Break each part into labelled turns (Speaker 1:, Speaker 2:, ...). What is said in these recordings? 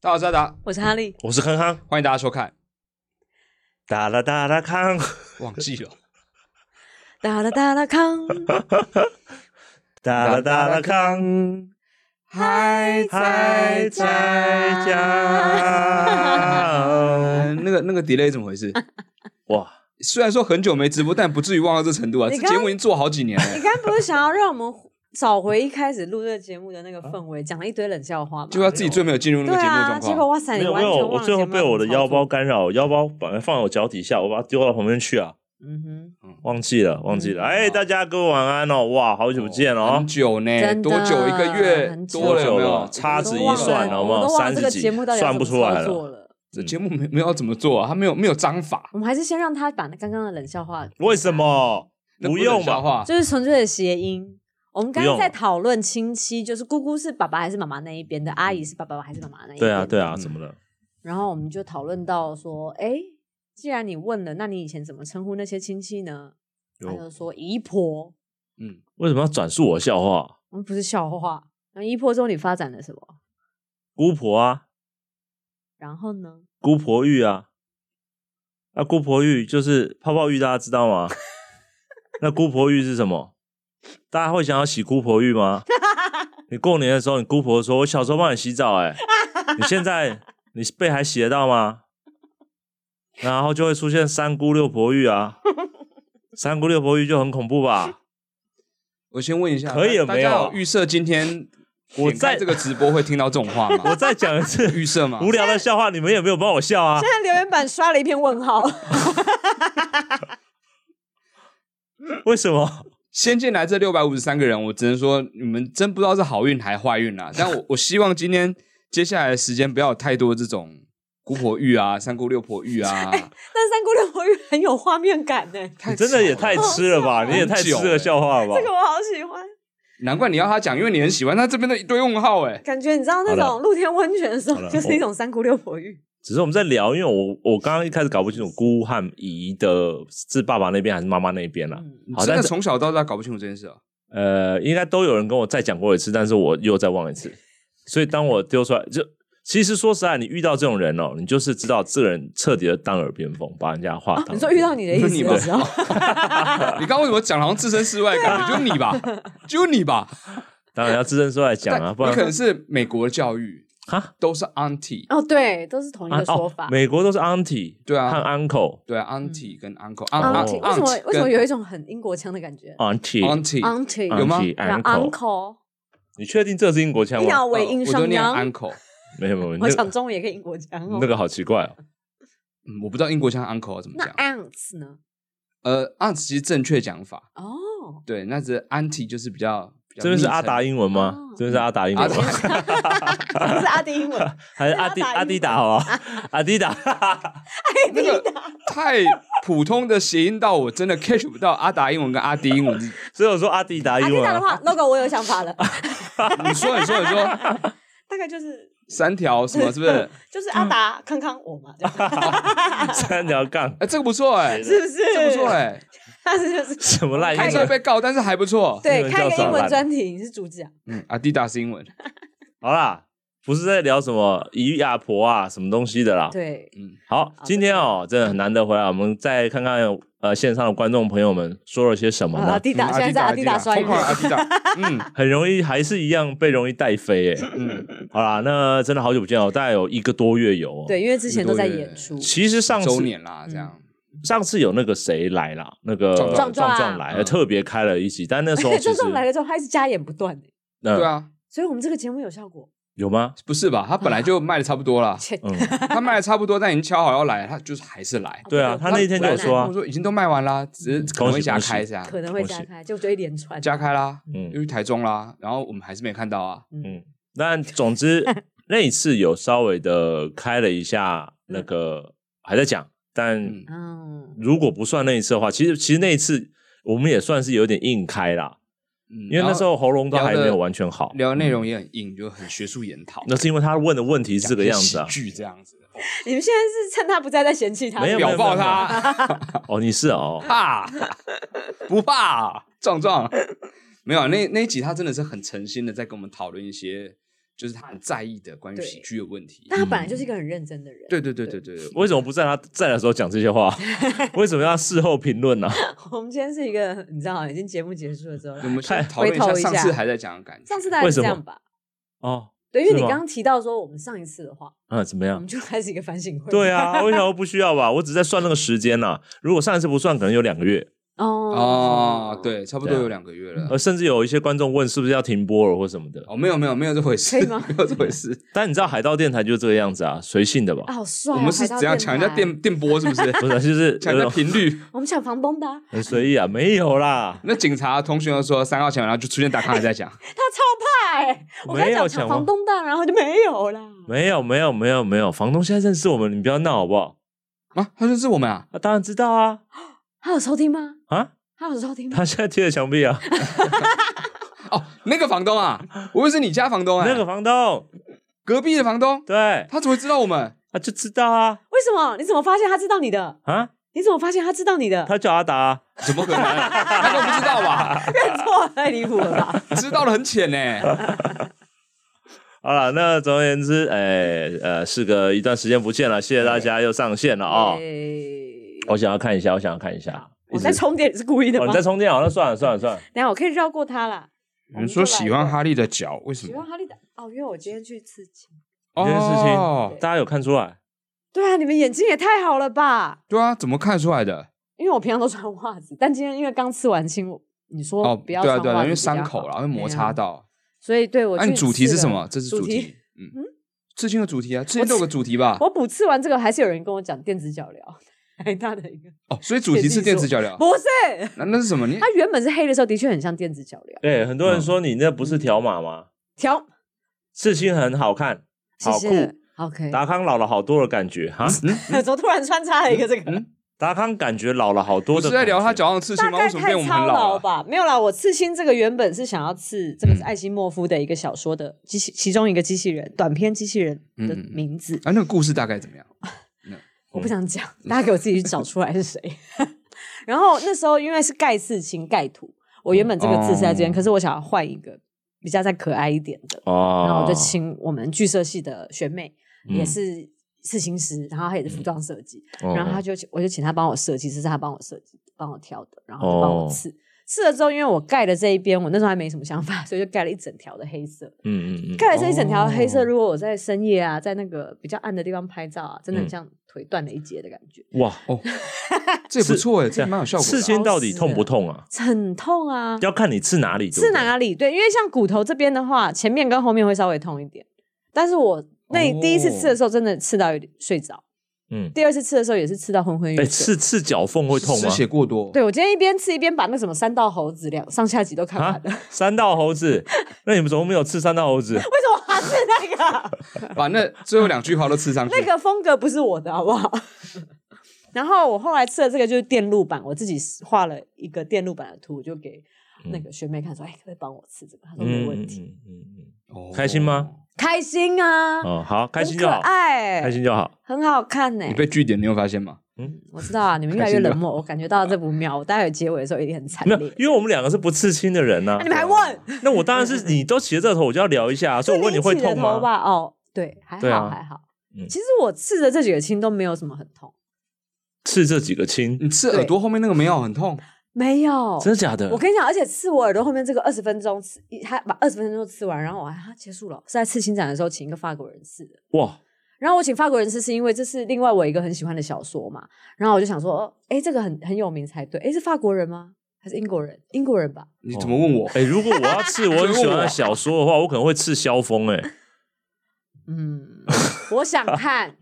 Speaker 1: 大家好，我是阿达，
Speaker 2: 我是哈利，
Speaker 3: 我是康康，
Speaker 1: 欢迎大家收 看。
Speaker 3: 哒啦哒啦康，
Speaker 1: 忘记了，
Speaker 2: 哒啦哒啦康，
Speaker 3: 哒啦哒啦康，
Speaker 1: 嗨
Speaker 3: 还在家。
Speaker 1: 嗯那个那个 delay 怎么回 事？
Speaker 3: 哇，
Speaker 1: 虽然说很久没直播，但不至于忘到这程度啊！这
Speaker 2: 你刚
Speaker 1: 节目已经做好几年
Speaker 2: 你
Speaker 1: 了，
Speaker 2: 刚不是想要让我们找回一开始录这个节目的那个
Speaker 3: 啊
Speaker 2: 氛围，讲了一堆冷笑话吗？
Speaker 1: 就要自己最没有进入那
Speaker 2: 对
Speaker 1: 个节目
Speaker 2: 啊，
Speaker 1: 的
Speaker 2: 结
Speaker 1: 状
Speaker 2: 果
Speaker 1: 况。
Speaker 2: 哇塞，
Speaker 3: 没
Speaker 2: 你
Speaker 3: 有
Speaker 2: 完
Speaker 3: 没
Speaker 2: 全
Speaker 3: 有，
Speaker 2: 忘
Speaker 3: 我
Speaker 2: 了
Speaker 3: 最后
Speaker 2: 节目
Speaker 3: 被我的
Speaker 2: 要
Speaker 3: 腰
Speaker 2: 怎么操
Speaker 3: 包
Speaker 2: 作，
Speaker 3: 干扰，腰包本来放在我脚底下，我把它丢到旁边去啊，
Speaker 2: 嗯
Speaker 3: 忘记了，忘记了。
Speaker 2: 嗯
Speaker 3: 哎，大家各位晚安哦，哇，好久不见了哦
Speaker 1: 很，久呢，
Speaker 2: 真的
Speaker 1: 多久？一个月
Speaker 2: 很久
Speaker 1: 多了有
Speaker 3: 多久
Speaker 1: 没有
Speaker 3: 了？差
Speaker 2: 哼，
Speaker 3: 指
Speaker 2: 我
Speaker 3: 一
Speaker 2: 都忘
Speaker 3: 算，哦
Speaker 2: 了
Speaker 3: 好不好？
Speaker 2: 我都忘了
Speaker 3: 三
Speaker 2: 这
Speaker 3: 十
Speaker 2: 个
Speaker 3: 几
Speaker 2: 节目到底要
Speaker 3: 算不
Speaker 2: 怎么
Speaker 3: 出来
Speaker 2: 操作
Speaker 3: 了。
Speaker 2: 了。
Speaker 1: 这节目没没有要怎么做啊？它没有没有章法，
Speaker 2: 我们还是先让他把刚刚的冷笑话，
Speaker 3: 为什？么？
Speaker 1: 那
Speaker 3: 不
Speaker 1: 是
Speaker 3: 用
Speaker 1: 笑
Speaker 3: 吧？
Speaker 1: 话，
Speaker 2: 就是纯粹的谐音。我们刚
Speaker 3: 不
Speaker 2: 刚
Speaker 3: 用
Speaker 2: 在讨论亲戚，就是姑姑是爸爸还是妈妈那一边的，阿姨是爸爸还是妈妈那一边。
Speaker 3: 对啊，对
Speaker 2: 啊。
Speaker 3: 啊，
Speaker 1: 嗯
Speaker 3: 怎么了？
Speaker 2: 然后我们就讨论到说，哎，既然你问了，那你以前怎么称呼那些亲戚呢？
Speaker 3: 有
Speaker 2: 他就说姨婆，
Speaker 1: 嗯，
Speaker 3: 为什么要转述我笑话？
Speaker 2: 我们不是笑话。那姨婆之后你发展了什么？
Speaker 3: 姑婆啊，
Speaker 2: 然后呢？
Speaker 3: 姑婆芋啊，那姑婆芋就是泡泡芋，大家知道吗？那姑婆芋是什么？大家会想要洗姑婆芋吗？你过年的时候，你姑婆说：“我小时候帮你洗澡、欸，哎，你现在你被还洗得到吗？”然后就会出现三姑六婆芋啊，三姑六婆芋就很恐怖吧？
Speaker 1: 我先问一下，
Speaker 3: 可以了
Speaker 1: 大
Speaker 3: 没有啊
Speaker 1: 大家预设今天
Speaker 3: 我
Speaker 1: 点开
Speaker 3: 在
Speaker 1: 这个直播会听到这种话吗？
Speaker 3: 我再讲一次
Speaker 1: 预设吗？
Speaker 3: 无聊的笑话，你们也没有帮我笑啊
Speaker 2: 现。在留言板刷了一片问号。
Speaker 3: 为什么？
Speaker 1: 先进来这六百五十三个人，我只能说你们真不知道是好运还坏运啦。但 我我希望今天接下来的时间不要有太多这种姑婆芋啊、三姑六婆芋 啊，
Speaker 2: 但三姑六婆芋很有画面感呢、
Speaker 1: 太
Speaker 3: 你真的也
Speaker 1: 吵了
Speaker 3: 太
Speaker 2: 哦
Speaker 3: 吃了吧？你也太吃这个笑话了吧？
Speaker 2: 这个我好喜欢。
Speaker 1: 难怪你要他讲，因为你很喜欢他这边的一堆问号哎、
Speaker 2: 感觉你知道那
Speaker 3: 好了
Speaker 2: 种露天温泉的时
Speaker 3: 好
Speaker 2: 候，
Speaker 3: 了
Speaker 2: 就是一种三姑六婆芋。
Speaker 3: 只是我们在聊，因为我我刚刚一开始搞不清楚姑和姨的是爸爸那边还是妈妈那边啦、
Speaker 2: 嗯，
Speaker 1: 你
Speaker 3: 好
Speaker 1: 真的
Speaker 3: 但是
Speaker 1: 从小到大搞不清楚这件事哦、
Speaker 3: 呃，应该都有人跟我再讲过一次，但是我又再忘一次。所以当我丢出来，就其实说实在，你遇到这种人哦，你就是知道这个人彻底的当耳边风，把人家话当、
Speaker 2: 哦你说遇到，你的哦意思的时候，
Speaker 1: 你刚刚为什么讲得好像置身事外的感 觉？就你吧，就你吧。
Speaker 3: 当然要自证说来讲
Speaker 1: 但
Speaker 3: 啊，
Speaker 1: 你
Speaker 3: 不然
Speaker 1: 可能是美国的教育
Speaker 3: 哈
Speaker 1: 都是 auntie，
Speaker 2: 哦，对，都是同一
Speaker 3: 啊
Speaker 2: 个说
Speaker 3: 哦
Speaker 2: 法，。
Speaker 3: 美国都是 auntie
Speaker 1: 对
Speaker 3: 和
Speaker 1: 啊，
Speaker 3: uncle
Speaker 1: 对啊，auntie 跟 uncle，啊
Speaker 3: 哦
Speaker 2: auntie 为什么为什么有啊
Speaker 1: 有
Speaker 2: 一种很英国腔的感觉
Speaker 3: auntie
Speaker 1: auntie？哦
Speaker 2: ？auntie
Speaker 1: 有吗
Speaker 3: auntie
Speaker 2: 然后
Speaker 3: uncle，
Speaker 2: uncle，哎哦
Speaker 3: 你确定这是英国腔
Speaker 2: 一
Speaker 3: 吗
Speaker 2: 脑？尾音
Speaker 1: 我都
Speaker 2: 上
Speaker 1: 念
Speaker 2: 扬。
Speaker 1: uncle。
Speaker 3: 没有没有，
Speaker 2: 我
Speaker 3: 那
Speaker 2: 想
Speaker 3: 个
Speaker 2: 中文也可以英国腔哦。
Speaker 3: 那个好奇怪哦。
Speaker 1: 嗯，我不知道英国腔 uncle 要怎么
Speaker 2: 那
Speaker 1: 讲。啊
Speaker 2: aunts 呢？
Speaker 1: 呃，aunt 其实正确讲法，
Speaker 2: 哦，
Speaker 1: 对，那只 auntie 就是比较。比较
Speaker 3: 这边
Speaker 1: 昵
Speaker 3: 是
Speaker 1: 称
Speaker 3: 阿达英文吗
Speaker 2: 哦？
Speaker 3: 这边是阿达英文吗？
Speaker 2: 这是阿迪英文，
Speaker 3: 还是阿迪
Speaker 2: 阿达英文
Speaker 3: 阿迪达好吧？ 阿迪达，
Speaker 1: 那个太普通的谐音到我真的 catch 不到阿达英文跟阿迪英文是。
Speaker 3: 所以我说阿迪达
Speaker 2: 阿
Speaker 3: 英
Speaker 2: 迪
Speaker 3: 文
Speaker 2: 达的
Speaker 3: 啊。
Speaker 2: 话，logo 我有想法了，
Speaker 1: 你说，你说，你说，
Speaker 2: 大概就是
Speaker 1: 三条什么？是不是？
Speaker 2: 就是
Speaker 3: 嗯
Speaker 2: 阿达、康康我嘛，这样
Speaker 3: 三条杠，
Speaker 1: 哎，这个不错哎，
Speaker 2: 是不是？
Speaker 1: 这不错，
Speaker 3: 欸
Speaker 1: 哎，
Speaker 2: 但是就是
Speaker 3: 什么烂
Speaker 1: 还
Speaker 3: 英
Speaker 1: 是会
Speaker 3: 文？
Speaker 1: 被告，但是还不错。
Speaker 2: 对，
Speaker 3: 哦英文
Speaker 2: 开一
Speaker 3: 叫
Speaker 2: 个
Speaker 3: 啥
Speaker 2: 英文
Speaker 3: 烂
Speaker 2: 专题，你是主讲，
Speaker 3: 哦
Speaker 1: 嗯，阿迪达斯英文，
Speaker 3: 好啦，不是在聊什么姨阿婆啊，什么东西的啦。
Speaker 2: 对，
Speaker 3: 好，今天哦，真的很难得回来，我们再看看呃线上的观众朋友们说了些什么
Speaker 2: 啊阿
Speaker 3: 呢？
Speaker 2: 迪达
Speaker 1: 嗯
Speaker 2: 现在在阿迪达刷一
Speaker 1: 疯狂
Speaker 2: 遍
Speaker 1: 的，阿迪达，嗯
Speaker 3: 很容易还是一样被容易带飞哎。
Speaker 1: 嗯，
Speaker 3: 好啦，那真的好久不见哦，大概有一个多月有哦。，
Speaker 2: 对，因为之前都在
Speaker 1: 一个多月
Speaker 2: 演出，
Speaker 3: 其实 上
Speaker 1: 周
Speaker 3: 次
Speaker 1: 年啦，这样
Speaker 3: 上次有那个谁来啦，那个
Speaker 1: 壮
Speaker 2: 壮
Speaker 3: 壮
Speaker 2: 壮
Speaker 3: 来
Speaker 1: 嗯
Speaker 3: 了，特别开了一集，但 那时候
Speaker 2: 而且
Speaker 3: 其
Speaker 2: 壮
Speaker 3: 实
Speaker 2: 壮来了之后，他一直加演不断欸，
Speaker 3: 那
Speaker 1: 对啊，
Speaker 2: 所以我们这个节目有效果。
Speaker 3: 有吗？
Speaker 1: 不是吧？他本来就卖的差不多 了，
Speaker 2: 切
Speaker 3: 嗯，
Speaker 1: 他卖的差不多，但已经敲好要来，他就是还是来。
Speaker 3: 对啊，他那天就有说
Speaker 1: 我
Speaker 3: 啊
Speaker 1: 跟我，说已经都卖完啦，只是可能会加开一下，
Speaker 2: 可能会加
Speaker 3: 恭喜
Speaker 2: 开，就就一连串
Speaker 1: 加开啦，又
Speaker 3: 嗯
Speaker 1: 去台中啦，然后我们还是没看到啊。
Speaker 3: 嗯，但总 之那一次有稍微的开了一下那个还在讲，但
Speaker 1: 嗯，
Speaker 2: 嗯，
Speaker 3: 如果不算那一次的话，其实其实那一次我们也算是有点硬开啦，因为那时候喉咙都还没有完全好。
Speaker 1: 嗯聊的内容也很硬，就很学术研讨，
Speaker 3: 那是因为他问的问题是这个样子啊
Speaker 1: 讲一，些喜剧这样子，
Speaker 2: 你们现在是趁他不在在嫌弃他，
Speaker 3: 没有
Speaker 1: 表爆他，
Speaker 3: 哦，你是 哦，
Speaker 1: 怕不啊怕？壮壮没有那那一集他真的是很诚心的在跟我们讨论一些。就是他很在意的关于
Speaker 2: 对
Speaker 1: 喜剧的问题。
Speaker 2: 但他本来
Speaker 3: 嗯
Speaker 2: 就是一个很认真的人，
Speaker 1: 对对对对对，对
Speaker 3: 为什么不在他在的时候讲这些 话？为什么要事后评论呢？
Speaker 2: 啊我们今天是一个，你知道，已经节目结束了之后，
Speaker 1: 我们先
Speaker 3: 太
Speaker 1: 讨论一下
Speaker 2: 回头一下
Speaker 1: 上次还在讲的感觉。
Speaker 2: 上次大概是这
Speaker 3: 嗯为什
Speaker 2: 样吧？
Speaker 3: 哦，
Speaker 2: 对，因为
Speaker 3: 是
Speaker 2: 你
Speaker 3: 吗
Speaker 2: 刚刚提到说我们上一次的话，
Speaker 3: 嗯，怎么
Speaker 2: 我
Speaker 3: 样
Speaker 2: 们？就开始一个反省会。
Speaker 3: 对， 啊，为什么不需要吧？我只是在算那个时间呐、如果上一次不算，可能有两个月，
Speaker 2: 哦
Speaker 1: 哦，，对，差不多
Speaker 3: 对啊
Speaker 1: 有两个月了。
Speaker 3: 呃，甚至有一些观众问是不是要停播了或什么的。
Speaker 1: 哦，没有没有没有这回事，
Speaker 2: 可以吗
Speaker 1: 没有这回事。
Speaker 3: 但你知道海盗电台就是这个样子啊，随性的吧？
Speaker 2: 啊，好帅、啊！
Speaker 1: 我们是
Speaker 2: 海盗
Speaker 1: 怎样抢人家
Speaker 2: 台？
Speaker 1: 电电波是不是？
Speaker 3: 不是，就是
Speaker 1: 抢
Speaker 3: 有
Speaker 1: 人家
Speaker 3: 种
Speaker 1: 频率？
Speaker 2: 我们抢房东的啊、
Speaker 3: 很随意啊，没有啦，
Speaker 1: 那警察同学又说三号抢完，然后就出现打卡还在讲。
Speaker 2: 他超怕哎、我跟
Speaker 3: 没
Speaker 2: 他讲
Speaker 3: 有抢
Speaker 2: 抢
Speaker 3: 吗
Speaker 2: 房东的啊，然后就没有啦。
Speaker 3: 没有，没有，没有，没有。房东现在认识我们，你不要闹好不好？
Speaker 1: 啊，他认识我们啊？
Speaker 3: 他、当然知道啊，
Speaker 2: 他有收听吗？
Speaker 3: 啊，
Speaker 2: 他有收听吗？
Speaker 3: 他现在贴着墙壁啊，
Speaker 1: 哦，那个房东啊，我以为是你家房东啊，
Speaker 3: 那个房东，
Speaker 1: 隔壁的房东，
Speaker 3: 对，
Speaker 1: 他怎么会知道我们？
Speaker 3: 他就知道啊，
Speaker 2: 为什么？你怎么发现他知道你的？
Speaker 3: 啊，
Speaker 2: 你怎么发现他知道你的？
Speaker 3: 他叫阿达、啊，
Speaker 1: 怎么可能？他都不知道吧？
Speaker 2: 认错太离谱了 吧？
Speaker 1: 知道的很浅 呢。
Speaker 3: 好了，那总而言之，哎、呃，是个一段时间不见了，谢谢大家又上线了啊、
Speaker 2: 哎
Speaker 3: 我想要看一下，我想要看一下。
Speaker 2: 我在充电，你是故意的吗？
Speaker 3: 哦，你在充电好，那算了算了算了。
Speaker 2: 等一下我可以绕过他啦。我们就来一个
Speaker 1: 利的脚，为什
Speaker 2: 喜欢？哈利的哦，因为我今天去刺青。
Speaker 1: 哦
Speaker 3: 这件事情
Speaker 2: 对
Speaker 3: 大家有看出来？
Speaker 2: 对啊，你们眼睛也太好了吧？
Speaker 1: 对啊，怎么看出来的？
Speaker 2: 因为我平常都穿袜子，但今天因为刚刺完青，我你说
Speaker 1: 哦，
Speaker 2: 不
Speaker 1: 对
Speaker 2: 要
Speaker 1: 啊，
Speaker 2: 穿袜子
Speaker 1: 对啊，因为
Speaker 2: 比较
Speaker 1: 伤口
Speaker 2: 好啊
Speaker 1: 了会摩擦，到。
Speaker 2: 所以对我
Speaker 1: 那
Speaker 2: 去
Speaker 1: 啊你主题
Speaker 2: 刺
Speaker 1: 是
Speaker 2: 了
Speaker 1: 什么？这是
Speaker 2: 主
Speaker 1: 题
Speaker 2: 题，
Speaker 1: 嗯，刺青的主题啊，刺青都有个主题吧？
Speaker 2: 我补刺完这个，还是有人跟我讲电子脚疗，很大的一 个，
Speaker 1: 哦，所以主题是电子脚疗，
Speaker 2: 不是，
Speaker 1: 那那是什么？你
Speaker 2: 它原本是黑的时候的确很像电子脚疗，
Speaker 3: 对，很多人说你那不是条码吗？
Speaker 2: 调，
Speaker 3: 刺青很好看，
Speaker 2: 谢
Speaker 3: 好
Speaker 2: 谢
Speaker 3: 酷，
Speaker 2: ，OK，
Speaker 3: 达康老了好多的感觉哈。嗯
Speaker 2: 怎么突然穿插了一个这个？
Speaker 3: 达康感觉老了好多
Speaker 1: 不
Speaker 3: 的。
Speaker 1: 是在聊他，脚上的刺青
Speaker 2: 大
Speaker 1: 吗？
Speaker 2: 概
Speaker 1: 为什么
Speaker 2: 太
Speaker 1: 变我们
Speaker 2: 操
Speaker 1: 很老啊
Speaker 2: 劳
Speaker 1: 了？
Speaker 2: 吧，没有啦。我刺青这个原本是想要刺，这个
Speaker 1: 嗯
Speaker 2: 是艾希莫夫的一个小说的机器，其中一个机器人短篇机器人的
Speaker 1: 嗯嗯嗯
Speaker 2: 名字，
Speaker 1: 啊，那个故事大概怎么样？
Speaker 2: 我不想讲，大家给我自己去找出来是谁。 然后那时候因为是盖刺青盖图，我原本这个字是在这边，
Speaker 1: 哦
Speaker 2: 可是我想要换一个比较再可爱一点的，
Speaker 3: 哦，
Speaker 2: 然后我就请我们剧社系的学妹，
Speaker 3: 嗯
Speaker 2: 也是刺青师，然后她也是服装设计，
Speaker 3: 嗯，
Speaker 2: 然后她就我就请她帮我设计，这是她帮我设计、帮我挑的，然后就帮我
Speaker 3: 哦
Speaker 2: 刺。刺了之后，因为我盖的这一边，我那时候还没什么想法， 所以就盖了一整条的黑色。
Speaker 3: 嗯嗯嗯，
Speaker 2: 盖了这一整条黑色，
Speaker 1: 哦
Speaker 2: 如果我在深夜啊，在那个比较暗的地方拍照啊，真的
Speaker 3: 嗯
Speaker 2: 很像腿断了一截的感觉，
Speaker 3: 哇，
Speaker 1: 哦，这也不错哎，这也蛮有效果
Speaker 3: 刺
Speaker 1: 的啊。
Speaker 3: 青到底痛不痛啊？
Speaker 2: 很痛啊，
Speaker 3: 要看你刺哪里，对不对
Speaker 2: 是哪里？对，因为像骨头这边的话，前面跟后面会稍微痛一点，但是我那
Speaker 1: 哦
Speaker 2: 第一次刺的时候真的刺到有点睡着，
Speaker 3: 嗯，
Speaker 2: 第二次刺的时候也是刺到昏昏欲
Speaker 3: 哎，
Speaker 2: 睡。
Speaker 3: 刺刺脚缝会痛
Speaker 1: 失
Speaker 3: 吗？
Speaker 1: 血过多，
Speaker 2: 对，我今天一边刺一边把那个什么三道猴子两上下集都看完
Speaker 3: 啊
Speaker 2: 了。为，
Speaker 3: 三道猴子，那你们怎么没有刺三道猴子？
Speaker 2: 什么还是那 个？
Speaker 1: 把那最后两句话都刺上去。
Speaker 2: 那个风格不是我的，好不好？ 然后我后来吃的这个就是电路板，我自己画了一个电路板的图，我就给那个学妹看说：“哎、可不可以帮我吃这个？”她说：“没问题。
Speaker 3: 嗯嗯
Speaker 1: 哦
Speaker 3: 开心吗？
Speaker 2: 开心啊，
Speaker 3: 嗯，哦，好，开
Speaker 2: 很
Speaker 3: 心
Speaker 2: 可
Speaker 3: 就好，
Speaker 2: 爱，
Speaker 3: 开心就好。
Speaker 2: 很好看呢、
Speaker 1: 你被据点，你有发现吗？
Speaker 2: 我知 道啊，你们越来越冷漠，我感觉到这不妙。我待会结尾的时候一定很惨
Speaker 3: 没有
Speaker 2: 烈，。
Speaker 3: 因为我们两个是不刺青的人呐、啊
Speaker 2: 那你们还问？
Speaker 3: 那我当然是你都起了这个头，我就要聊一下，所以我问
Speaker 2: 是
Speaker 3: 会
Speaker 2: 起的
Speaker 3: 痛
Speaker 2: 头
Speaker 3: 吗？
Speaker 2: 吧？哦，对，还
Speaker 3: 对啊
Speaker 2: 好还好。
Speaker 3: 嗯
Speaker 2: 其实我刺的这几个青都没有什么很痛，
Speaker 3: 刺这几个青，
Speaker 1: 你刺耳朵后面那个没有很
Speaker 3: 哦
Speaker 1: 痛，
Speaker 2: 没有，
Speaker 3: 真的假
Speaker 1: 嗯
Speaker 3: 的？
Speaker 2: 我跟你讲，而且刺我耳朵后面这个二十分钟刺，一他把二十分钟就刺完，然后我还啊结束了，是在刺青展的时候请一个法国人刺的。
Speaker 3: 哇，
Speaker 2: 然后我请法国人刺是因为这是另外我一个很喜欢的小说嘛，然后我就想说，哎，这个很很有名才对，哎，是法国人吗？还是英国人？英国人吧。
Speaker 1: 你怎么问我？
Speaker 3: 哎、如果我要刺我很喜欢的小说的话，我可能会刺萧峰、哎，
Speaker 2: 嗯，我想看，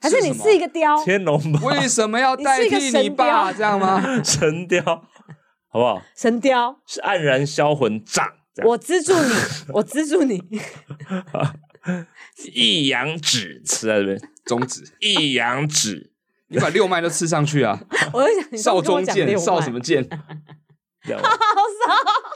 Speaker 2: 还是你
Speaker 1: 是什么
Speaker 2: 刺一个雕？
Speaker 3: 天龙八
Speaker 1: 为什么要代替你爸
Speaker 2: 你是一个神雕
Speaker 1: 这样吗？
Speaker 3: 神雕，好不好？
Speaker 2: 神雕，
Speaker 3: 是黯然销魂掌，
Speaker 1: 啊
Speaker 3: 这样
Speaker 2: 我资助 你，我资助你。
Speaker 3: 一阳指刺在这边，
Speaker 1: 中指，
Speaker 3: 一阳指，
Speaker 1: 你把六脉都刺上去啊！
Speaker 2: 我就想 你
Speaker 1: 少中剑，
Speaker 2: 剑，
Speaker 1: 少什么 剑？
Speaker 3: 这样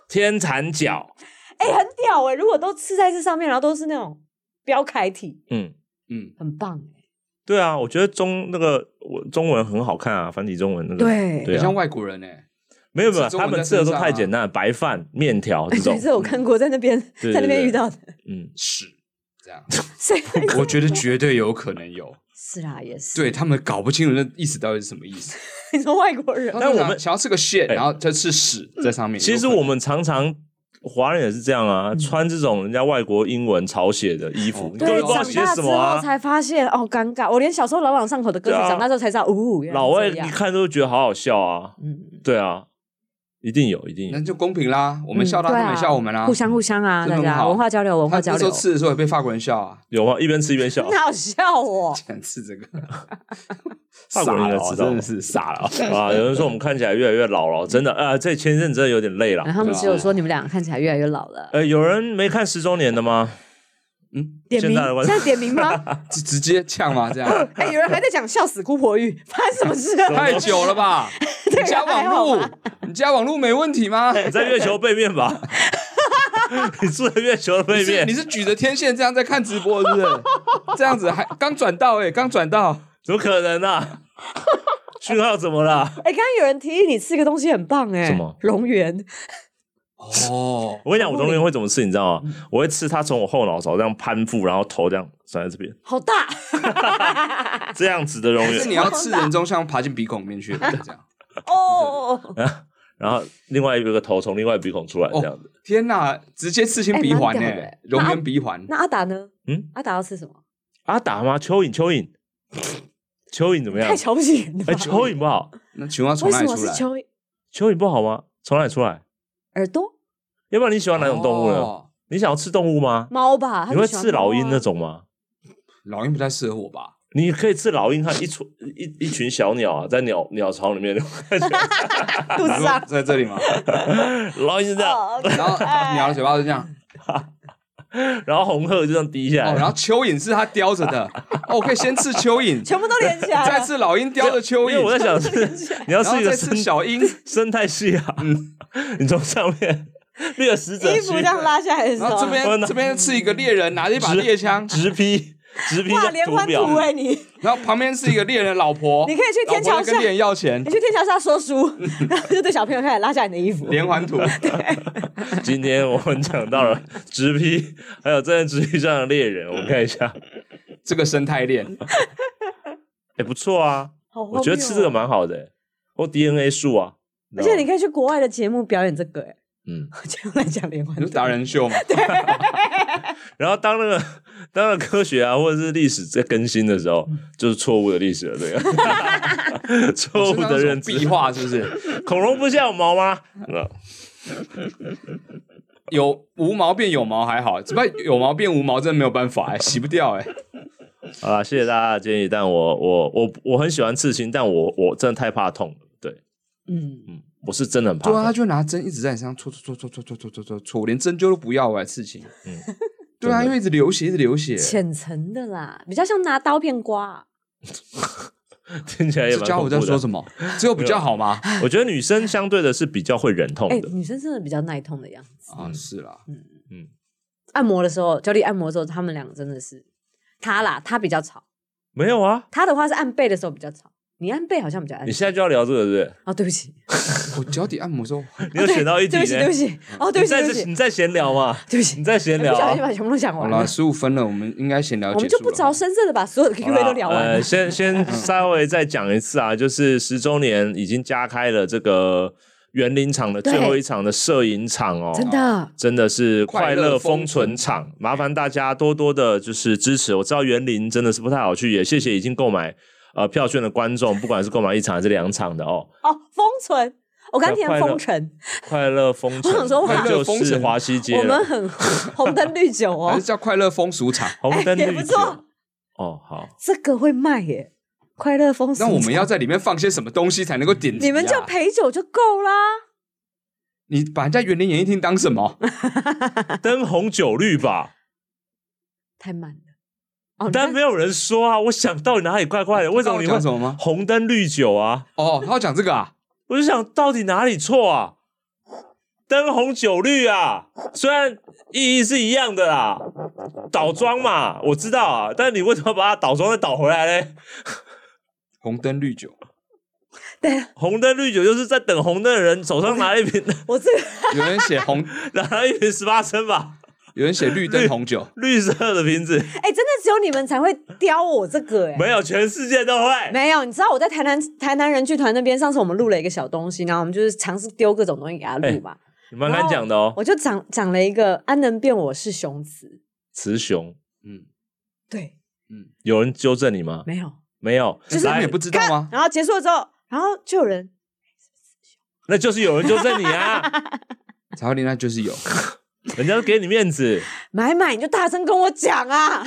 Speaker 3: 天蚕角，
Speaker 2: 哎、很屌哎、如果都刺在这上面，然后都是那种标楷体，
Speaker 3: 嗯，
Speaker 1: 嗯，
Speaker 2: 很棒哎、
Speaker 3: 对啊，
Speaker 1: 嗯
Speaker 3: 我觉得中那个我中文很好看啊，繁体中文那个，
Speaker 2: 对
Speaker 3: 对
Speaker 1: 很
Speaker 3: 啊
Speaker 1: 像外国人哎。
Speaker 3: 没有没有，
Speaker 1: 吃中
Speaker 3: 他
Speaker 1: 文
Speaker 3: 们
Speaker 1: 在
Speaker 3: 吃的
Speaker 1: 身
Speaker 3: 都
Speaker 1: 上
Speaker 3: 太
Speaker 1: 啊
Speaker 3: 简单了，白饭、面条这种
Speaker 2: 对，。这我看过，在那边
Speaker 3: 对
Speaker 2: 在那边
Speaker 3: 对
Speaker 2: 遇到的，
Speaker 3: 嗯，
Speaker 1: 屎这样，
Speaker 2: 谁会
Speaker 1: 我觉得绝对有可能有，
Speaker 2: 是啦，也是。
Speaker 1: 对他们搞不清楚那意思到底是什么意思。
Speaker 2: 你说外国人，
Speaker 1: 但
Speaker 3: 我们
Speaker 1: 想要吃个 shit，
Speaker 3: 哎嗯
Speaker 1: 然后再吃屎在上面。
Speaker 3: 其实
Speaker 1: 有可能
Speaker 3: 我们常常华人也是这样啊，穿这种人家外国英文抄写的衣服
Speaker 1: 哦，
Speaker 3: 你根
Speaker 1: 对
Speaker 2: 对，
Speaker 3: 本不知道
Speaker 2: 长
Speaker 3: 写
Speaker 2: 大
Speaker 3: 什
Speaker 2: 之
Speaker 3: 么
Speaker 2: 后
Speaker 3: 啊。
Speaker 2: 才发现，哦，尴尬。我连小时候朗朗上口的歌曲
Speaker 3: 对，啊
Speaker 2: 长大之后才知道，呜、原来
Speaker 3: 老外
Speaker 2: 是这
Speaker 3: 一
Speaker 2: 样
Speaker 3: 看都觉得好好笑啊，
Speaker 2: 嗯，
Speaker 3: 对啊，一定有，一定有
Speaker 1: 那。就公平啦，我们笑他，
Speaker 2: 嗯对
Speaker 1: 他
Speaker 2: 啊
Speaker 1: 们也笑我们啦
Speaker 2: 互。相互相啊，
Speaker 1: 这
Speaker 2: 大
Speaker 1: 很
Speaker 2: 家
Speaker 1: 好
Speaker 2: 文化交流，文
Speaker 1: 他
Speaker 2: 化交
Speaker 1: 那时
Speaker 2: 流
Speaker 1: 候，吃的时候也被法国人笑啊，
Speaker 3: 有吗？一边吃一边笑
Speaker 2: 很，好笑哦。
Speaker 1: 想吃这个，
Speaker 3: 法国人应该
Speaker 1: 傻了哦
Speaker 3: 知道吧
Speaker 1: 真的是傻了哦。
Speaker 3: 啊！有人说我们看起来越来越老
Speaker 1: 嗯
Speaker 3: 了，真的啊，这前阵子真的有点累了
Speaker 2: 然。后他们只有说你们俩看起来越来越老了，
Speaker 3: 呃，有人没看十周年的吗？
Speaker 2: 点名
Speaker 3: 现在的观
Speaker 2: 现在点名吗？
Speaker 1: 直直接呛吗？这 样
Speaker 2: 哎，有人还在讲笑死姑婆玉，发生什么事啊？
Speaker 1: 太久了 吧？你加网
Speaker 2: 还
Speaker 1: 路，你加网路没问题吗？
Speaker 3: 你在月球背 面吧？你住在月球的
Speaker 1: 你
Speaker 3: 背
Speaker 1: 是
Speaker 3: 面
Speaker 1: 你，是举着天线这样在看直播，是不是？ 这样子还刚转到哎，刚转到，
Speaker 3: 怎么可能 啊？讯号怎么了？
Speaker 2: 哎，刚刚有人提议你吃个东西很棒哎，
Speaker 3: 什么
Speaker 2: 龙源？
Speaker 1: 哦，
Speaker 3: 我跟你讲，我同学会怎么吃，你知道吗？我会吃他从我后脑勺这样攀附，然后头这样甩在这边，
Speaker 2: 好大，
Speaker 3: 这样子的容
Speaker 1: 是
Speaker 3: 忍。
Speaker 1: 你要吃人中像爬进鼻孔里面去，这样。
Speaker 2: 哦，
Speaker 3: 然后另外一个头从另外鼻孔出来，这样子。
Speaker 1: 天哪，直接刺青
Speaker 2: 哎
Speaker 1: 鼻环
Speaker 2: 蛮屌
Speaker 1: 呢
Speaker 2: 的，
Speaker 1: 龙
Speaker 2: 那
Speaker 1: 源鼻环。
Speaker 2: 那阿达呢？
Speaker 3: 嗯，
Speaker 2: 阿达要吃什么？
Speaker 3: 阿达啊吗？蚯蚓，蚯蚓，蚯蚓怎么样
Speaker 2: 太？瞧不起人了吧
Speaker 3: 哎，。蚯蚓不好，
Speaker 1: 那请问要从
Speaker 2: 为
Speaker 1: 哪
Speaker 2: 什
Speaker 1: 里
Speaker 2: 么
Speaker 1: 出
Speaker 2: 是
Speaker 1: 来？
Speaker 2: 蚯蚓？
Speaker 3: 蚯蚓不好吗？从哪里出来？
Speaker 2: 耳朵
Speaker 3: 要不然你喜欢哪种动物呢？
Speaker 1: 哦？
Speaker 3: 你想要吃动物吗？
Speaker 2: 猫吧？他
Speaker 3: 你
Speaker 2: 就
Speaker 3: 会
Speaker 2: 喜欢
Speaker 3: 吃老
Speaker 2: 猫啊
Speaker 3: 鹰那？种吗？
Speaker 1: 老鹰不太适合我吧？
Speaker 3: 你可以吃老鹰和一群一一群小鸟啊，在鸟鸟巢里面，
Speaker 2: 肚子上。
Speaker 1: 在这里吗？
Speaker 3: 老 鹰是这啊样，
Speaker 2: 啊哦
Speaker 1: 然后啊鸟的嘴巴是这样，
Speaker 3: 然后红鹤就这样滴下
Speaker 1: 哦，然
Speaker 3: 来。
Speaker 1: 后蚯蚓是它叼着的。哦，我可以先吃蚯 蚓，
Speaker 2: 全部都连起来了。
Speaker 1: 再吃老鹰叼着蚯
Speaker 3: 因为我
Speaker 1: 蚓，
Speaker 3: 在想是你要
Speaker 1: 然
Speaker 3: 吃
Speaker 1: 后
Speaker 3: 一个
Speaker 1: 再
Speaker 3: 生
Speaker 1: 吃小 鹰。
Speaker 3: 生态系啊， 你从上 面猎食者
Speaker 2: 嗯衣
Speaker 3: 区
Speaker 2: 服这样拉下来的时
Speaker 1: 然
Speaker 2: 候，
Speaker 1: 后这
Speaker 3: 我
Speaker 1: 边
Speaker 3: 拿
Speaker 1: 这边是一个猎人拿着一把
Speaker 3: 直
Speaker 1: 猎枪，
Speaker 3: 直批直批
Speaker 2: 哇，连环
Speaker 3: 表
Speaker 2: 图，哎、你你
Speaker 1: 然后旁边是一个猎人老婆，
Speaker 2: 你可以去天桥
Speaker 1: 老婆在跟
Speaker 2: 下
Speaker 1: 猎人要钱，
Speaker 2: 去天桥下说书， 然后就对小朋友开始拉下你的衣服。
Speaker 1: 连环图。
Speaker 3: 今天我们讲到 了直批，还有站在直批上的猎人，我们
Speaker 2: 嗯
Speaker 3: 看一下，
Speaker 1: 这个生态 链，
Speaker 3: 也不错啊，
Speaker 2: 好荒谬哦
Speaker 3: 我觉得吃这个？蛮好的、欸，或 DNA 树啊，
Speaker 2: 而且你可以去国外的节目表演这个、哎，
Speaker 3: 嗯，
Speaker 2: 就来讲连环
Speaker 1: 你
Speaker 2: 图
Speaker 1: 是。达人秀嘛？
Speaker 3: 然后当那个 当那个科学啊或者是历史在更新的时候，
Speaker 2: 嗯
Speaker 3: 就是错误的历史了，这 个 错误的认
Speaker 1: 壁
Speaker 3: 知。
Speaker 1: 画是不是？
Speaker 3: 恐龙不是要有毛吗？那
Speaker 1: 有无毛变有毛还好，只不过有毛变无毛真的没有办法哎、洗不掉哎、
Speaker 3: 好啦，谢谢大家的建议，但我我我我很喜欢刺青，但我我真的太怕痛了。对，
Speaker 2: 嗯，
Speaker 3: 嗯，我是真的很怕
Speaker 1: 对啊，他
Speaker 3: 痛。
Speaker 1: 就拿针一直在你身上戳戳戳戳戳戳戳戳戳戳，我连针灸都不要哎、刺青。
Speaker 3: 嗯
Speaker 1: 对啊，
Speaker 3: 真的
Speaker 1: 因为一直流血，一直流血。
Speaker 2: 浅层的啦，比较像拿刀片刮。
Speaker 3: 听起来也
Speaker 1: 这
Speaker 3: 蛮
Speaker 1: 家
Speaker 3: 恐
Speaker 1: 伙
Speaker 3: 怖
Speaker 1: 在说
Speaker 3: 的。
Speaker 1: 什么？只有比较好吗？
Speaker 3: 我觉得女生相对的是比较会忍痛
Speaker 2: 哎、
Speaker 3: 的。
Speaker 2: 女生真的比较耐痛的样子。
Speaker 1: 啊，是啦，
Speaker 2: 按摩的时候，教练按摩的时候，他们两个真的是，他啦，他比较吵，
Speaker 3: 没有啊，
Speaker 2: 他的话是按背的时候比较吵，你按背好像比较安
Speaker 3: 你。现在就要聊这个，对
Speaker 2: 哦，对不起，
Speaker 1: 我脚底按摩的时候，
Speaker 3: 不对？你
Speaker 2: 哦
Speaker 3: 又
Speaker 2: 对
Speaker 3: 选到一题
Speaker 2: 对
Speaker 3: 呢嗯
Speaker 2: 不起，对不起，哦，对不起，对
Speaker 3: 你在
Speaker 2: 不
Speaker 3: 这
Speaker 2: 起，
Speaker 3: 你在闲聊嘛？
Speaker 2: 对不起
Speaker 3: 你，在闲
Speaker 2: 不
Speaker 3: 聊
Speaker 2: 小心
Speaker 3: 啊。
Speaker 2: 把全部都讲
Speaker 1: 好
Speaker 2: 完
Speaker 1: 了，
Speaker 2: 了，
Speaker 1: 十五分了，我们应该闲聊
Speaker 2: 我
Speaker 1: 结
Speaker 2: 们就
Speaker 1: 束
Speaker 2: 不着
Speaker 1: 了。
Speaker 2: 声色的把所有的 Q&A 都聊完
Speaker 3: 呃，
Speaker 2: 了。
Speaker 3: 先先稍微再讲一次啊，就是十周年已经加开了这个园林场的最后一场的摄影场哦，
Speaker 2: 真的，
Speaker 3: 真的是快
Speaker 1: 快乐
Speaker 3: 乐封存
Speaker 1: 封存
Speaker 3: 场，麻烦大家多多的就是支持。我知道园林真的是不太好去，也谢谢已经购买呃票券的观众，不管是购买一场还是两场的哦。
Speaker 2: 哦，封存，我刚填
Speaker 3: 快乐
Speaker 2: 封城，
Speaker 3: 快乐封存，
Speaker 2: 我想说哇
Speaker 3: 那就是华西街
Speaker 2: 我
Speaker 3: 了
Speaker 2: 们，很红灯绿酒
Speaker 1: 还
Speaker 2: 哦
Speaker 1: 是，叫快乐风俗场？
Speaker 3: 红灯
Speaker 2: 也
Speaker 3: 绿
Speaker 2: 不
Speaker 3: 酒
Speaker 2: 错，
Speaker 3: 哦，好，
Speaker 2: 这个会卖耶，快乐封
Speaker 1: 那
Speaker 2: 城。
Speaker 1: 我们要在里面放些什么东西才能够点题啊？
Speaker 2: 你们就陪酒就够啦，
Speaker 1: 你把人家园林演艺厅当什么？
Speaker 3: 灯红酒绿吧。
Speaker 2: 太慢了。哦，
Speaker 3: 但
Speaker 2: 那
Speaker 3: 没有人说啊，我想到底哪里怪怪的？为什么你
Speaker 1: 知道我讲
Speaker 3: 会
Speaker 1: 什么吗
Speaker 3: 红灯绿酒啊？
Speaker 1: 哦，他要讲这个啊？
Speaker 3: 我就想到底哪里错啊？灯红酒绿啊，虽然意义是一样的啦，倒装嘛，我知道啊，但你为什么把它倒装再倒回来嘞？
Speaker 1: 红灯绿酒，
Speaker 3: 红灯绿酒就是在等红灯的人手上拿一瓶，
Speaker 2: 我这 个
Speaker 1: 有人写红，
Speaker 3: 拿一瓶十八升吧，
Speaker 1: 有人写绿灯红酒，
Speaker 3: 绿色的瓶子，
Speaker 2: 哎、真的只有你们才会雕我这个哎、
Speaker 3: 没有，全世界都会。
Speaker 2: 没有，你知道我在台南台南人剧团那边，上次我们录了一个小东西，然后我们就是尝试丢各种东西给他录嘛。
Speaker 3: 你蛮敢讲的哦，
Speaker 2: 我就讲讲了一个“安能辨我是雄雌
Speaker 3: 雌雄，
Speaker 1: 嗯，”，
Speaker 2: 对，
Speaker 3: 有人纠正你吗？
Speaker 2: 没有。
Speaker 3: 没有，
Speaker 2: 就是
Speaker 1: 他们
Speaker 3: 来
Speaker 1: 也不知道吗？
Speaker 2: 然后结束了之后，然后就有人
Speaker 3: 那就是有人纠正 你啊，
Speaker 1: 查理那就是 有
Speaker 3: 人家都给你面子
Speaker 2: 买买，你就大声跟我讲啊！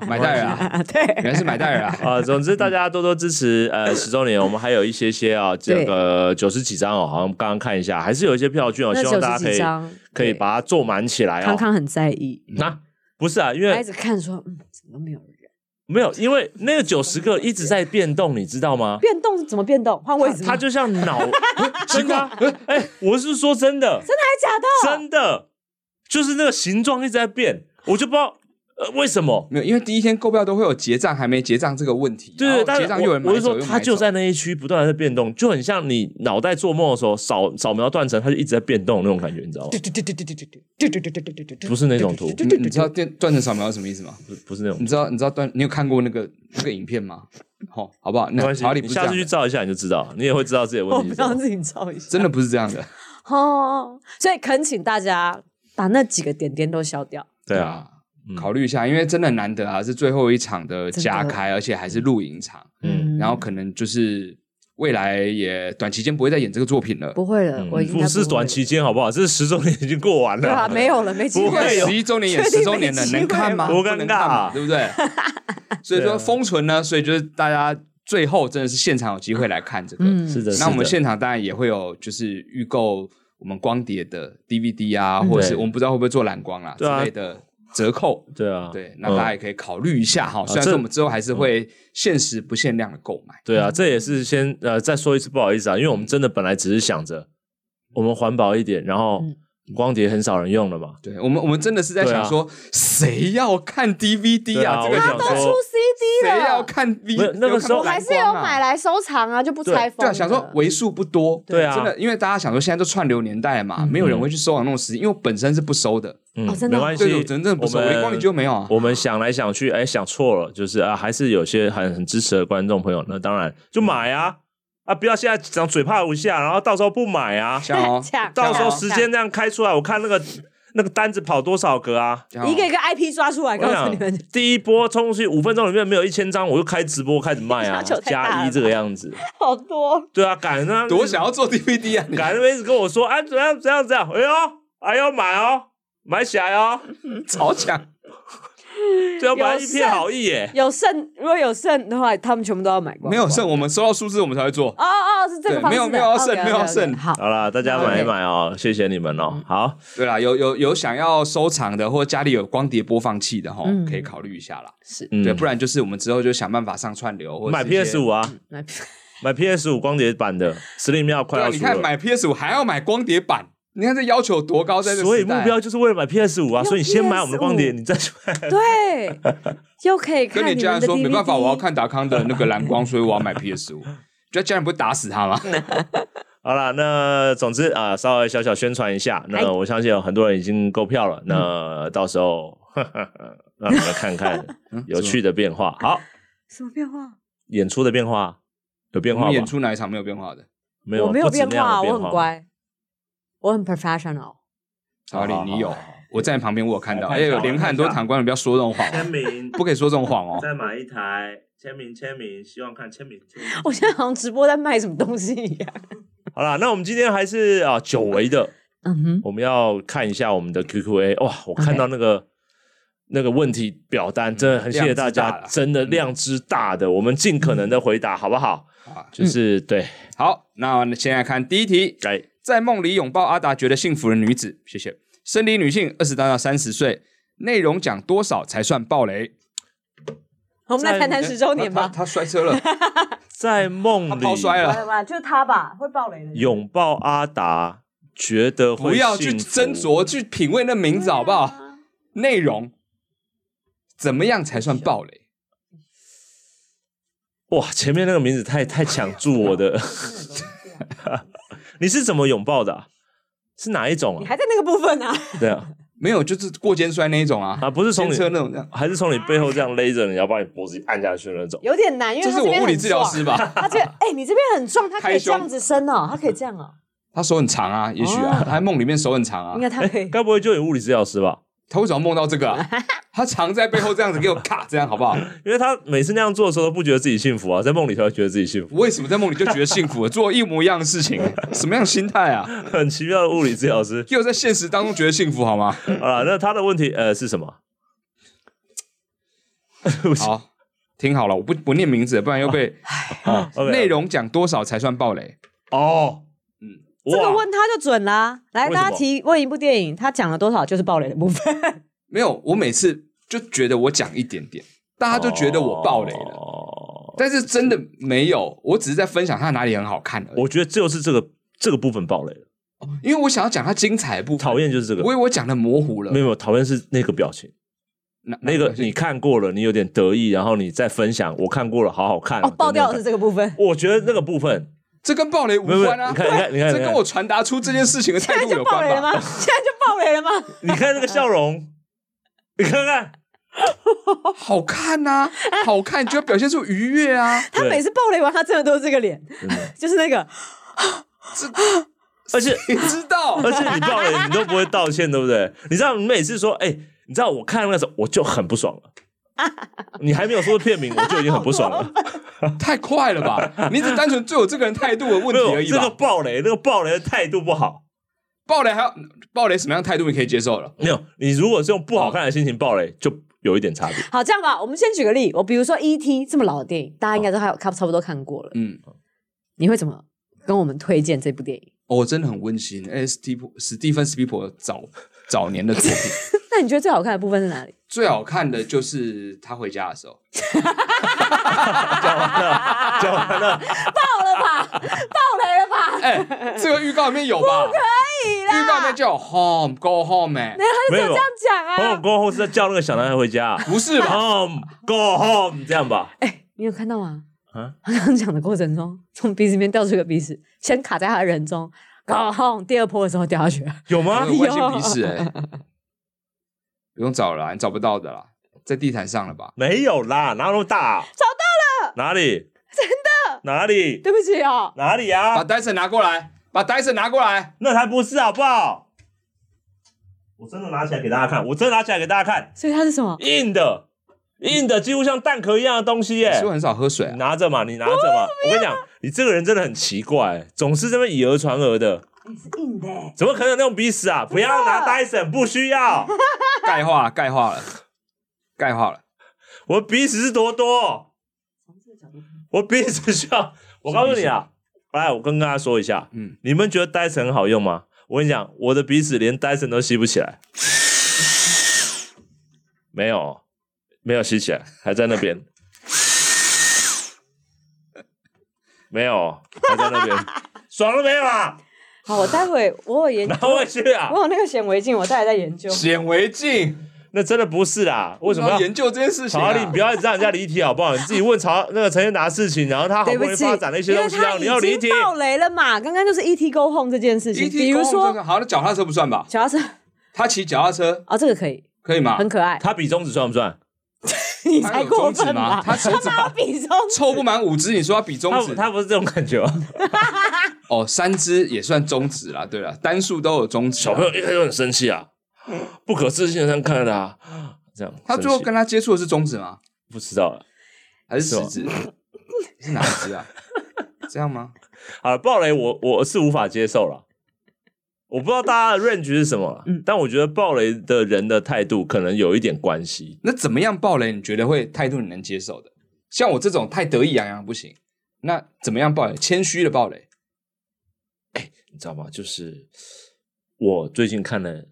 Speaker 1: 买戴尔
Speaker 3: 哦
Speaker 1: 啊，
Speaker 2: 啊，对，
Speaker 1: 原来是买戴尔 啊，
Speaker 3: 啊、总之，大家多多支持。呃，十周年，我们还有一些些啊，这
Speaker 2: 对
Speaker 3: 个九十几张哦，好像刚刚看一下，还是有一些票券哦，
Speaker 2: 那
Speaker 3: 希望大
Speaker 2: 九十
Speaker 3: 家可
Speaker 2: 几
Speaker 3: 以
Speaker 2: 张，
Speaker 3: 可以
Speaker 2: 对
Speaker 3: 把它做满起来
Speaker 2: 康
Speaker 3: 哦。
Speaker 2: 康很在意，
Speaker 3: 那、不是啊，因
Speaker 2: 他
Speaker 3: 为
Speaker 2: 一直看说，嗯，怎么没有人？
Speaker 3: 没有，因为那个九十个一直在变动，你知道吗？
Speaker 2: 变动怎么变动？换位置吗？
Speaker 3: 它就像脑， 真的啊，哎、我是说真的，
Speaker 2: 真的哦还假的？
Speaker 3: 真的，就是那个形状一直在变，我就不知道呃为什么。
Speaker 1: 没有，因为第一天购票都会有结账还没结账这个问题，
Speaker 3: 对对，
Speaker 1: 然
Speaker 3: 但
Speaker 1: 后
Speaker 3: 是
Speaker 1: 结账又有人
Speaker 3: 我我
Speaker 1: 买
Speaker 3: 是
Speaker 1: 走
Speaker 3: 说，
Speaker 1: 又
Speaker 3: 它
Speaker 1: 买
Speaker 3: 就
Speaker 1: 走，
Speaker 3: 在那一区不断的在变动，就很像你脑袋做梦的时候扫扫描断层，它就一直在变动那种感觉，你知道吗？
Speaker 2: 嘟嘟嘟嘟嘟嘟嘟嘟嘟嘟嘟嘟嘟，
Speaker 3: 不是那种
Speaker 2: 嘟
Speaker 3: 图
Speaker 1: 你
Speaker 2: 嘟嘟嘟
Speaker 1: 你知道断断层扫描是什么意思吗？
Speaker 3: 不不是那种
Speaker 1: 你，知道你知道断你有看过那个那个影片吗？好，好不好？
Speaker 3: 没
Speaker 1: 那
Speaker 3: 关系
Speaker 1: 查，理
Speaker 3: 你
Speaker 1: 不是这
Speaker 3: 下次
Speaker 1: 样
Speaker 3: 去
Speaker 1: 的，
Speaker 3: 照一下你就知道，你也会知道自己的
Speaker 2: 我
Speaker 3: 问题
Speaker 2: 不
Speaker 3: 是什
Speaker 2: 让
Speaker 3: 么。
Speaker 2: 自己照一下。
Speaker 1: 真的不是这样
Speaker 3: 啊
Speaker 1: 的，
Speaker 2: 哦，所以恳请大家把那几个点点都消掉。
Speaker 3: 对啊，，嗯
Speaker 1: 考虑一下，因为真的很难得啊，是最后一场的
Speaker 2: 真的
Speaker 1: 加开，而且还是露营场，
Speaker 3: 嗯
Speaker 1: 然后可能就是未来也短期间不会再演这个作品了。
Speaker 2: 不会了，我
Speaker 3: 嗯
Speaker 2: 应该
Speaker 3: 不是
Speaker 2: 会
Speaker 3: 短
Speaker 2: 了
Speaker 3: 期间好不好？这是十周年已经过完
Speaker 2: 对啊，
Speaker 3: 了，
Speaker 2: 没有了，没机
Speaker 3: 不
Speaker 2: 会
Speaker 3: 会
Speaker 2: 了
Speaker 3: 有。
Speaker 1: 十一周年演
Speaker 2: 确定
Speaker 1: 十周年了，
Speaker 2: 没机会
Speaker 1: 能看吗？
Speaker 3: 多
Speaker 1: 不能
Speaker 3: 尴尬
Speaker 1: 看
Speaker 3: 啊
Speaker 1: 嘛对不对？所以
Speaker 3: 对啊
Speaker 1: 说封存呢，所以就是大家最后真的是现场有机会来看这个。
Speaker 2: 嗯，
Speaker 3: 是的，是的
Speaker 1: 那我们现场当然也会有，就是预购我们光碟的 DVD 啊，或者是
Speaker 3: 嗯对
Speaker 1: 我们不知道会不会做蓝光啦之
Speaker 3: 对啊
Speaker 1: 类的折扣。
Speaker 3: 对啊，
Speaker 1: 对，那大家
Speaker 3: 嗯啊
Speaker 1: 也可以考虑一下哈。虽然
Speaker 3: 这
Speaker 1: 说我们之后还是会限时不限量的购买，
Speaker 3: 对啊，这也是先呃再说一次不好意思啊，因为我们真的本来只是想着我们环保一点，然后
Speaker 2: 嗯
Speaker 3: 光碟很少人用了嘛，
Speaker 1: 对我们我们真的是在想说，谁要看 DVD 啊？
Speaker 3: 啊对啊
Speaker 1: 这个人
Speaker 3: 我想说
Speaker 1: 说
Speaker 2: 都出 CD
Speaker 1: 谁
Speaker 2: 了，
Speaker 1: 要看 V？
Speaker 3: 没有那个时候
Speaker 2: 我
Speaker 1: 啊
Speaker 2: 还是有买来收藏啊，就不拆封
Speaker 1: 对
Speaker 2: 了。
Speaker 1: 啊，想说 为数不多，
Speaker 3: 对啊
Speaker 1: 真的，因为大家想说现在都串流年代嘛，没有人会去收网那种实体，因为我本身是不收的，
Speaker 3: 嗯，
Speaker 2: 哦真的
Speaker 3: 没
Speaker 2: 哦
Speaker 3: 关系，
Speaker 1: 对，我真正不
Speaker 3: 我
Speaker 1: 收，我连光
Speaker 3: 们
Speaker 1: 碟就没有啊。
Speaker 3: 我们想来想去，哎，想错了，就是啊，还是有些很很支持的观众朋友，那当然就买
Speaker 2: 嗯
Speaker 3: 啊啊，不要现在长嘴炮一下，然后到时候不买 啊，
Speaker 1: 像哦，
Speaker 2: 抢，
Speaker 3: 到时候
Speaker 2: 抢
Speaker 3: 时间那样开出来，我看那个 那个单子跑多少格啊。
Speaker 1: 像哦
Speaker 2: 一个一个 IP 抓出来， 告
Speaker 3: 我
Speaker 2: 诉
Speaker 3: 想
Speaker 2: 你们，
Speaker 3: 第一波冲出去五分钟里面没有一千张，我就开直播开始卖啊，
Speaker 2: 要求太大了
Speaker 3: 加
Speaker 2: 吧
Speaker 3: 一这个样子。
Speaker 2: 好多。
Speaker 3: 对啊，敢啊，
Speaker 1: 多 想要做 DVD 啊！你
Speaker 3: 敢那边一直跟我说，啊，怎样怎样怎样，哎呦，哎呦买哦，买起来哦，
Speaker 1: 超强，
Speaker 3: 最后买一片好意耶。
Speaker 2: 有剩，如果有剩的话，他们全部都要买光。
Speaker 1: 没有剩，我们收到数字我们才会做。
Speaker 2: 哦哦，是这个
Speaker 1: 对
Speaker 2: 方式
Speaker 1: 没
Speaker 2: 的。
Speaker 1: 有没有要剩
Speaker 2: OK，OK，OK，
Speaker 1: 没有要剩
Speaker 2: 好，
Speaker 3: 好啦，大家买一买哦，谢谢你们哦。
Speaker 1: 嗯
Speaker 3: 好，
Speaker 1: 对啦，有有有想要收藏的，或者家里有光碟播放器的哈
Speaker 2: 嗯，
Speaker 1: 可以考虑一下啦。
Speaker 2: 是
Speaker 3: 嗯
Speaker 1: 对，不然就是我们之后就想办法上串流，或者
Speaker 3: 买
Speaker 1: 是一些
Speaker 3: PS 五啊，
Speaker 2: 买
Speaker 3: 买 PS 五光碟版的，实力妙快
Speaker 1: 对啊，
Speaker 3: 要
Speaker 1: 你
Speaker 3: 出
Speaker 1: 看
Speaker 3: 了，
Speaker 1: 买 PS 五还要买光碟版，你看这要求多高，在这
Speaker 3: 所以
Speaker 1: 时代啊
Speaker 3: 目标就是为了买 PS 五啊，
Speaker 2: 用
Speaker 3: 所以你先买我们的光碟，
Speaker 2: PS5
Speaker 3: 你再去买。
Speaker 2: 对，又可以
Speaker 1: 跟
Speaker 2: 看
Speaker 1: 你家人
Speaker 2: 们的
Speaker 1: 说
Speaker 2: DVD。
Speaker 1: 没办法，我要看达康的那个蓝光，所以我要买 PS 五。 就家人不会打死他吗？
Speaker 3: 好啦，那总之啊、稍微小小宣传一下。
Speaker 2: 哎
Speaker 3: 那我相信有很多人已经购票了，
Speaker 1: 嗯
Speaker 3: 那到时候 让你们 看看 有趣的变化。好，
Speaker 2: 什么变化？
Speaker 3: 演出的变化有变
Speaker 1: 我
Speaker 3: 化
Speaker 1: 们
Speaker 3: 吗？
Speaker 1: 演出哪一场没有变化的？
Speaker 3: 没啊
Speaker 2: 我没有
Speaker 3: 不止
Speaker 2: 变
Speaker 3: 那样的
Speaker 2: 化，
Speaker 3: 变
Speaker 2: 我很乖，我很 professional。
Speaker 1: 查理
Speaker 3: 好好，
Speaker 1: 你有
Speaker 3: 好好？
Speaker 1: 我在你旁边，我有看到。
Speaker 3: 我看
Speaker 1: 哎
Speaker 3: 一下
Speaker 1: 呦，连看很多场官了，不要说这种谎，哦
Speaker 3: 名
Speaker 1: 不可以说这种谎哦。
Speaker 3: 买一台，签名签名，希望看签名签名。
Speaker 2: 我现在好像直播在卖什么东西一样。
Speaker 3: 好啦，那我们今天还是啊久违的，
Speaker 2: 嗯哼，
Speaker 3: 我们要看一下我们的 Q&A。哇，我看到那个那个问题表单，真的很谢谢
Speaker 1: 嗯量
Speaker 3: 大
Speaker 1: 之
Speaker 3: 家
Speaker 1: 大，嗯啦
Speaker 3: 真的量之大的，我们尽可能的回答，好不好？
Speaker 1: 啊
Speaker 3: 就是对，
Speaker 1: 好，那我们先来看第一题，
Speaker 3: 哎，
Speaker 1: 在梦里拥抱阿达觉得幸福的女子，谢谢。生理女性，二十到三十岁，内容讲多少才算暴雷？
Speaker 2: 我们来谈谈十周年
Speaker 1: 他
Speaker 2: 吧
Speaker 1: 他。他摔车了，
Speaker 3: 在梦
Speaker 1: 他
Speaker 3: 里
Speaker 1: 抛摔了。
Speaker 2: 吧，就是他吧，会爆雷的。
Speaker 3: 拥抱阿达，觉得会
Speaker 1: 不要去
Speaker 3: 幸福
Speaker 1: 斟酌去品味那名字好不好？内啊容怎么样才算暴雷？
Speaker 3: 哇，前面那个名字太太抢注 我的。你是怎么拥抱的、啊？是哪一种
Speaker 2: 你
Speaker 3: 啊？
Speaker 2: 还在那个部分呢、啊？
Speaker 3: 对啊，
Speaker 1: 没有，就是过肩摔那一种啊，
Speaker 3: 啊，不是从
Speaker 1: 牵
Speaker 3: 你，
Speaker 1: 车那种这样。
Speaker 3: 还是从你背后这样勒着你，要把你脖子按下去的那种。
Speaker 2: 有点难，因为
Speaker 1: 这
Speaker 2: 他
Speaker 1: 是
Speaker 2: 这边
Speaker 1: 我物
Speaker 2: 很
Speaker 1: 理治疗
Speaker 2: 壮
Speaker 1: 师吧？
Speaker 2: 他这边哎、你这边很壮，他可
Speaker 1: 开
Speaker 2: 以这
Speaker 1: 胸
Speaker 2: 样子伸哦，他可以这样哦，
Speaker 1: 他手很长啊，也许啊，他在梦里面手很长啊
Speaker 2: 应。该他可以。
Speaker 3: 该不会就你物理治疗师吧？
Speaker 1: 他为什么梦到这个啊？他藏在背后这样子给我卡，这样好不好？
Speaker 3: 因为他每次那样做的时候都不觉得自己幸福啊，在梦里头觉得自己幸福，
Speaker 1: 为什么在梦里就觉得幸福了？做一模一样的事 情，什么样的心态啊？
Speaker 3: 很奇妙的物理治疗师。
Speaker 1: 又在现实当中觉得幸福好吗？
Speaker 3: 好了，那他的问题呃是什么？
Speaker 1: 好，听好了，我不不念名字，不然又 被
Speaker 3: 啊，OK，
Speaker 1: 内容讲多少才算暴雷？
Speaker 3: 哦，
Speaker 1: 嗯
Speaker 3: 哇，
Speaker 2: 这个问他就准啦。来，
Speaker 3: 为什么
Speaker 2: 大家提问一部电影，他讲了多少就是暴雷的部分。
Speaker 1: 没有，我每次就觉得我讲一点点，大家就觉得我暴雷了，
Speaker 3: 哦，
Speaker 1: 但是真的没有，我只是在分享它哪里很好看而已。
Speaker 3: 我觉得就是这个这个部分爆雷了，
Speaker 1: 因为我想要讲它精彩的部分，
Speaker 3: 讨厌就是这个
Speaker 1: 我，以为我讲的模糊了
Speaker 3: 没，有没有讨厌是那个表情。
Speaker 1: 哪
Speaker 3: 那个你看过了，你有点得意，然后你再分享，我看过了，好好看啊
Speaker 2: 哦，爆掉的是
Speaker 3: 了。
Speaker 2: 这个部分，
Speaker 3: 我觉得那个部分，
Speaker 1: 这跟暴雷无
Speaker 3: 没有没有
Speaker 1: 关啊！
Speaker 3: 你看你看 你看
Speaker 1: 这
Speaker 3: 你看
Speaker 1: 跟我传达出这件事情的
Speaker 2: 现
Speaker 1: 态
Speaker 2: 在
Speaker 1: 度有
Speaker 2: 就爆雷
Speaker 1: 关
Speaker 2: 了
Speaker 1: 吧？
Speaker 2: 吗？现在就爆雷了吗？
Speaker 3: 你看那个笑容，你看看，
Speaker 1: 好看呐、好看就要表现出愉悦啊！
Speaker 2: 他
Speaker 3: 对
Speaker 2: 每次爆雷完，他真的都是这个脸，就是那个
Speaker 3: 嗯而且
Speaker 1: 你知道
Speaker 3: 而且你爆了，你都不会道歉，对不对？你知道你每次说，哎、你知道我看那个时候我就很不爽了，你还没有说片名，我就已经很不爽了。
Speaker 1: 太快了吧？你只单纯对我这个人态度的问
Speaker 3: 没
Speaker 1: 题而
Speaker 3: 有
Speaker 1: 已
Speaker 3: 这个
Speaker 1: 吧？
Speaker 3: 暴雷，那个暴雷的态度不好。
Speaker 1: 暴雷还要暴雷什么样的态度你可以接受了？
Speaker 3: 没有，你如果是用不好看的心情暴雷，就有一点差别。
Speaker 2: 好，这样吧，我们先举个例，我比如说《E.T.》这么老的电影，大家应该都还有看差不多看过了，
Speaker 1: 嗯，
Speaker 2: 你会怎么跟我们推荐这部电影？
Speaker 1: 哦，真的很温馨。哎，史蒂普史蒂芬史皮普早早年的作 品
Speaker 2: 那你觉得最好看的部分是 哪里？
Speaker 1: 最好看的就是他回家的时候，
Speaker 3: 讲完了，讲完了，
Speaker 2: 爆了吧，爆雷了吧？
Speaker 1: 哎，这个预告里面有吧？
Speaker 2: 可以
Speaker 1: 预告里
Speaker 2: 啦，
Speaker 1: 面就有 home go home 哎、
Speaker 3: 没有
Speaker 2: 这。样讲
Speaker 3: 朋友
Speaker 1: 哦
Speaker 2: 啊。
Speaker 3: 过后是在叫那个小男孩回家啊
Speaker 1: 不是吧？
Speaker 3: ，home go home 这样吧？
Speaker 2: 哎，你有看到吗？
Speaker 3: 啊，
Speaker 2: 他刚刚讲的过程中，从鼻子里面掉出一个鼻屎，先卡在他的人中，然后第二波的时候掉下去了。
Speaker 3: 有吗
Speaker 1: 我？有外星鼻屎哎、不用找了啦，你找不到的啦，在地毯上了吧？
Speaker 3: 没有啦，哪有那么大？找到了，哪里？真的？哪里？
Speaker 2: 对不起哦，
Speaker 3: 哪里啊？
Speaker 1: 把 Dyson 拿过来，把 Dyson 拿过来，
Speaker 3: 那才不是好不好？我真的拿起来给大家看，我真的拿起来给大家看，
Speaker 2: 所以它是什么？
Speaker 3: 硬的，硬的，几乎像蛋壳一样的东西耶、
Speaker 1: 是不是很少喝水
Speaker 3: 你
Speaker 1: 啊？
Speaker 3: 拿着嘛，你拿着嘛。我跟你讲，你这个人真的很奇怪、总是这么以讹传讹的，
Speaker 2: 是硬的、
Speaker 3: 怎么可能有那种鼻屎啊？不要拿 Dyson，不需要。
Speaker 1: 钙化，钙化了，钙化了。
Speaker 3: 我鼻屎是多多，我鼻屎需要。我告诉你啊，来，我跟大家说一下，
Speaker 1: 嗯，
Speaker 3: 你们觉得 Dyson 很好用吗？我跟你讲，我的鼻屎连 Dyson 都吸不起来，没有，没有吸起来，还在那边，没有，还在 那边，爽了没有啊？
Speaker 2: 好，我待会我有研
Speaker 3: 拿回去啊
Speaker 2: 我！有那个显微镜，我待会再研究。
Speaker 1: 显微镜
Speaker 3: 那真的不是啦，为什么
Speaker 1: 要
Speaker 3: 要？
Speaker 1: 研究这件事情、
Speaker 3: 曹
Speaker 1: 啊？
Speaker 3: 阿丽，你不要一直让人家离题好不好？你自己问曹那个陈建达事情，然后他好
Speaker 2: 对
Speaker 3: 不
Speaker 2: 不
Speaker 3: 容易
Speaker 2: 起，
Speaker 3: 啊发展了一些
Speaker 2: 因为
Speaker 3: 东西啊，
Speaker 2: 它
Speaker 3: 你要 E 离
Speaker 2: 已
Speaker 3: 题
Speaker 2: 经。爆雷了嘛。刚刚就是 E ET Go Home 这件事情，
Speaker 1: ET
Speaker 2: 比如
Speaker 1: E 公共
Speaker 2: 说
Speaker 1: 车好，那脚踏车不算吧？
Speaker 2: 小鸭车，
Speaker 1: 他骑脚踏车
Speaker 2: 哦，这个可以，
Speaker 1: 可以吗？
Speaker 2: 很可爱。
Speaker 3: 他比中指算不算？
Speaker 2: 你才过分吧？
Speaker 3: 啊
Speaker 1: 他有中指吗他手指
Speaker 2: 妈要比中指
Speaker 1: 凑不满五只，你说要比中
Speaker 3: 他
Speaker 1: 指？啊
Speaker 3: 他不是这种感觉吗？
Speaker 1: 哦，三只也算中指啦。对了，单数都有中指啊、
Speaker 3: 小朋友一开始很生气啊，不可置信的这样看着他，这样
Speaker 1: 他最后
Speaker 3: 生气
Speaker 1: 跟他接触的是中指吗？
Speaker 3: 不知道了。
Speaker 1: 还是
Speaker 3: 哦
Speaker 1: 食指？是哪一只啊？ 这样吗？
Speaker 3: 好了，暴雷我我是无法接受了，我不知道大家的 range 是什么
Speaker 2: 嗯
Speaker 3: 啦，但我觉得暴雷的人的态度可能有一点关系。
Speaker 1: 那怎么样暴雷？你觉得会态度你能接受的？像我这种太得意洋洋不行。那怎么样暴雷？谦虚的暴雷。
Speaker 3: 你知道吗？就是我最近看了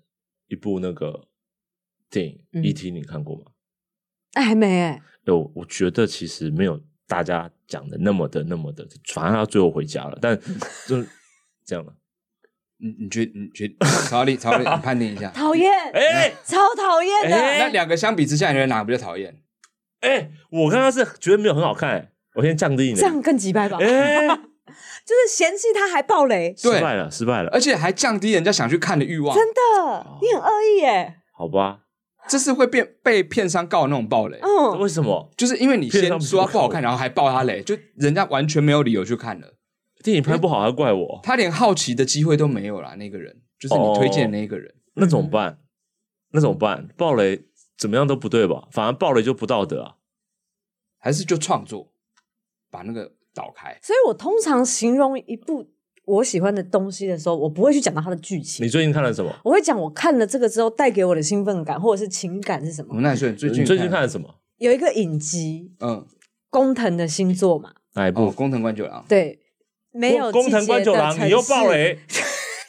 Speaker 3: 一部那个电影《
Speaker 2: 嗯
Speaker 3: E.T.》，你看过吗？
Speaker 2: 哎，还没哎，
Speaker 3: 有，我觉得其实没有大家讲的那么的那么的，反正他最后回家了， 但就是这样了。
Speaker 1: 你你觉你觉曹 丽曹丽，你判定一下。
Speaker 2: 讨厌，
Speaker 3: 哎
Speaker 2: 超讨厌
Speaker 3: 哎
Speaker 2: 的。
Speaker 1: 那两个相比之下，你觉得哪个比较讨厌？
Speaker 3: 哎、我刚刚是觉得没有很好看、哎我先降低你的
Speaker 2: 这，样更击败吧？
Speaker 3: 哎，
Speaker 2: 就是嫌弃他还爆雷，
Speaker 3: 失
Speaker 1: 对
Speaker 3: 败了，失败了，
Speaker 1: 而且还降低人家想去看的欲
Speaker 3: 哎
Speaker 1: 望，
Speaker 2: 真
Speaker 3: 哦
Speaker 2: 的，你很恶意耶。
Speaker 3: 好吧？
Speaker 1: 这是会变被片商告的那种暴雷，
Speaker 2: 嗯，
Speaker 3: 为什么
Speaker 1: 就是因为你
Speaker 3: 片
Speaker 1: 先
Speaker 3: 商不
Speaker 1: 说他不好
Speaker 3: 告
Speaker 1: 看，然后还爆他雷，就人家完全没有理由去看了，
Speaker 3: 电影拍不好还怪
Speaker 2: 嗯
Speaker 3: 我？
Speaker 1: 他连好奇的机会都没有啦。那个人就是
Speaker 3: 哦
Speaker 1: 你推荐的那个人，
Speaker 3: 那怎么办？那怎么办？暴雷怎么样都不对吧？反而暴雷就不道德啊！
Speaker 1: 还是就创作把那个导开。
Speaker 2: 所以我通常形容一部我喜欢的东西的时候，我不会去讲到它的剧情
Speaker 3: 你，最近看了什么？
Speaker 2: 我会讲我看了这个之后带给我的兴奋感或者是情感是什
Speaker 1: 我
Speaker 2: 么。
Speaker 1: 们那你说你最近
Speaker 3: 你最近看了什么？
Speaker 2: 有一个影集，
Speaker 1: 嗯
Speaker 2: 工藤的星座嘛，
Speaker 3: 哪一
Speaker 1: 哦，
Speaker 3: 部？
Speaker 1: 工藤官九郎
Speaker 2: 对，没有
Speaker 3: 工藤官九郎，你又暴
Speaker 2: 爆，
Speaker 3: 雷，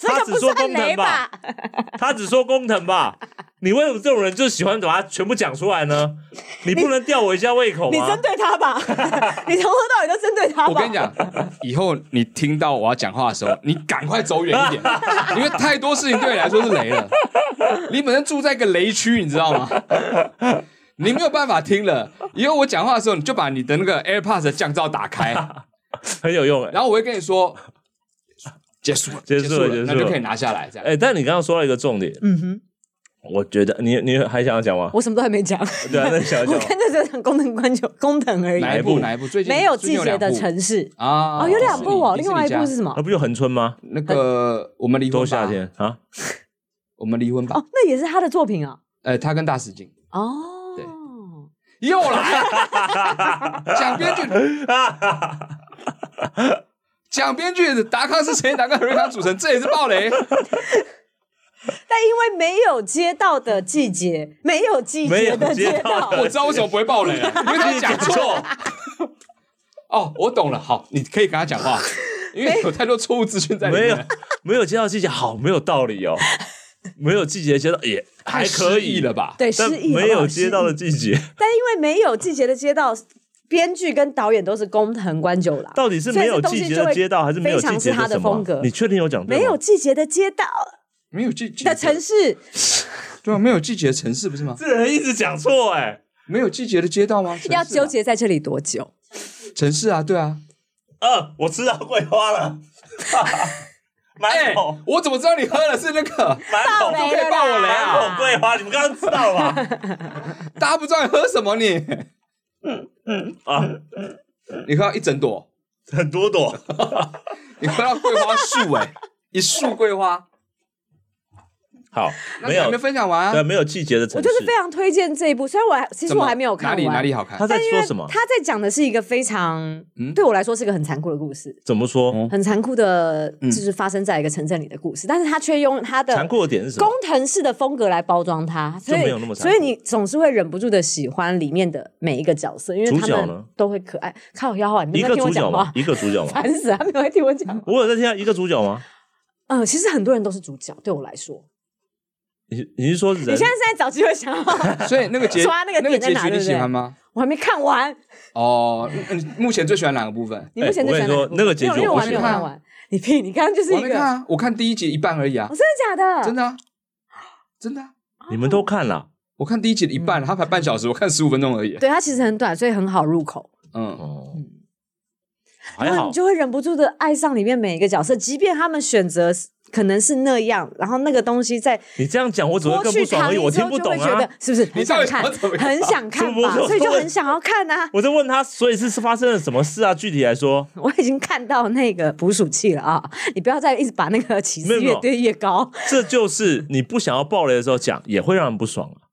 Speaker 2: 这个
Speaker 3: 他
Speaker 2: 不
Speaker 3: 只说
Speaker 2: 算
Speaker 3: 工藤
Speaker 2: 雷吧？
Speaker 3: 他只说工藤吧？你为什么这种人就喜欢把它全部讲出来呢？你不能吊我一下胃口
Speaker 2: 你
Speaker 3: 吗
Speaker 2: 针？对他吧， 你从头到尾都针对他吧。
Speaker 1: 我跟你，讲，以后你听到我要讲话的时候，你赶快走远一点， 因为太多事情对你来说是雷了。你本身住在一个雷区，你知道吗？ 你没有办法听了。以后我讲话的时候，你就把你的那个 AirPods 的降噪打开，
Speaker 3: 很有用哎、
Speaker 1: 然后我会跟你说结束了，
Speaker 3: 结束
Speaker 1: 束
Speaker 3: 了
Speaker 1: 了，
Speaker 3: 结束了
Speaker 1: 那就可以拿下来。这样，
Speaker 3: 哎、但你刚刚说到一个重点，
Speaker 2: 嗯哼，
Speaker 3: 我觉得你你还想要讲吗？
Speaker 2: 我什么都还没讲，我
Speaker 3: 对啊，那你想要讲吗
Speaker 2: 看这只有讲工藤官九工藤而已，
Speaker 1: 哪一
Speaker 3: 部
Speaker 1: 部？哪一部？最近
Speaker 2: 没有
Speaker 1: 最近
Speaker 2: 季节
Speaker 1: 两
Speaker 2: 的
Speaker 1: 部
Speaker 2: 城市。
Speaker 1: 啊，
Speaker 2: 哦，有两部哦，
Speaker 1: 迪士
Speaker 2: 另
Speaker 1: 尼
Speaker 2: 外一部
Speaker 1: 家
Speaker 2: 是什么
Speaker 3: 啊那？不就恒春吗？
Speaker 1: 那个我们离婚
Speaker 3: 都
Speaker 1: 吧
Speaker 3: 夏，天啊，
Speaker 1: 我们离婚
Speaker 3: 呃
Speaker 1: 吧。
Speaker 2: 哦，那也是他的作品啊。
Speaker 1: 呃，他跟大使镜
Speaker 2: 哦，
Speaker 1: 对又来， 讲编剧讲编剧的达康是谁？达康和瑞康组成，这也是暴 雷。
Speaker 2: 但因为没有街道的季节，没有季节的
Speaker 3: 没有
Speaker 2: 街
Speaker 3: 街道
Speaker 2: 道，
Speaker 1: 我知道为什么不会暴 雷了，因为他讲错。 哦，我懂了。好，你可以跟他讲话，因为有太多错误资讯在里
Speaker 3: 没有
Speaker 1: 面，
Speaker 3: 没有接到季节，好没有道理哦。没有季节接到也还
Speaker 1: 太
Speaker 3: 可
Speaker 1: 可
Speaker 3: 以
Speaker 1: 以
Speaker 3: 了，
Speaker 1: 了吧？
Speaker 2: 对，
Speaker 3: 但
Speaker 2: 失忆
Speaker 3: 没
Speaker 2: 好不
Speaker 3: 有
Speaker 2: 好
Speaker 3: 接到的，
Speaker 2: 失忆
Speaker 3: 季节，
Speaker 2: 但因为没有季节的街道，编剧跟导演都是工藤官九郎，
Speaker 3: 到底是没有季节的街道，还是没有季
Speaker 2: 非
Speaker 3: 节
Speaker 2: 常是他
Speaker 3: 什
Speaker 2: 的
Speaker 3: 么
Speaker 2: 风格？
Speaker 3: 你确定有讲对吗
Speaker 2: 没有？季节的街道
Speaker 1: 没有季季
Speaker 2: 的城
Speaker 1: 节，
Speaker 2: 市，
Speaker 1: 对啊，没有季节的城市不是吗？
Speaker 3: 这人一直讲错哎，
Speaker 1: 没有季节的街道吗？城市啊
Speaker 2: 要纠结在这里多久？
Speaker 1: 城市啊，对啊。
Speaker 3: 呃，我吃到桂花了，
Speaker 1: 哎
Speaker 3: 满
Speaker 2: 哎
Speaker 3: 口，
Speaker 1: 我怎么知道你喝的是那 个？
Speaker 3: 满口
Speaker 1: 都可以爆我雷啊
Speaker 3: 满口桂花，你们刚刚知道了吧？
Speaker 1: 大家不知道你喝什么你？
Speaker 3: 啊，
Speaker 1: 你喝到一整朵，
Speaker 3: 很多朵，
Speaker 1: 你喝到桂花树 哎、一束桂花。
Speaker 3: 好，
Speaker 1: 那
Speaker 3: 没
Speaker 1: 你还
Speaker 3: 有
Speaker 1: 没分享完、
Speaker 3: 对，
Speaker 1: 啊。
Speaker 3: 没有季节的城
Speaker 2: 我
Speaker 3: 市
Speaker 2: 就是，非常推荐这一部，虽然我还其实
Speaker 1: 怎么
Speaker 2: 我还没有
Speaker 1: 哪
Speaker 2: 看完，
Speaker 1: 里哪里好看
Speaker 3: 他？在
Speaker 2: 因为
Speaker 3: 说什么？
Speaker 2: 他在讲的是一个非常，
Speaker 1: 嗯
Speaker 2: 对我来说是一个很残酷的故事，
Speaker 3: 怎么说
Speaker 1: 嗯？
Speaker 2: 很残酷的，就
Speaker 1: 嗯
Speaker 2: 是发生在一个城镇里的故事，但是他却用他的
Speaker 3: 残酷的点是什么
Speaker 2: 工？藤式的风格来包装它，所以
Speaker 3: 没有那么残酷
Speaker 2: 所以你总是会忍不住的喜欢里面的每一个角色，因为他
Speaker 3: 主角
Speaker 2: 们
Speaker 3: 呢
Speaker 2: 都会可爱。靠腰啊，你
Speaker 3: 一
Speaker 2: 没有
Speaker 3: 个
Speaker 2: 在听
Speaker 3: 主
Speaker 2: 我
Speaker 3: 角
Speaker 2: 讲
Speaker 3: 吗
Speaker 2: 话？，
Speaker 3: 一个主角吗？
Speaker 2: 烦死啊！没有在听我讲话。
Speaker 3: 我有在听到啊一个主角吗？
Speaker 2: 嗯，其实很多人都是主角，对我来说，
Speaker 3: 你你是说
Speaker 2: 你
Speaker 3: 人
Speaker 2: 现在是在找机会想要，
Speaker 1: 所以那个结
Speaker 2: 抓那个点在
Speaker 1: 结
Speaker 2: 哪
Speaker 1: 局
Speaker 2: 对
Speaker 1: 你
Speaker 2: 不
Speaker 1: 喜
Speaker 2: 对
Speaker 1: 欢吗？
Speaker 2: 我还没看完。
Speaker 1: 哦，嗯你目前最喜欢哪个部分？
Speaker 2: 你目前在选哪
Speaker 3: 哎我跟你说那个结局
Speaker 2: 因为
Speaker 3: 我
Speaker 2: 我
Speaker 3: 不
Speaker 2: 还没有
Speaker 1: 喜欢
Speaker 2: 看完。你屁，你刚刚就是
Speaker 1: 我
Speaker 2: 一
Speaker 1: 还没
Speaker 2: 个，
Speaker 1: 看啊，我看第一集一半而已啊
Speaker 2: 哦，，真的假的？
Speaker 1: 真的啊，真的啊，
Speaker 3: 你们都看了
Speaker 1: 我看第一集的一
Speaker 2: 嗯
Speaker 1: 半，它才半小时，我看十五分钟而已。
Speaker 2: 对，它其实很短，所以很好入口。
Speaker 1: 嗯，
Speaker 3: 哦，还
Speaker 2: 然后
Speaker 3: 好
Speaker 2: 你就会忍不住的爱上里面每一个角色，即便他们选择是可能是那样，然后那个东西在
Speaker 3: 你这样讲，我只会
Speaker 2: 脱
Speaker 3: 更
Speaker 2: 去
Speaker 3: 不爽
Speaker 2: 糖
Speaker 3: 而已，
Speaker 2: 衣
Speaker 3: 我
Speaker 2: 之
Speaker 3: 听
Speaker 2: 后
Speaker 3: 不
Speaker 2: 就会
Speaker 3: 懂
Speaker 2: 觉
Speaker 3: 啊
Speaker 2: 得。是不是很想看
Speaker 1: 你到底想怎么，样
Speaker 2: 很 想看吧
Speaker 3: 是不，是
Speaker 2: 所以就很想要看啊。
Speaker 3: 我在问他，所以是发生了什么事啊？具体来说，
Speaker 2: 我已经看到那个捕鼠器了啊！你不要再一直把那个起
Speaker 3: 没有
Speaker 2: 司
Speaker 3: 没有
Speaker 2: 越堆越高。
Speaker 3: 这就是你不想要暴雷的时候讲，也会让人不爽啊。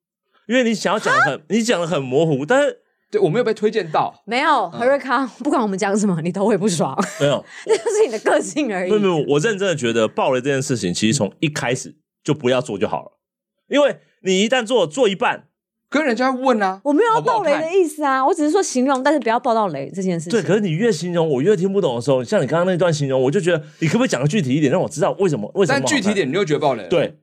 Speaker 3: 因为你想要讲得很，你讲的很模糊，但是
Speaker 1: 对我没有被推荐到，
Speaker 2: 没有
Speaker 3: 嗯
Speaker 2: 何瑞康，不管我们讲什么，你都会不爽，
Speaker 3: 没有，
Speaker 2: 这就是你的个性而
Speaker 3: 没
Speaker 2: 已
Speaker 3: 有，。没有，我认真的觉得暴雷这件事情，其实从一开始就不要做就好了，因为你一旦做做一半，
Speaker 1: 跟人家问啊，
Speaker 2: 我没有要
Speaker 1: 好不好
Speaker 2: 爆雷
Speaker 1: 看
Speaker 2: 的意思啊，我只是说形容，但是不要爆到雷这件事情。
Speaker 3: 对，可是你越形容我越听不懂的时候，像你刚刚那段形容，我就觉得你可不可以讲的具体一点，让我知道为什么为什么
Speaker 1: 但
Speaker 3: 好
Speaker 1: 具
Speaker 3: 看？
Speaker 1: 体点你就觉得暴雷了。
Speaker 3: 对，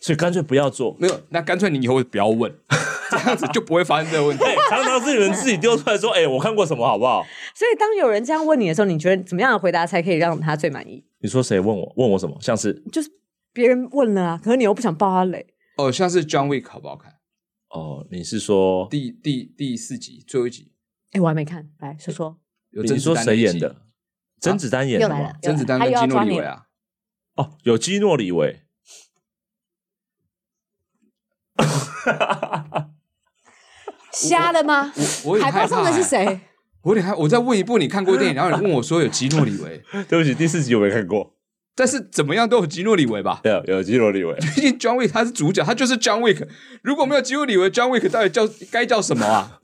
Speaker 3: 所以干脆不 要做。
Speaker 1: 没有，那干脆你以后不要问， 这样子就不会发生这个问题。
Speaker 3: 哎、常常是你们自己丢出来说，哎、我看过什么，好不好？
Speaker 2: 所以当有人这样问你的时候，你觉得怎么样的回答才可以让他最满意？
Speaker 3: 你说谁问我？问我什么？像是
Speaker 2: 就是别人问了啊，可是你又不想爆他雷，
Speaker 1: 哦，像是 John Wick 好不好看？
Speaker 3: 哦，你是说
Speaker 1: 第第第四集最后一集，
Speaker 2: 哎，我还没看，来说说，
Speaker 1: 有甄
Speaker 3: 你
Speaker 1: 子
Speaker 3: 说
Speaker 1: 丹
Speaker 3: 谁
Speaker 1: 那一
Speaker 3: 演
Speaker 1: 集
Speaker 3: 的？？甄子丹演
Speaker 2: 又
Speaker 3: 的
Speaker 2: 来了
Speaker 3: 吗？，
Speaker 2: 又
Speaker 1: 甄子
Speaker 2: 来
Speaker 1: 丹
Speaker 2: 了他
Speaker 1: 跟
Speaker 2: 又要
Speaker 1: 基诺
Speaker 2: 抓
Speaker 1: 里
Speaker 2: 你
Speaker 1: 维
Speaker 2: 了
Speaker 1: 啊，
Speaker 3: 哦，有基诺里维。
Speaker 2: 瞎了吗？
Speaker 1: 我我有点
Speaker 2: 海
Speaker 1: 害
Speaker 2: 报
Speaker 1: 怕
Speaker 2: 上的是
Speaker 1: 欸。
Speaker 2: 谁？
Speaker 1: 我有点害，我在问一部你看过电影，然后你问我说有基诺里维，
Speaker 3: 对不起，第四集我没看过。
Speaker 1: 但是怎么样都有基诺里维吧？
Speaker 3: 有有基诺里维，
Speaker 1: 毕竟 John Wick 他是主角，他就是 John Wick。如果没有基诺里维，John Wick 到底叫该叫什么啊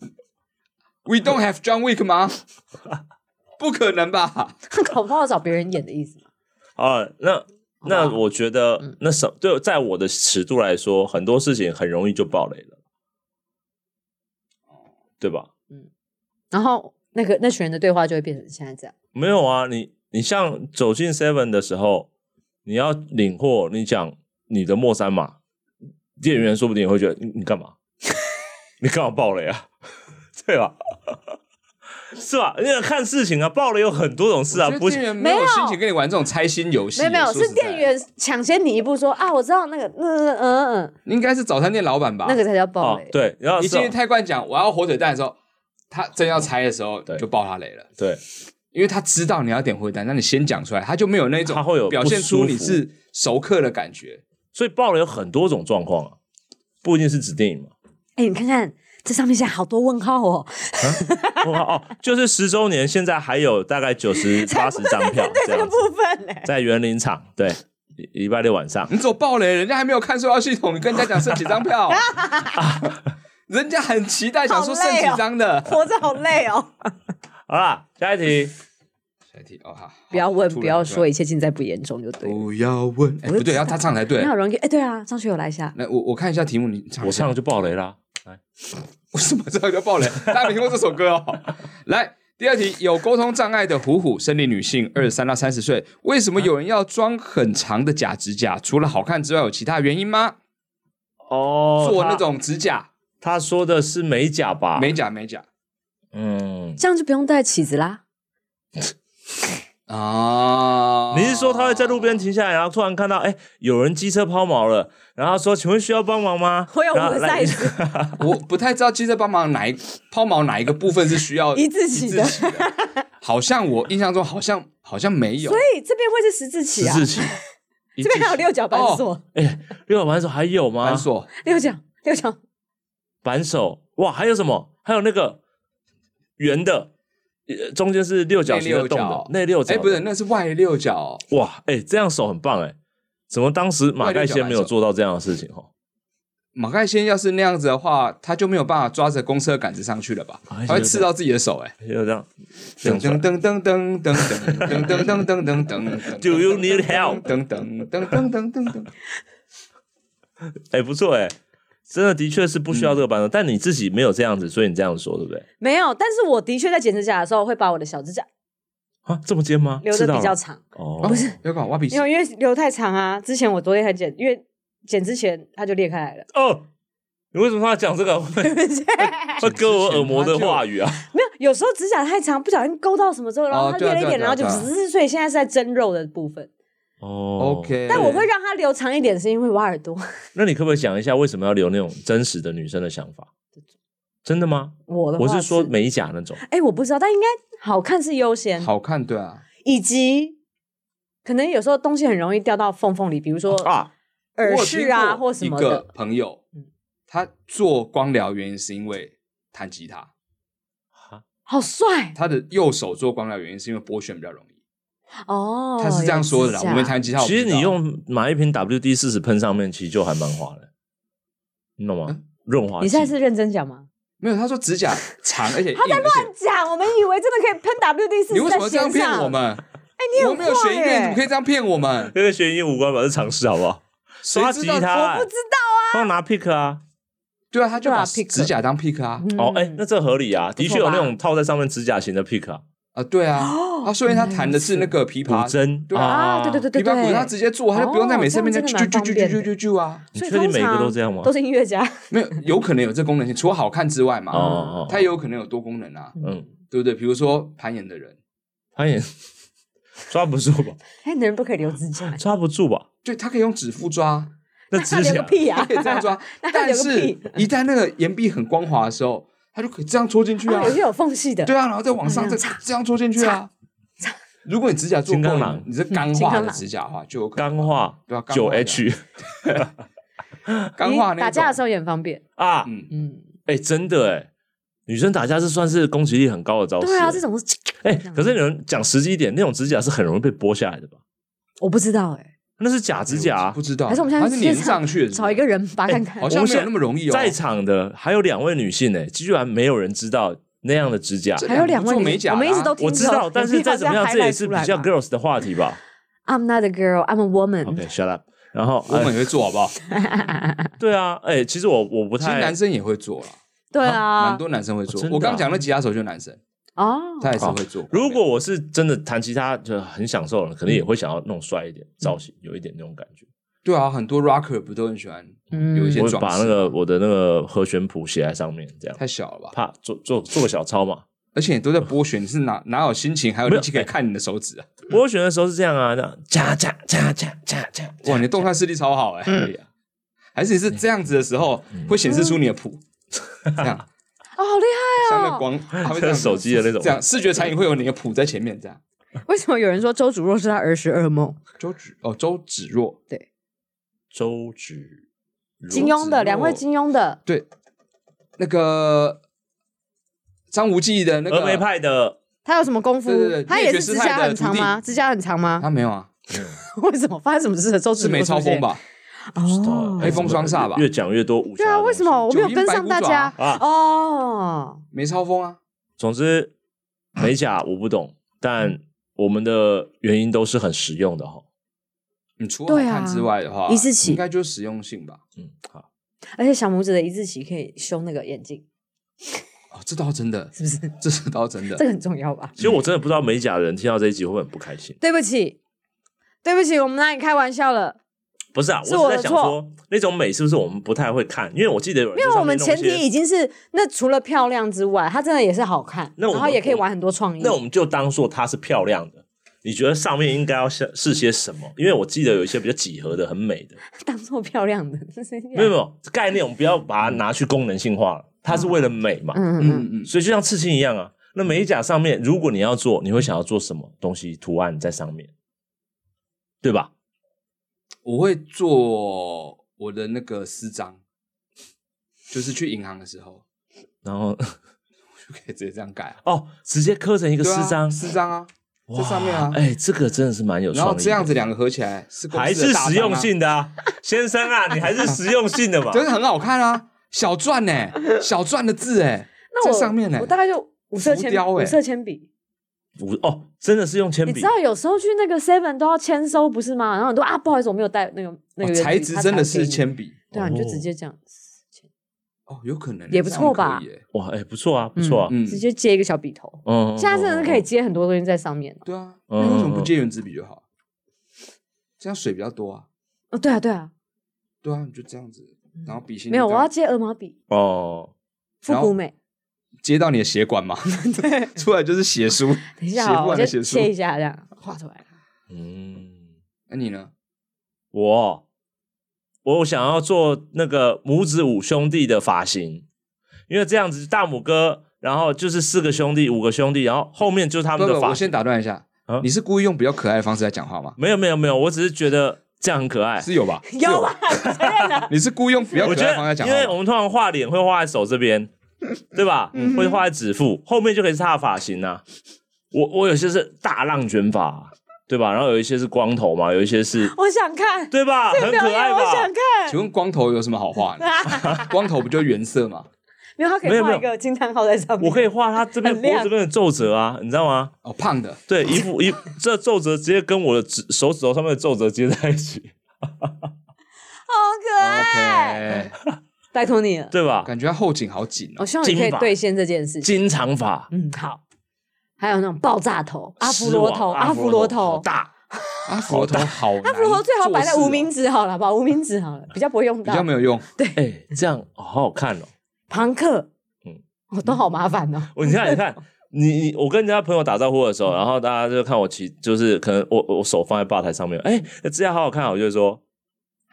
Speaker 1: ？We don't have John Wick 吗？不可能吧？
Speaker 2: 搞不好找别人演的意思嘛。
Speaker 3: 啊，那那
Speaker 2: 好吧嗯
Speaker 3: 我觉得那什对，在我的尺度来说，很多事情很容易就爆雷了，对吧？
Speaker 2: 然后那个那群人的对话就会变成现在这样。
Speaker 3: 没有啊，你你像走进 Seven 的时候，你要领货，你讲你的莫三码，店员说不定也会觉得你你干嘛？ 你干嘛爆雷啊？ 对吧？ 是吧？因为看事情啊，爆雷有很多种事啊，
Speaker 1: 我觉得
Speaker 3: 不
Speaker 1: 店
Speaker 3: 是
Speaker 1: 员没有
Speaker 2: 没有
Speaker 1: 心情跟你玩这种猜心游戏。
Speaker 2: 没有没有，
Speaker 1: 说实
Speaker 2: 是
Speaker 1: 在
Speaker 2: 店，员抢先你一步说啊，我知道那个，嗯嗯嗯嗯，
Speaker 1: 应该是早餐店老板吧？
Speaker 2: 那个才叫
Speaker 3: 啊
Speaker 2: 暴雷。，
Speaker 3: 对，然后
Speaker 1: 你
Speaker 3: 是
Speaker 1: 进
Speaker 3: 啊
Speaker 1: 去太冠讲我要火腿蛋的时候，他正要猜的时候
Speaker 3: 对
Speaker 1: 就爆他雷了，
Speaker 3: 对
Speaker 1: 因为他知道你要点火腿蛋，那你先讲出来，他就没有那种
Speaker 3: 他会有
Speaker 1: 表现
Speaker 3: 不
Speaker 1: 出
Speaker 3: 舒服
Speaker 1: 你是熟客的感觉。
Speaker 3: 所以爆了有很多种状况啊，不一定是指电影嘛。
Speaker 2: 哎，你看看这上面现在好多问号哦，
Speaker 3: 哦哦，就是十周年，现在还有大概九十 八十张票
Speaker 2: 对这
Speaker 3: 这
Speaker 2: 个
Speaker 3: 样子，
Speaker 2: 部分呢，
Speaker 3: 在园林场，对，礼礼拜六晚上
Speaker 1: 你走爆雷，人家还没有看售票系统，你跟人家讲剩几张 票， 人家很期待，想说剩几张的。
Speaker 2: 活着好累哦。
Speaker 3: 好啦，下一题，
Speaker 1: 下一题哦，好，好
Speaker 2: 不要问，
Speaker 1: 突然
Speaker 2: 不要说，
Speaker 1: 突
Speaker 2: 一切尽在不言中就对
Speaker 1: 然
Speaker 2: 了。
Speaker 1: 不要问，哎，
Speaker 2: 我就
Speaker 1: 不对，
Speaker 2: 知道
Speaker 1: 要他唱才对
Speaker 2: 你。好容易，哎，对啊，上学有来一下，
Speaker 1: 来，我我看一下题目，你唱一下。
Speaker 3: 我唱就爆雷啦。来，
Speaker 1: 为什么这个叫爆雷？大家没听过这首歌 哦。来，第二题，有沟通障碍的虎虎，生理女性，二十三到三十岁，为什么有人要装很长的假指甲？除了好看之外，有其他原因吗？
Speaker 3: 哦
Speaker 1: 做那种指甲、
Speaker 3: 他他说的是美甲吧？
Speaker 1: 美，甲、美甲
Speaker 3: 嗯，
Speaker 2: 这样就不用带起子啦。
Speaker 1: 啊？
Speaker 3: 你是说他会在路边？停下来，然后突然看到，哎，有人机车抛锚了，然后说，请问需要帮忙吗？
Speaker 2: 我有
Speaker 3: 然后
Speaker 2: 五个
Speaker 3: 来
Speaker 2: size
Speaker 1: 我不太知道记者帮忙哪一抛锚哪一个部分是需要
Speaker 2: 一字起的
Speaker 1: 一字起的好像我印象中好像好像没有
Speaker 2: 所，以这边会是十字起
Speaker 3: 十
Speaker 2: 啊，
Speaker 3: 字起，一
Speaker 2: 这边还有
Speaker 3: 字起
Speaker 2: 六角
Speaker 1: 哦
Speaker 2: 板锁，
Speaker 3: 六板手还有吗？
Speaker 1: 繁琐
Speaker 2: 六角六角
Speaker 3: 扳手，哇，还有什么？还有那个圆的，呃中间是六角
Speaker 1: 内
Speaker 3: 形的
Speaker 1: 六
Speaker 3: 洞
Speaker 1: 角
Speaker 3: 的，内六角
Speaker 1: 哎，
Speaker 3: 的。
Speaker 1: 不是，那是外六角哦。
Speaker 3: 哇，哎、这样手很棒哎、怎么当时马盖先没有做到这样的事情哦？
Speaker 1: 马盖先要是那样子的话，他就没有办法抓着公车杆子上去了吧？
Speaker 3: 哎
Speaker 1: 他会刺到自己的手哎、
Speaker 3: 就这样，这样
Speaker 1: 噔
Speaker 3: 出来
Speaker 1: 噔噔噔噔噔噔噔噔噔噔噔噔。
Speaker 3: Do you need help？
Speaker 1: 噔噔噔噔噔噔噔。
Speaker 3: 哎、不错哎、真的的确是不需要这个扳手，但你自己没有这样子，所以你这样说对不对？
Speaker 2: 没有，但是我的确在剪指甲的时候会把我的小指甲
Speaker 3: 啊，这么尖吗？
Speaker 2: 留
Speaker 3: 吃
Speaker 2: 的
Speaker 3: 到
Speaker 2: 比较
Speaker 3: 了
Speaker 2: 长，
Speaker 3: 哦，
Speaker 1: 不是，要管挖鼻屎
Speaker 2: 因。为因为留太长啊。之前我昨天才剪，因为剪之前它就裂开来 了。
Speaker 3: 哦， 你为什么要讲 这个？会会割我耳膜的话语啊？
Speaker 2: 没有，有时候指甲太长，不小心勾到什么之后，然后
Speaker 1: 哦
Speaker 2: 它
Speaker 1: 对
Speaker 2: 裂
Speaker 1: 啊
Speaker 2: 了一点，
Speaker 1: 对啊
Speaker 2: 然后就
Speaker 1: 对啊
Speaker 2: 滋，所以现在是在蒸肉的部分。
Speaker 3: 哦
Speaker 1: OK，
Speaker 2: 但我会让它留长一点，是因为我耳朵。
Speaker 3: 那你可不可以讲一下为什么要留那种真实的女生的想法？真的吗？
Speaker 2: 我的
Speaker 3: 我
Speaker 2: 话
Speaker 3: 是
Speaker 2: 是
Speaker 3: 说，美甲那种，
Speaker 2: 哎，我不知道，但应该好看是优先，
Speaker 1: 好看，对啊，
Speaker 2: 以及可能有时候东西很容易掉到缝缝里，比如说
Speaker 3: 啊
Speaker 2: 耳
Speaker 1: 我有
Speaker 2: 饰
Speaker 1: 听
Speaker 2: 啊
Speaker 1: 过
Speaker 2: 或什么
Speaker 1: 一个
Speaker 2: 的。
Speaker 1: 朋友
Speaker 2: 嗯，
Speaker 1: 他做光疗原因是因为弹吉他，
Speaker 2: 好帅
Speaker 1: 他的右手做光疗原因是因为拨弦比较容易，
Speaker 2: 哦！
Speaker 1: 他是这样说的啦。
Speaker 2: 有指甲
Speaker 1: 我没弹吉他，我不
Speaker 3: 其实
Speaker 1: 知道
Speaker 3: 你用马一瓶 WD 四十喷上面，其实就还蛮滑的，你懂吗
Speaker 1: 嗯？
Speaker 3: 润滑剂。
Speaker 2: 你现在是认真讲吗？
Speaker 1: 没有？他说指甲长，而且硬，
Speaker 2: 他在
Speaker 1: 而且
Speaker 2: 乱讲，我们以为真的可以喷 WD 四
Speaker 1: 你为什么
Speaker 2: 在
Speaker 1: 这样
Speaker 2: 弦
Speaker 1: 骗
Speaker 2: 上。
Speaker 1: 我们？哎，
Speaker 2: 你很
Speaker 1: 我没有学音
Speaker 2: 坏
Speaker 1: 乐，
Speaker 2: 耶
Speaker 1: 你怎么可以这样骗我们？
Speaker 3: 这个学音无关吧？是常识好不好？
Speaker 1: 谁
Speaker 3: 刷吉
Speaker 1: 知道
Speaker 2: 我
Speaker 3: 他，
Speaker 2: 不知道。
Speaker 3: 他拿 pick 啊。
Speaker 1: 对啊，他就
Speaker 2: 对啊
Speaker 1: 把
Speaker 2: ，pick
Speaker 1: 指甲当 pick 啊
Speaker 2: 嗯
Speaker 3: 哦，哎，那这合理啊，的确有
Speaker 2: 吧
Speaker 3: 那种套在上面指甲型的 pick 啊，
Speaker 1: 啊，对啊
Speaker 2: 哦，
Speaker 1: 啊，所以他弹的是那个琵
Speaker 3: 古
Speaker 1: 琶，
Speaker 3: 筝
Speaker 1: 对啊
Speaker 2: 啊，对对对对
Speaker 1: 琵琶
Speaker 2: 对，
Speaker 1: 鼓他直接做，他就不用在每次面前
Speaker 2: 哦
Speaker 1: 啾
Speaker 2: 这样
Speaker 1: 啾
Speaker 2: 真
Speaker 1: 啾
Speaker 2: 的蛮方
Speaker 1: 啾
Speaker 2: 便的
Speaker 1: 啾啾啾啊，
Speaker 3: 你
Speaker 2: 所以
Speaker 3: 确定
Speaker 2: 通
Speaker 3: 每个都
Speaker 2: 常
Speaker 3: 这样吗
Speaker 2: 都？是音乐家，
Speaker 1: 没有，有可能有这功能性，除了好看之外
Speaker 3: 哦
Speaker 1: 嘛，
Speaker 3: 哦，
Speaker 1: 它也有可能有多功能啊，
Speaker 3: 嗯，
Speaker 1: 对不对？比如说攀岩的人，
Speaker 3: 攀岩 抓不住吧？
Speaker 2: 哎，男人不可以留指甲，
Speaker 3: 抓不住吧？
Speaker 1: 对，他可以用指腹 抓，
Speaker 3: 那
Speaker 2: 他
Speaker 3: 指
Speaker 2: 留个
Speaker 3: 甲
Speaker 2: 屁呀 啊
Speaker 1: 他！可以这样抓
Speaker 2: 那，他
Speaker 1: 但
Speaker 2: 留个
Speaker 1: 是
Speaker 2: 屁
Speaker 1: 一旦那个岩壁很光滑的时候，它就可以这样戳进去啊
Speaker 2: 啊，有，些有缝隙的，
Speaker 1: 对啊，然后再往上
Speaker 2: 嗯
Speaker 1: 再这样戳进去啊。如果你指甲做
Speaker 3: 金刚
Speaker 1: 过
Speaker 3: 狼
Speaker 1: 瘾，你是钢
Speaker 2: 金
Speaker 1: 化
Speaker 2: 刚
Speaker 1: 的
Speaker 2: 狼
Speaker 1: 指甲的话，就有可能
Speaker 3: 钢化
Speaker 1: 对啊，钢
Speaker 3: 九
Speaker 1: 化的
Speaker 3: H
Speaker 1: 钢
Speaker 2: 你
Speaker 1: 化那
Speaker 2: 打架的时
Speaker 1: 候，
Speaker 2: 候也很方便。
Speaker 3: 啊，哎、
Speaker 1: 嗯，
Speaker 2: 嗯，
Speaker 3: 真的哎、女生打架是算是攻击力很高的招式、
Speaker 2: 对啊，
Speaker 3: 哎
Speaker 2: 这种是
Speaker 3: 哎、可是你们讲实际一点，那种指甲是很容易被剥下来的吧？
Speaker 2: 我不知道哎，
Speaker 3: 那是假指甲、啊
Speaker 1: 不。知道，
Speaker 2: 还哎是我们现在
Speaker 1: 它是粘上去的，
Speaker 2: 找一个人拔看看
Speaker 1: 好。像没有那么容易哦。
Speaker 3: 在场的还有两位女性呢、居然没有人知道那样的指甲。
Speaker 1: 这
Speaker 2: 还有两位
Speaker 1: 做
Speaker 2: 女
Speaker 1: 美甲
Speaker 2: 我们一直
Speaker 1: 啦
Speaker 2: 都听
Speaker 3: 我知
Speaker 2: 说
Speaker 3: 道，但是
Speaker 2: 有必要
Speaker 3: 再怎么样，
Speaker 2: 样
Speaker 3: 这也是比
Speaker 2: highlight 出
Speaker 3: 较
Speaker 2: 来吧
Speaker 3: girls 的话题吧。
Speaker 2: I'm not a girl, I'm a woman。
Speaker 3: OK，shut、up。然后，
Speaker 1: 我
Speaker 3: 哎
Speaker 1: 们也会做好不好？
Speaker 3: 对啊，哎、其实我我不
Speaker 1: 其实
Speaker 3: 太
Speaker 1: 男生也会做啦，
Speaker 2: 对啊
Speaker 1: 蛮，多男生会做
Speaker 3: 哦真。的啊
Speaker 1: 我刚讲那吉他手就是男生，
Speaker 2: 哦，
Speaker 1: 他也是会做。
Speaker 3: 如果我是真的弹吉他就很享受了，可能也会想要弄帅一点，造型有一点那种感觉。
Speaker 1: 对啊，很多 rocker 不都很喜欢
Speaker 2: 嗯
Speaker 1: 有一些
Speaker 3: 我
Speaker 1: 装饰
Speaker 3: 把那个我的那个和弦谱写在上面，这样
Speaker 1: 太小了吧？
Speaker 3: 怕做做做个小抄嘛。
Speaker 1: 而且你都在剥削，你是哪哪有心情还有
Speaker 3: 没有
Speaker 1: 力气可以看你的手指啊？
Speaker 3: 我选的时候是这样啊，这样加加加加加加，
Speaker 1: 哇，你的动态视力超好哎！可以啊还是你是这样子的时候
Speaker 3: 嗯
Speaker 1: 会显示出你的 谱，这样
Speaker 2: 哦，好厉
Speaker 1: 像
Speaker 2: 害
Speaker 1: 那
Speaker 2: 哦！
Speaker 1: 光，他会这样子
Speaker 3: 手机的那种
Speaker 1: 这样视觉残影会有你的谱在前面这样。
Speaker 2: 为什么有人说周芷若是他儿时噩梦？
Speaker 1: 周芷哦，周芷若，
Speaker 3: 周芷若
Speaker 2: 金庸的两位金庸的
Speaker 1: 对，那个张无忌的那
Speaker 3: 峨眉
Speaker 1: 个，
Speaker 3: 派的
Speaker 2: 他有什么功夫
Speaker 1: 对对对？
Speaker 2: 他也是指甲很长
Speaker 1: 灭绝师太的
Speaker 2: 吗？
Speaker 1: 徒
Speaker 2: 指甲很长吗？
Speaker 1: 他没有啊，
Speaker 2: 为什么发生什么事了？周
Speaker 1: 是
Speaker 2: 芷若
Speaker 1: 没超
Speaker 2: 出现
Speaker 1: 风？吧？
Speaker 2: 哦，
Speaker 3: 哎
Speaker 1: 黑风双煞吧
Speaker 3: 越讲越多武侠的东西。
Speaker 2: 对啊，为什么我没有跟上大家
Speaker 3: 九阴白骨爪啊？
Speaker 2: 哦，
Speaker 1: 没超风啊，
Speaker 3: 总之，美甲我不懂，但我们的原因都是很实用的哈。
Speaker 1: 你除了
Speaker 2: 对
Speaker 1: 好
Speaker 2: 啊
Speaker 1: 看之外的话，
Speaker 2: 一字起
Speaker 1: 应该就是实用性吧？
Speaker 3: 嗯，好，
Speaker 2: 而且小拇指的一字起可以修那个眼镜，
Speaker 1: 哦，这倒真的，
Speaker 2: 是不是？
Speaker 1: 这是倒真
Speaker 2: 这
Speaker 1: 的。
Speaker 2: 个很重要吧？
Speaker 3: 其实我真的不知道美甲的人听到这一集会不会很不开心。
Speaker 2: 对不起，对不起，我们拿你开玩笑了。
Speaker 3: 不是啊，
Speaker 2: 是
Speaker 3: 我
Speaker 2: 我
Speaker 3: 是
Speaker 2: 的
Speaker 3: 在想说，那种美是不是我们不太会看？因为我记得有人
Speaker 2: 因
Speaker 3: 在
Speaker 2: 为
Speaker 3: 上
Speaker 2: 我
Speaker 3: 面
Speaker 2: 们
Speaker 3: 弄一
Speaker 2: 前
Speaker 3: 些
Speaker 2: 提已经是，那除了漂亮之外，它真的也是好看，
Speaker 3: 那我
Speaker 2: 然后
Speaker 3: 们
Speaker 2: 也可以玩很多创意。
Speaker 3: 那我们就当做它是漂亮的。你觉得上面应该要是是些什么？因为我记得有一些比较几何的、很美的，
Speaker 2: 当做漂亮的，这是一
Speaker 3: 没
Speaker 2: 样
Speaker 3: 有没有概念，我们不要把它拿去功能性化了，它是为了美嘛。
Speaker 2: 嗯嗯嗯，
Speaker 1: 嗯嗯嗯，
Speaker 3: 所以就像刺青一样啊，那美甲上面如果你要做，你会想要做什么东西图案在上面，对吧？
Speaker 1: 我会做我的那个私章，就是去银行的时候
Speaker 3: 然后
Speaker 1: 就可以直接这样盖啊，
Speaker 3: 哦，直接刻成一个
Speaker 1: 对
Speaker 3: 私
Speaker 1: 啊
Speaker 3: 章，
Speaker 1: 私章啊，
Speaker 3: 哇
Speaker 1: 在上面啊，
Speaker 3: 哎，这个真的是蛮有
Speaker 1: 然
Speaker 3: 创意
Speaker 1: 后
Speaker 3: 的。
Speaker 1: 这样子两个合起来是公
Speaker 3: 还
Speaker 1: 司
Speaker 3: 是
Speaker 1: 的大章啊
Speaker 3: 实用，性的啊，先生 啊，你还是实用性的嘛。
Speaker 1: 真的很好看啊，小篆 呢，小篆的字哎，
Speaker 2: 那我
Speaker 1: 在上面呢
Speaker 2: 我大概就五色铅
Speaker 1: 浮雕欸
Speaker 2: 五色铅笔。
Speaker 3: 我哦，真的是用铅
Speaker 2: 你
Speaker 3: 笔
Speaker 2: 知，道有时候去那个 Seven 都要签收不是吗？然后你都啊，不好意思，我没有带那个那
Speaker 1: 哦
Speaker 2: 个圆珠笔、
Speaker 1: 材质
Speaker 2: 他才
Speaker 1: 真的
Speaker 2: 给
Speaker 1: 是
Speaker 2: 你，
Speaker 1: 铅笔
Speaker 2: 对啊，你就
Speaker 3: 哦
Speaker 2: 直接这样签
Speaker 1: 哦，有可能
Speaker 2: 也不错吧
Speaker 1: 这样可以耶
Speaker 3: 哇，哎，不错啊，不错啊，嗯
Speaker 1: 嗯，
Speaker 2: 直接接一个小笔头。
Speaker 3: 嗯，
Speaker 2: 现在真的是可以
Speaker 3: 嗯，
Speaker 2: 接很多东西在上面哦
Speaker 1: 对啊，
Speaker 3: 嗯
Speaker 1: 那为什么不借原子笔就好？这样水比较多啊。
Speaker 2: 哦。对啊，对啊，
Speaker 1: 对啊，你就这样子，然后笔芯
Speaker 2: 嗯没有，
Speaker 1: 就这
Speaker 2: 我
Speaker 1: 样
Speaker 2: 要接鹅毛笔，
Speaker 3: 哦，
Speaker 2: 复
Speaker 1: 然后
Speaker 2: 古 美。
Speaker 1: 接到你的血管嘛，
Speaker 2: 对，
Speaker 1: 出来就是血书，
Speaker 2: 等一
Speaker 1: 血
Speaker 2: 下哦，
Speaker 1: 管
Speaker 2: 我
Speaker 1: 的
Speaker 2: 就
Speaker 1: 血书。
Speaker 2: 切一下，这 样画出来。
Speaker 3: 嗯，
Speaker 1: 那你呢？
Speaker 3: 我我想要做那个拇指五兄弟的发型，因为这样子大拇哥，然后就是四个兄弟，五个兄弟，然后后面就是他
Speaker 1: 不
Speaker 3: 们
Speaker 1: 不，
Speaker 3: 的发
Speaker 1: 我
Speaker 3: 型。
Speaker 1: 先打断一下
Speaker 3: 啊，
Speaker 1: 你是故意用比较可爱的方式来讲话吗？
Speaker 3: 没有没有没有，我只是觉得这样很可爱。
Speaker 1: 是有吧？
Speaker 2: 有啊，承认了。
Speaker 1: 你是故意用比较可
Speaker 3: 我觉
Speaker 1: 爱的方式来
Speaker 3: 得，
Speaker 1: 讲
Speaker 3: 因为
Speaker 1: 话
Speaker 3: 我
Speaker 1: 吗？
Speaker 3: 们通常画脸会画在手这边，对吧？
Speaker 2: 嗯
Speaker 3: 或者画在指腹，后面就可以是他的发型啊。我我有些是大浪卷发，对吧？然后有一些是光头嘛，有一些是，
Speaker 2: 我想看，
Speaker 3: 对吧？很
Speaker 2: 表
Speaker 3: 可
Speaker 2: 演
Speaker 3: 爱
Speaker 2: 我想
Speaker 3: 吧？
Speaker 1: 请
Speaker 2: 看。
Speaker 1: 问光头有什么好画 呢？光头不就原色吗？
Speaker 2: 没有，他可
Speaker 3: 没
Speaker 2: 以
Speaker 3: 有没
Speaker 2: 画
Speaker 3: 有
Speaker 2: 一个惊叹号在上面。
Speaker 3: 我可以画他这边
Speaker 2: 很
Speaker 3: 脖
Speaker 2: 亮
Speaker 3: 子这边的皱褶啊，你知道吗？
Speaker 1: 哦，胖的，
Speaker 3: 对，衣服衣这皱褶直接跟我的指手指头上面的皱褶接在一起，
Speaker 2: 好可爱。
Speaker 1: OK，
Speaker 2: 拜托你了，
Speaker 3: 对吧？
Speaker 1: 感觉他后颈好紧
Speaker 2: 我
Speaker 1: 哦。
Speaker 2: 希望你可以
Speaker 3: 金发
Speaker 2: 兑现这件事情。
Speaker 3: 金长发、
Speaker 2: 嗯，好。还有那种爆炸头、阿
Speaker 3: 狮
Speaker 2: 芙罗
Speaker 3: 王
Speaker 2: 头、阿
Speaker 3: 芙
Speaker 2: 芙罗
Speaker 3: 好
Speaker 2: 头、
Speaker 3: 大，
Speaker 1: 阿佛头好难做事哦，阿
Speaker 2: 阿芙罗头最好摆在无名指啊好了，吧？无名指好了，比较不会用
Speaker 1: 比
Speaker 2: 到。
Speaker 1: 较没有用。
Speaker 3: 哎，这样好好看哦。
Speaker 2: 朋克，
Speaker 3: 嗯
Speaker 2: 嗯，哦，都好麻烦哦。
Speaker 3: 我你看，你看，你你我跟人家朋友打招呼的时
Speaker 2: 嗯
Speaker 3: 候，然后大家就看我骑，就是可能我我我手放在吧台上面，哎、这指甲好好看啊，我就会说，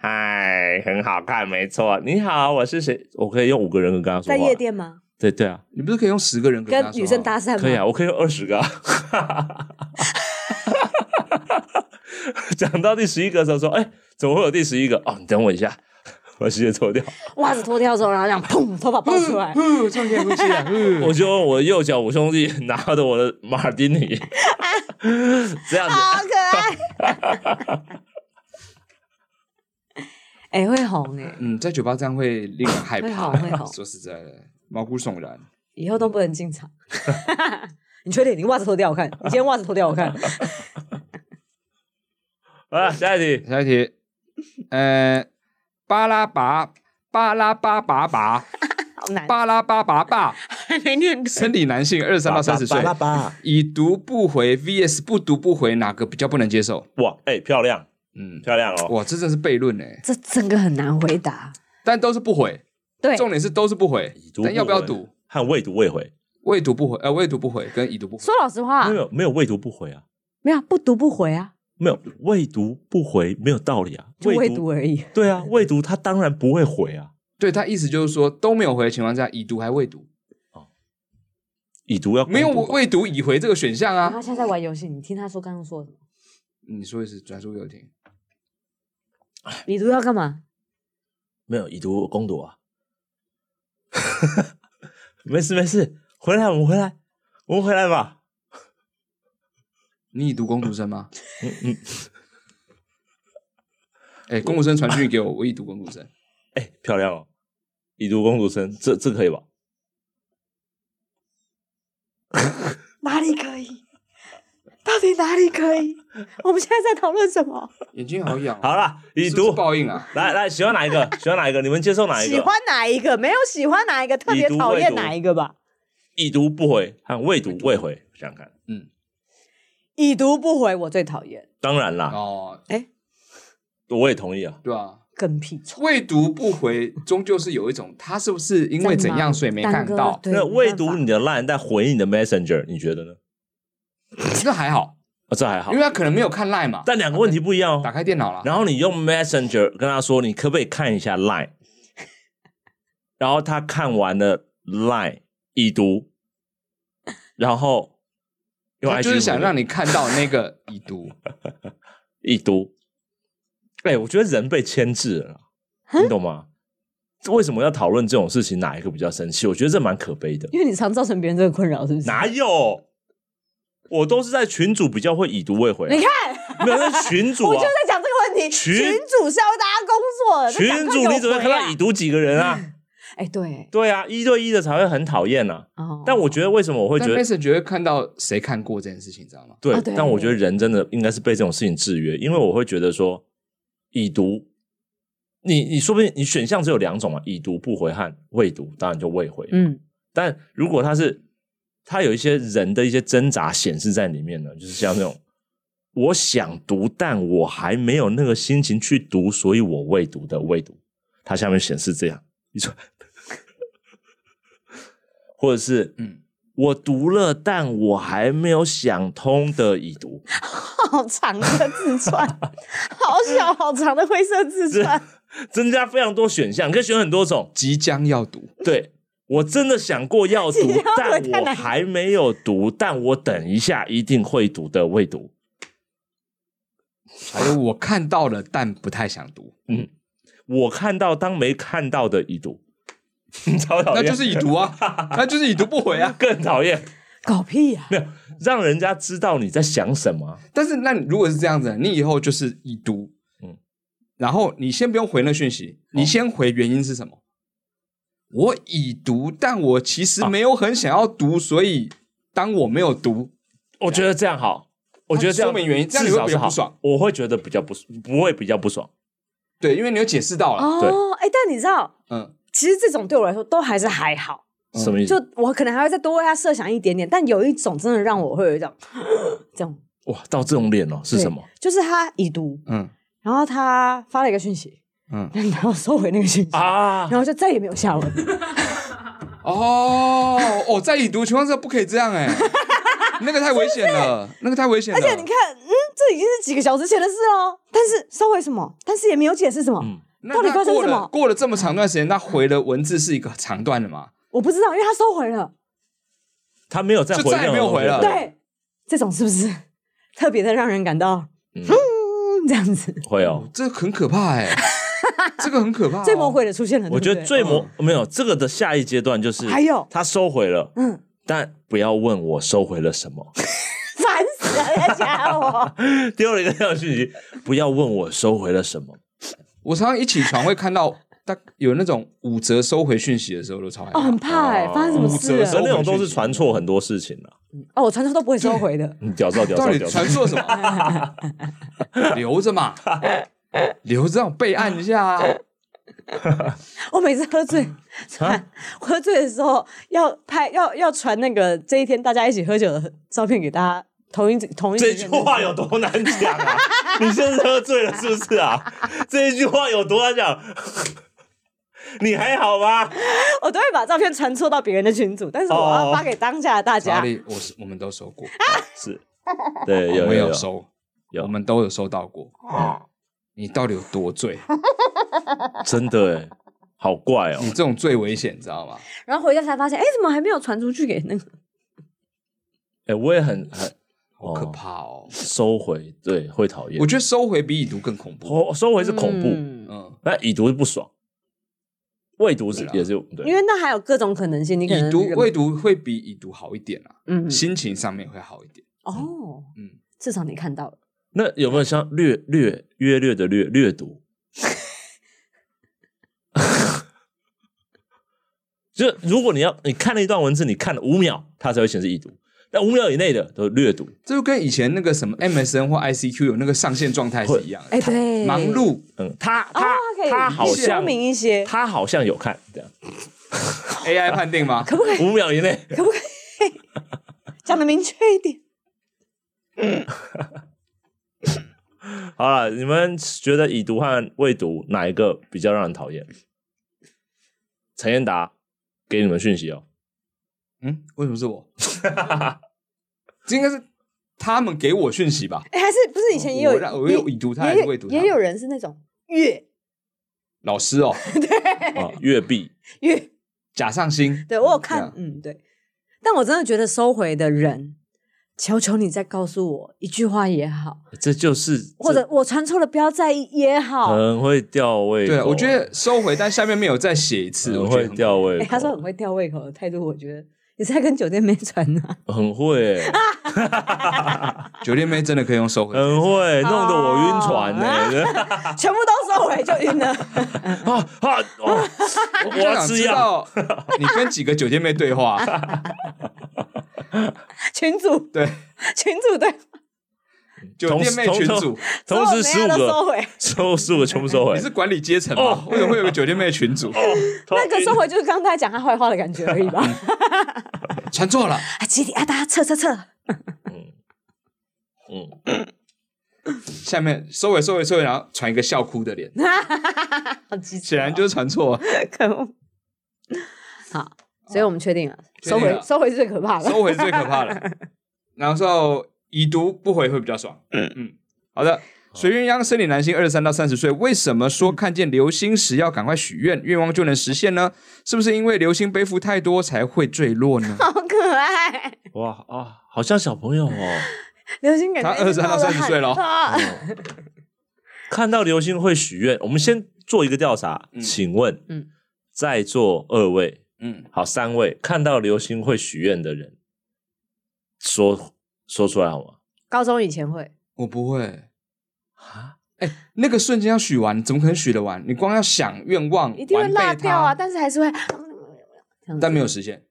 Speaker 3: 啊嗨，很好看，没错，你好，我是谁？我可以用五个人格跟他说
Speaker 2: 在
Speaker 3: 话
Speaker 2: 夜，店吗？
Speaker 3: 对对啊，
Speaker 1: 你不是可以用十个人格
Speaker 2: 跟女生搭
Speaker 1: 搭？
Speaker 2: 讪吗？
Speaker 3: 可以啊，我可以有二十个、啊。 讲到第十一个的时候说，哎、怎么会有第十一个？哦，你等我一下，把鞋子脱掉。
Speaker 2: 袜子脱掉之后，然后这样砰，头发爆出来，
Speaker 1: 嗯，这样可以呼吸啊。 嗯
Speaker 3: 我就用我右脚五兄弟拿着我的马尔丁 尼，这样子
Speaker 2: 好可爱。 哎、会红哎、
Speaker 1: 嗯，在酒吧这样会令人害
Speaker 2: 会
Speaker 1: 怕
Speaker 2: 好会 好。
Speaker 1: 说实在的，毛骨悚然。
Speaker 2: 以后都不能进场。 你确定？你袜子脱掉我看，你今天袜子脱掉我看。
Speaker 3: 啊，下一题，
Speaker 1: 下一题，呃，巴拉拔，巴拉巴拔 拔，
Speaker 2: 好难，
Speaker 1: 巴拉巴拔拔，
Speaker 2: 还没念
Speaker 1: 生理男性，二十三到三十岁
Speaker 4: 巴，拉巴，
Speaker 1: 已读不回 VS 不读不回，哪个比较不能接受？
Speaker 3: 哇，哎、漂亮，
Speaker 1: 嗯，
Speaker 3: 漂亮哦，
Speaker 1: 哇，这真是悖论哎，
Speaker 2: 这整个很难回答。
Speaker 1: 但都是不回，
Speaker 2: 对，
Speaker 1: 重点是都是不回
Speaker 3: 已读，不
Speaker 1: 但要不要
Speaker 3: 回
Speaker 1: 读？
Speaker 3: 和未读未回，
Speaker 1: 未读不回，呃，未读不回跟已读不回，
Speaker 2: 说老实
Speaker 1: 啊
Speaker 2: 话
Speaker 3: 没，有没有未读不回啊，
Speaker 2: 没有不读不回啊，
Speaker 3: 没有未读不回没有道理啊，
Speaker 2: 就未读
Speaker 3: 读
Speaker 2: 而 已。
Speaker 3: 对啊，未读他当然不会回啊，
Speaker 1: 对他意思就是说都没有回的情况下，已读还未读，
Speaker 3: 已读啊要
Speaker 1: 没有
Speaker 3: 公读吧
Speaker 1: 未读已回这个选项
Speaker 2: 然
Speaker 1: 啊
Speaker 2: 后。现在在玩游戏，你听他说刚刚说什么？
Speaker 1: 你说一次，转述给我听。
Speaker 2: 你读要干嘛？
Speaker 3: 没有已读攻读啊， 没事没事，回来我们回来我们回来吧，
Speaker 1: 你已读攻读生 吗？
Speaker 3: 嗯
Speaker 1: 哎、攻读生传讯给我，我已读攻读生。
Speaker 3: 哎、漂亮哦，已读攻读生，这这可以吧？
Speaker 2: 哪里可以？到底哪里可以？ 我们现在在讨论什么？
Speaker 1: 眼睛好痒、啊
Speaker 3: 好，啦，已
Speaker 1: 是不是
Speaker 3: 读。
Speaker 1: 报应啊！
Speaker 3: 来来，喜欢哪一个？喜欢哪一个？你们接受哪一个？
Speaker 2: 喜欢哪一个？没有喜欢哪一个，特别讨厌哪一个吧？
Speaker 3: 已读不回和未读未回，想想看。
Speaker 2: 已读不回，我最讨厌，
Speaker 3: 当然啦，
Speaker 1: 哦，
Speaker 3: 我也同意啊。
Speaker 1: 对啊，
Speaker 2: 跟屁虫。
Speaker 1: 未读不回，终究是有一种他是不是因为
Speaker 2: 在
Speaker 1: 怎
Speaker 2: 忙
Speaker 1: 样所以没看
Speaker 2: 耽
Speaker 1: 到
Speaker 2: 搁？对，
Speaker 3: 那
Speaker 2: 没
Speaker 3: 未
Speaker 2: 办
Speaker 3: 读
Speaker 2: 法
Speaker 3: 你的 line，但回你的 messenger，你觉得呢？
Speaker 1: 那还好，
Speaker 3: 哦，这还好
Speaker 1: 因为，他可能没有看 line 嘛，
Speaker 3: 但两个问题不一样
Speaker 1: 打
Speaker 3: 哦。
Speaker 1: 开电脑了，
Speaker 3: 然后你用 messenger 跟他说，你可不可以看一下 line？然后他看完了 line 已读，然后用 IG
Speaker 1: 他就是想
Speaker 3: 回
Speaker 1: 让你看到那个已 读。
Speaker 3: 已读。哎、我觉得人被牵制了啦，你懂吗？为什么要讨论这种事情？哪一个比较生气？我觉得这蛮可悲的。
Speaker 2: 因为你常造成别人这个困扰，是不是？
Speaker 3: 哪有？我都是在群主比较会以毒未回啊、
Speaker 2: 你看，
Speaker 3: 没有那是群 主
Speaker 2: 我就
Speaker 3: 啊，
Speaker 2: 在讲这个问题。
Speaker 3: 群
Speaker 2: 群主是要大家工作的，那赶快
Speaker 3: 群主
Speaker 2: 给我
Speaker 3: 你只会
Speaker 2: 回
Speaker 3: 看到
Speaker 2: 啊
Speaker 3: 已？读几个人 啊？
Speaker 2: 哎，对，
Speaker 3: 对啊，一对一的才会很讨厌啊。
Speaker 2: 哦，
Speaker 3: 但我觉得为什么我会觉
Speaker 1: 但
Speaker 3: 得
Speaker 1: Messenger 会看到谁看过这件事情，你知道吗？
Speaker 3: 对
Speaker 2: 啊对
Speaker 3: 但我觉得人真的应该是被这种事情制约，因为我会觉得说已读，你你说不定你选项只有两种嘛，已读不回和未读，当然就未回。
Speaker 2: 嗯，
Speaker 3: 但如果他是他有一些人的一些挣扎显示在里面呢，就是像那种我想读，但我还没有那个心情去读，所以我未读的未读，它下面显示这样，你说，或者是
Speaker 1: 嗯，
Speaker 3: 我读了，但我还没有想通的已读，
Speaker 2: 好长的字串， 好小好长的灰色字串，
Speaker 3: 增加非常多选项，你可以选很多种。
Speaker 1: 即将要读，
Speaker 3: 对我真的想过要读
Speaker 2: 你要读，
Speaker 3: 但
Speaker 2: 太
Speaker 3: 我
Speaker 2: 难
Speaker 3: 还没有读，但我等一下一定会读的，未读。
Speaker 1: 还有我看到了，但不太想读，
Speaker 3: 我看到当没看到的已读， 超讨
Speaker 1: 那
Speaker 3: 厌，
Speaker 1: 就是已读啊，那就是已读不回啊。
Speaker 3: 更讨厌，
Speaker 2: 搞屁呀！
Speaker 3: 让人家知道你在想什么。
Speaker 1: 但是那你如果是这样子，你以后就是已读，
Speaker 3: 嗯哦
Speaker 1: 嗯，然后你先不用回那讯息，你先回原因是什么？我已读，但我其
Speaker 3: 啊
Speaker 1: 实没有很想要读，所以当我没有读，
Speaker 3: 我觉得这样好，我觉得这样
Speaker 1: 说明原因这样你
Speaker 3: 至
Speaker 1: 会
Speaker 3: 少
Speaker 1: 比
Speaker 3: 是
Speaker 1: 较
Speaker 3: 好
Speaker 1: 不爽。
Speaker 3: 我会觉得比较不不会比较不爽。
Speaker 1: 对，因为你有解释到了，
Speaker 2: 哦，哎，但你知道，
Speaker 1: 嗯，
Speaker 2: 其实这种对我来说都还是还好，
Speaker 1: 嗯
Speaker 3: 什么意思？
Speaker 2: 就我可能还会再多为他设想一点点，但有一种真的让我会有一种 这种，
Speaker 3: 哇，到这种脸哦，是
Speaker 2: 对
Speaker 3: 什么？
Speaker 2: 就是他已读，
Speaker 1: 嗯
Speaker 2: 然后他发了一个讯息，
Speaker 1: 嗯，
Speaker 2: 然后收回那个讯息，
Speaker 3: 啊嗯
Speaker 2: 然后就再也没有下文。
Speaker 1: 哦哦，在已读的情况下不可以这样 哎、那个太危险了，那个太危险了。
Speaker 2: 而且你看，嗯，这已经是几个小时前的事喽。但是收回什么？但是也没有解释什么。
Speaker 3: 嗯
Speaker 1: 那
Speaker 2: 到底
Speaker 1: 他
Speaker 2: 发生
Speaker 1: 过
Speaker 2: 什
Speaker 1: 了
Speaker 2: 么
Speaker 1: 过了这么长段时间，他回的文字是一个长段的嘛？
Speaker 2: 我不知道，因为他收回了。
Speaker 3: 他没有再
Speaker 1: 就
Speaker 3: 回，
Speaker 1: 再也没有回了
Speaker 2: 对，这种是不 是特别的让人感到
Speaker 3: 嗯
Speaker 2: 嗯这样子？
Speaker 3: 会哦。
Speaker 1: 这很可怕哎、 这个很可怕哦、
Speaker 2: 最魔鬼的出现了，
Speaker 3: 我觉
Speaker 2: 对
Speaker 3: 得
Speaker 2: 不对
Speaker 3: 最魔
Speaker 1: 嗯
Speaker 3: 没有这个的下一阶段就是，
Speaker 2: 还有
Speaker 3: 他收回了，
Speaker 2: 嗯，
Speaker 3: 但不要问我收回了什么，
Speaker 2: 烦死了，要加我，
Speaker 3: 丢了一个这样的讯息，不要问我收回了什么。
Speaker 1: 我常常一起床会看到，大有那种五折收回讯息的时候，我都超害
Speaker 2: 哦，
Speaker 1: 怕。
Speaker 2: 很怕哎，发生什么事
Speaker 1: 五折收
Speaker 3: 可
Speaker 1: 回
Speaker 2: 了？
Speaker 3: 那种都是传错很多事情啊 了，
Speaker 2: 哦，我传说都不会收回 的，
Speaker 3: 你嗯屌照屌
Speaker 1: 到
Speaker 3: 照
Speaker 1: 底
Speaker 3: 屌照
Speaker 1: 传，错什么？ 留着嘛，留着让我备案一 下啊。
Speaker 2: 我每次喝醉
Speaker 3: 啊
Speaker 2: 传， 喝醉的时候要拍要要传那个这一天大家一起喝酒的照片给大家，同一同一
Speaker 3: 这句话有多难讲 啊？你现在喝醉了是不是啊？这一句话有多难讲？你还好吗？
Speaker 2: 我都会把照片传错到别人的群组，但是我
Speaker 3: 哦
Speaker 2: 要发给当下的大
Speaker 1: 查
Speaker 2: 家。
Speaker 1: 理，我是我们都收过，
Speaker 3: 是，
Speaker 1: 哦
Speaker 3: 对，
Speaker 1: 我
Speaker 3: 有
Speaker 1: 们
Speaker 3: 有有，
Speaker 1: 收，
Speaker 3: 有
Speaker 1: 我们都有收到过。你到底有多醉？
Speaker 3: 真的哎，好怪哦
Speaker 1: 你。这种最危险，你知道吗？
Speaker 2: 然后回家才发现，哎，怎么还没有传出去给那个？
Speaker 3: 哎，我也很很
Speaker 1: 好可怕哦！
Speaker 3: 收回，对，会讨厌
Speaker 1: 我。觉得收回比已读更恐怖。
Speaker 3: 我收回是恐怖，
Speaker 2: 嗯
Speaker 1: 嗯，
Speaker 3: 那已读是不爽，未读是
Speaker 1: 对啊
Speaker 3: 也是
Speaker 2: 因
Speaker 3: 对，
Speaker 2: 为那还有各种可能性，你可能
Speaker 1: 已读
Speaker 2: 忍
Speaker 1: 未读会比已读好一点啊，
Speaker 2: 嗯
Speaker 1: 心情上面会好一点。
Speaker 2: 哦，
Speaker 1: 嗯，
Speaker 2: 至少你看到了，
Speaker 3: 那有没有像略略约略的略略读？ 就如果你要你看了一段文字，你看了五秒，它才会显示已读，但五秒以内的都是略读。
Speaker 1: 这就跟以前那个什么 MSN 或 ICQ 有那个上线状态是一样的
Speaker 2: 哎，。对，
Speaker 1: 忙碌，
Speaker 3: 嗯，他
Speaker 2: 啊
Speaker 3: 他，
Speaker 2: 可以
Speaker 3: 他好
Speaker 2: 说
Speaker 3: 像
Speaker 2: 明一些，
Speaker 3: 他好像有看这样，
Speaker 1: AI 判定 吗？
Speaker 2: 可不可以
Speaker 3: 五秒以内。
Speaker 2: 可不可以讲的明确一点？
Speaker 3: 好了，你们觉得已读和未读哪一个比较让人讨厌？陈彦达给你们讯息哦，
Speaker 1: 嗯，为什么是我？这应该是他们给我讯息吧？
Speaker 2: 哎，还是不是以前也有
Speaker 1: 我让我有
Speaker 2: 也
Speaker 1: 已读他
Speaker 2: 也
Speaker 1: 还是
Speaker 2: 有
Speaker 1: 未读他？
Speaker 2: 也有人是那种月
Speaker 1: 老师哦，
Speaker 3: 啊，月币
Speaker 2: 月，
Speaker 1: 假上心。
Speaker 2: 对我有
Speaker 1: 这
Speaker 2: 看
Speaker 1: 样，
Speaker 2: 嗯，对，但我真的觉得收回的人，求求你再告诉我一句话也好，
Speaker 3: 这就是
Speaker 2: 或者我传错了不要在意也
Speaker 3: 这
Speaker 2: 好。
Speaker 3: 很会吊胃口。
Speaker 1: 对，我觉得收回，但下面没有再写一次，我
Speaker 3: 很
Speaker 1: 觉
Speaker 3: 嗯会
Speaker 1: 得很
Speaker 3: 吊胃口。
Speaker 2: 哎，他说很会吊胃口的态度，我觉得也是在跟酒店妹传啊。
Speaker 3: 很会欸，
Speaker 1: 酒店妹真的可以用收回。
Speaker 3: 很会，弄得我晕
Speaker 2: 哦
Speaker 3: 船呢。
Speaker 1: 啊
Speaker 2: 全部都收回就 晕了。
Speaker 3: 啊啊！哦 我
Speaker 1: 就
Speaker 3: 要
Speaker 1: 想
Speaker 3: 吃
Speaker 1: 知
Speaker 3: 药。
Speaker 1: 道你跟几个酒店妹对 话，
Speaker 2: 群主
Speaker 1: 对，
Speaker 2: 群 主对，
Speaker 1: 酒店妹群主，
Speaker 3: 同时十
Speaker 2: 所有妹
Speaker 3: 五
Speaker 2: 都收
Speaker 3: 个，
Speaker 2: 回，
Speaker 3: 收十五个全部收回
Speaker 1: 你。是管理阶层
Speaker 3: 哦
Speaker 1: 吗？为什么会有个酒店妹群主？哦
Speaker 2: 那个收回就是刚才讲他坏话的感觉而已吧。
Speaker 1: 嗯传错了，
Speaker 2: 啊，集体啊，大家撤撤撤！
Speaker 3: 嗯，
Speaker 1: 下面收尾收尾收尾，然后传一个笑哭的脸，
Speaker 2: 好机智
Speaker 1: 显
Speaker 2: 哦
Speaker 1: 然就是传错了。
Speaker 2: 可恶。好，所以我们确定了，
Speaker 1: 确
Speaker 2: 收
Speaker 1: 定
Speaker 2: 回
Speaker 1: 了
Speaker 2: 收回是最可怕的。
Speaker 1: 收回是最可怕 的。然后已读不回会比较爽。嗯嗯，好的。水鸳鸯生理男性，二十三到三十岁，为什么说看见流星时要赶快许愿，愿望就能实现呢？是不是因为流星背负太多才会坠落呢？
Speaker 2: 好可爱，
Speaker 3: 哇啊，好像小朋友哦，
Speaker 2: 流星感觉
Speaker 1: 他23到30岁了嗯
Speaker 2: 啊
Speaker 3: 看到流星会许愿。我们先做一个调查，请问，
Speaker 2: 嗯
Speaker 3: 在座二位
Speaker 1: 嗯，
Speaker 3: 好，三位看到流星会许愿的人，说说出来好吗？
Speaker 2: 高中以前会，
Speaker 1: 我不会。
Speaker 3: 啊，
Speaker 1: 哎，那个瞬间要许完，怎么可能许得完？你光要想愿望，
Speaker 2: 一定会
Speaker 1: 完备
Speaker 2: 落掉啊，
Speaker 1: 它，
Speaker 2: 但是还是会。这样子
Speaker 1: 但没有，实现。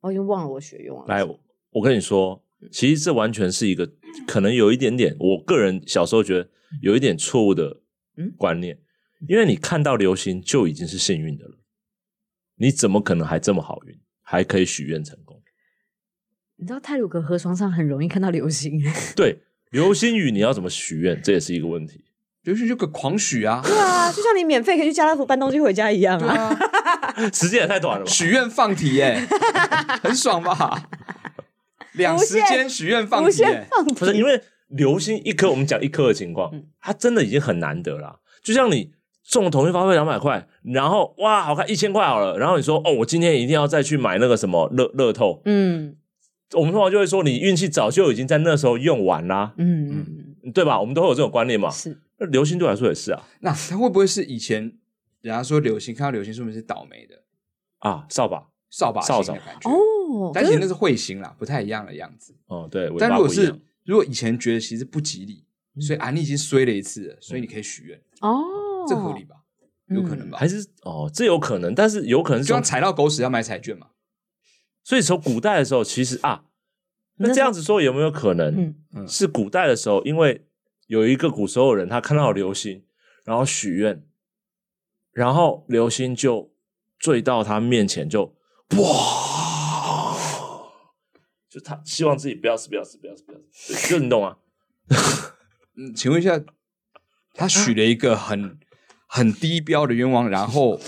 Speaker 2: 我已经忘了我学愿望。
Speaker 3: 来，我我跟你说，其实这完全是一个可能有一点点，我个人小时候觉得有一点错误的
Speaker 2: 嗯
Speaker 3: 观念，因为你看到流星就已经是幸运的了，你怎么可能还这么好运，还可以许愿成功？
Speaker 2: 你知道泰鲁格河床上很容易看到流星，
Speaker 3: 对，流星雨你要怎么许愿，这也是一个问题。
Speaker 1: 流星就个狂许 啊，
Speaker 2: 对啊，就像你免费可以去家乐福搬东西回家一样
Speaker 1: 对
Speaker 2: 啊。
Speaker 1: 啊，
Speaker 3: 时间也太短了吧？
Speaker 1: 许愿放题 耶、很爽吧？两
Speaker 2: 无
Speaker 1: 时
Speaker 2: 限
Speaker 1: 间许愿放
Speaker 2: 无
Speaker 1: 题耶、
Speaker 2: 限放
Speaker 3: 不是
Speaker 2: 题，
Speaker 3: 因为流星一颗，我们讲一颗的情况
Speaker 2: 嗯，
Speaker 3: 它真的已经很难得啦。就像你中了统一发票两百块，然后哇，好看一千块好了，然后你说哦，我今天一定要再去买那个什么乐乐透，
Speaker 2: 嗯
Speaker 3: 我们通常就会说你运气早就已经在那时候用完啦，
Speaker 2: 嗯嗯
Speaker 3: 对吧？我们都会有这种观念嘛
Speaker 2: 嗯，。是
Speaker 3: 那流星对我来说也是啊
Speaker 1: 那他会不会是以前人家说流星看到流星，说明是倒霉的
Speaker 3: 啊，扫把
Speaker 1: 扫把
Speaker 3: 扫
Speaker 1: 星的
Speaker 3: 帚
Speaker 1: 感觉？，
Speaker 2: 哦，
Speaker 1: 但
Speaker 2: 可
Speaker 1: 是
Speaker 2: 是
Speaker 1: 那是彗星啦，不太一样的样子。
Speaker 3: 哦，对，尾
Speaker 1: 但
Speaker 3: 巴
Speaker 1: 如果
Speaker 3: 不一
Speaker 1: 是
Speaker 3: 样。
Speaker 1: 如果以前觉得其实不吉利，所以啊你已经衰了一次了，所以你可以许愿，
Speaker 2: 哦，
Speaker 1: 这合理吧？有可
Speaker 2: 嗯
Speaker 1: 能吧？
Speaker 3: 还是哦，这有可能，但是有可能是
Speaker 1: 就像
Speaker 3: 从
Speaker 1: 踩到狗屎要买彩券嘛？
Speaker 3: 所以从古代的时候，其实啊，
Speaker 2: 那
Speaker 3: 那
Speaker 2: 时
Speaker 3: 这样子说有没有可能
Speaker 2: 嗯
Speaker 1: 嗯
Speaker 3: 是古代的时候，因为有一个古时候的人，他看到流星，然后许愿，然后流星就坠到他面前就，哇，就他希望自己不要死，不要死，不要死，不要死，就就你懂吗？
Speaker 1: 嗯，请问一下，他许了一个很很低标的愿望，然后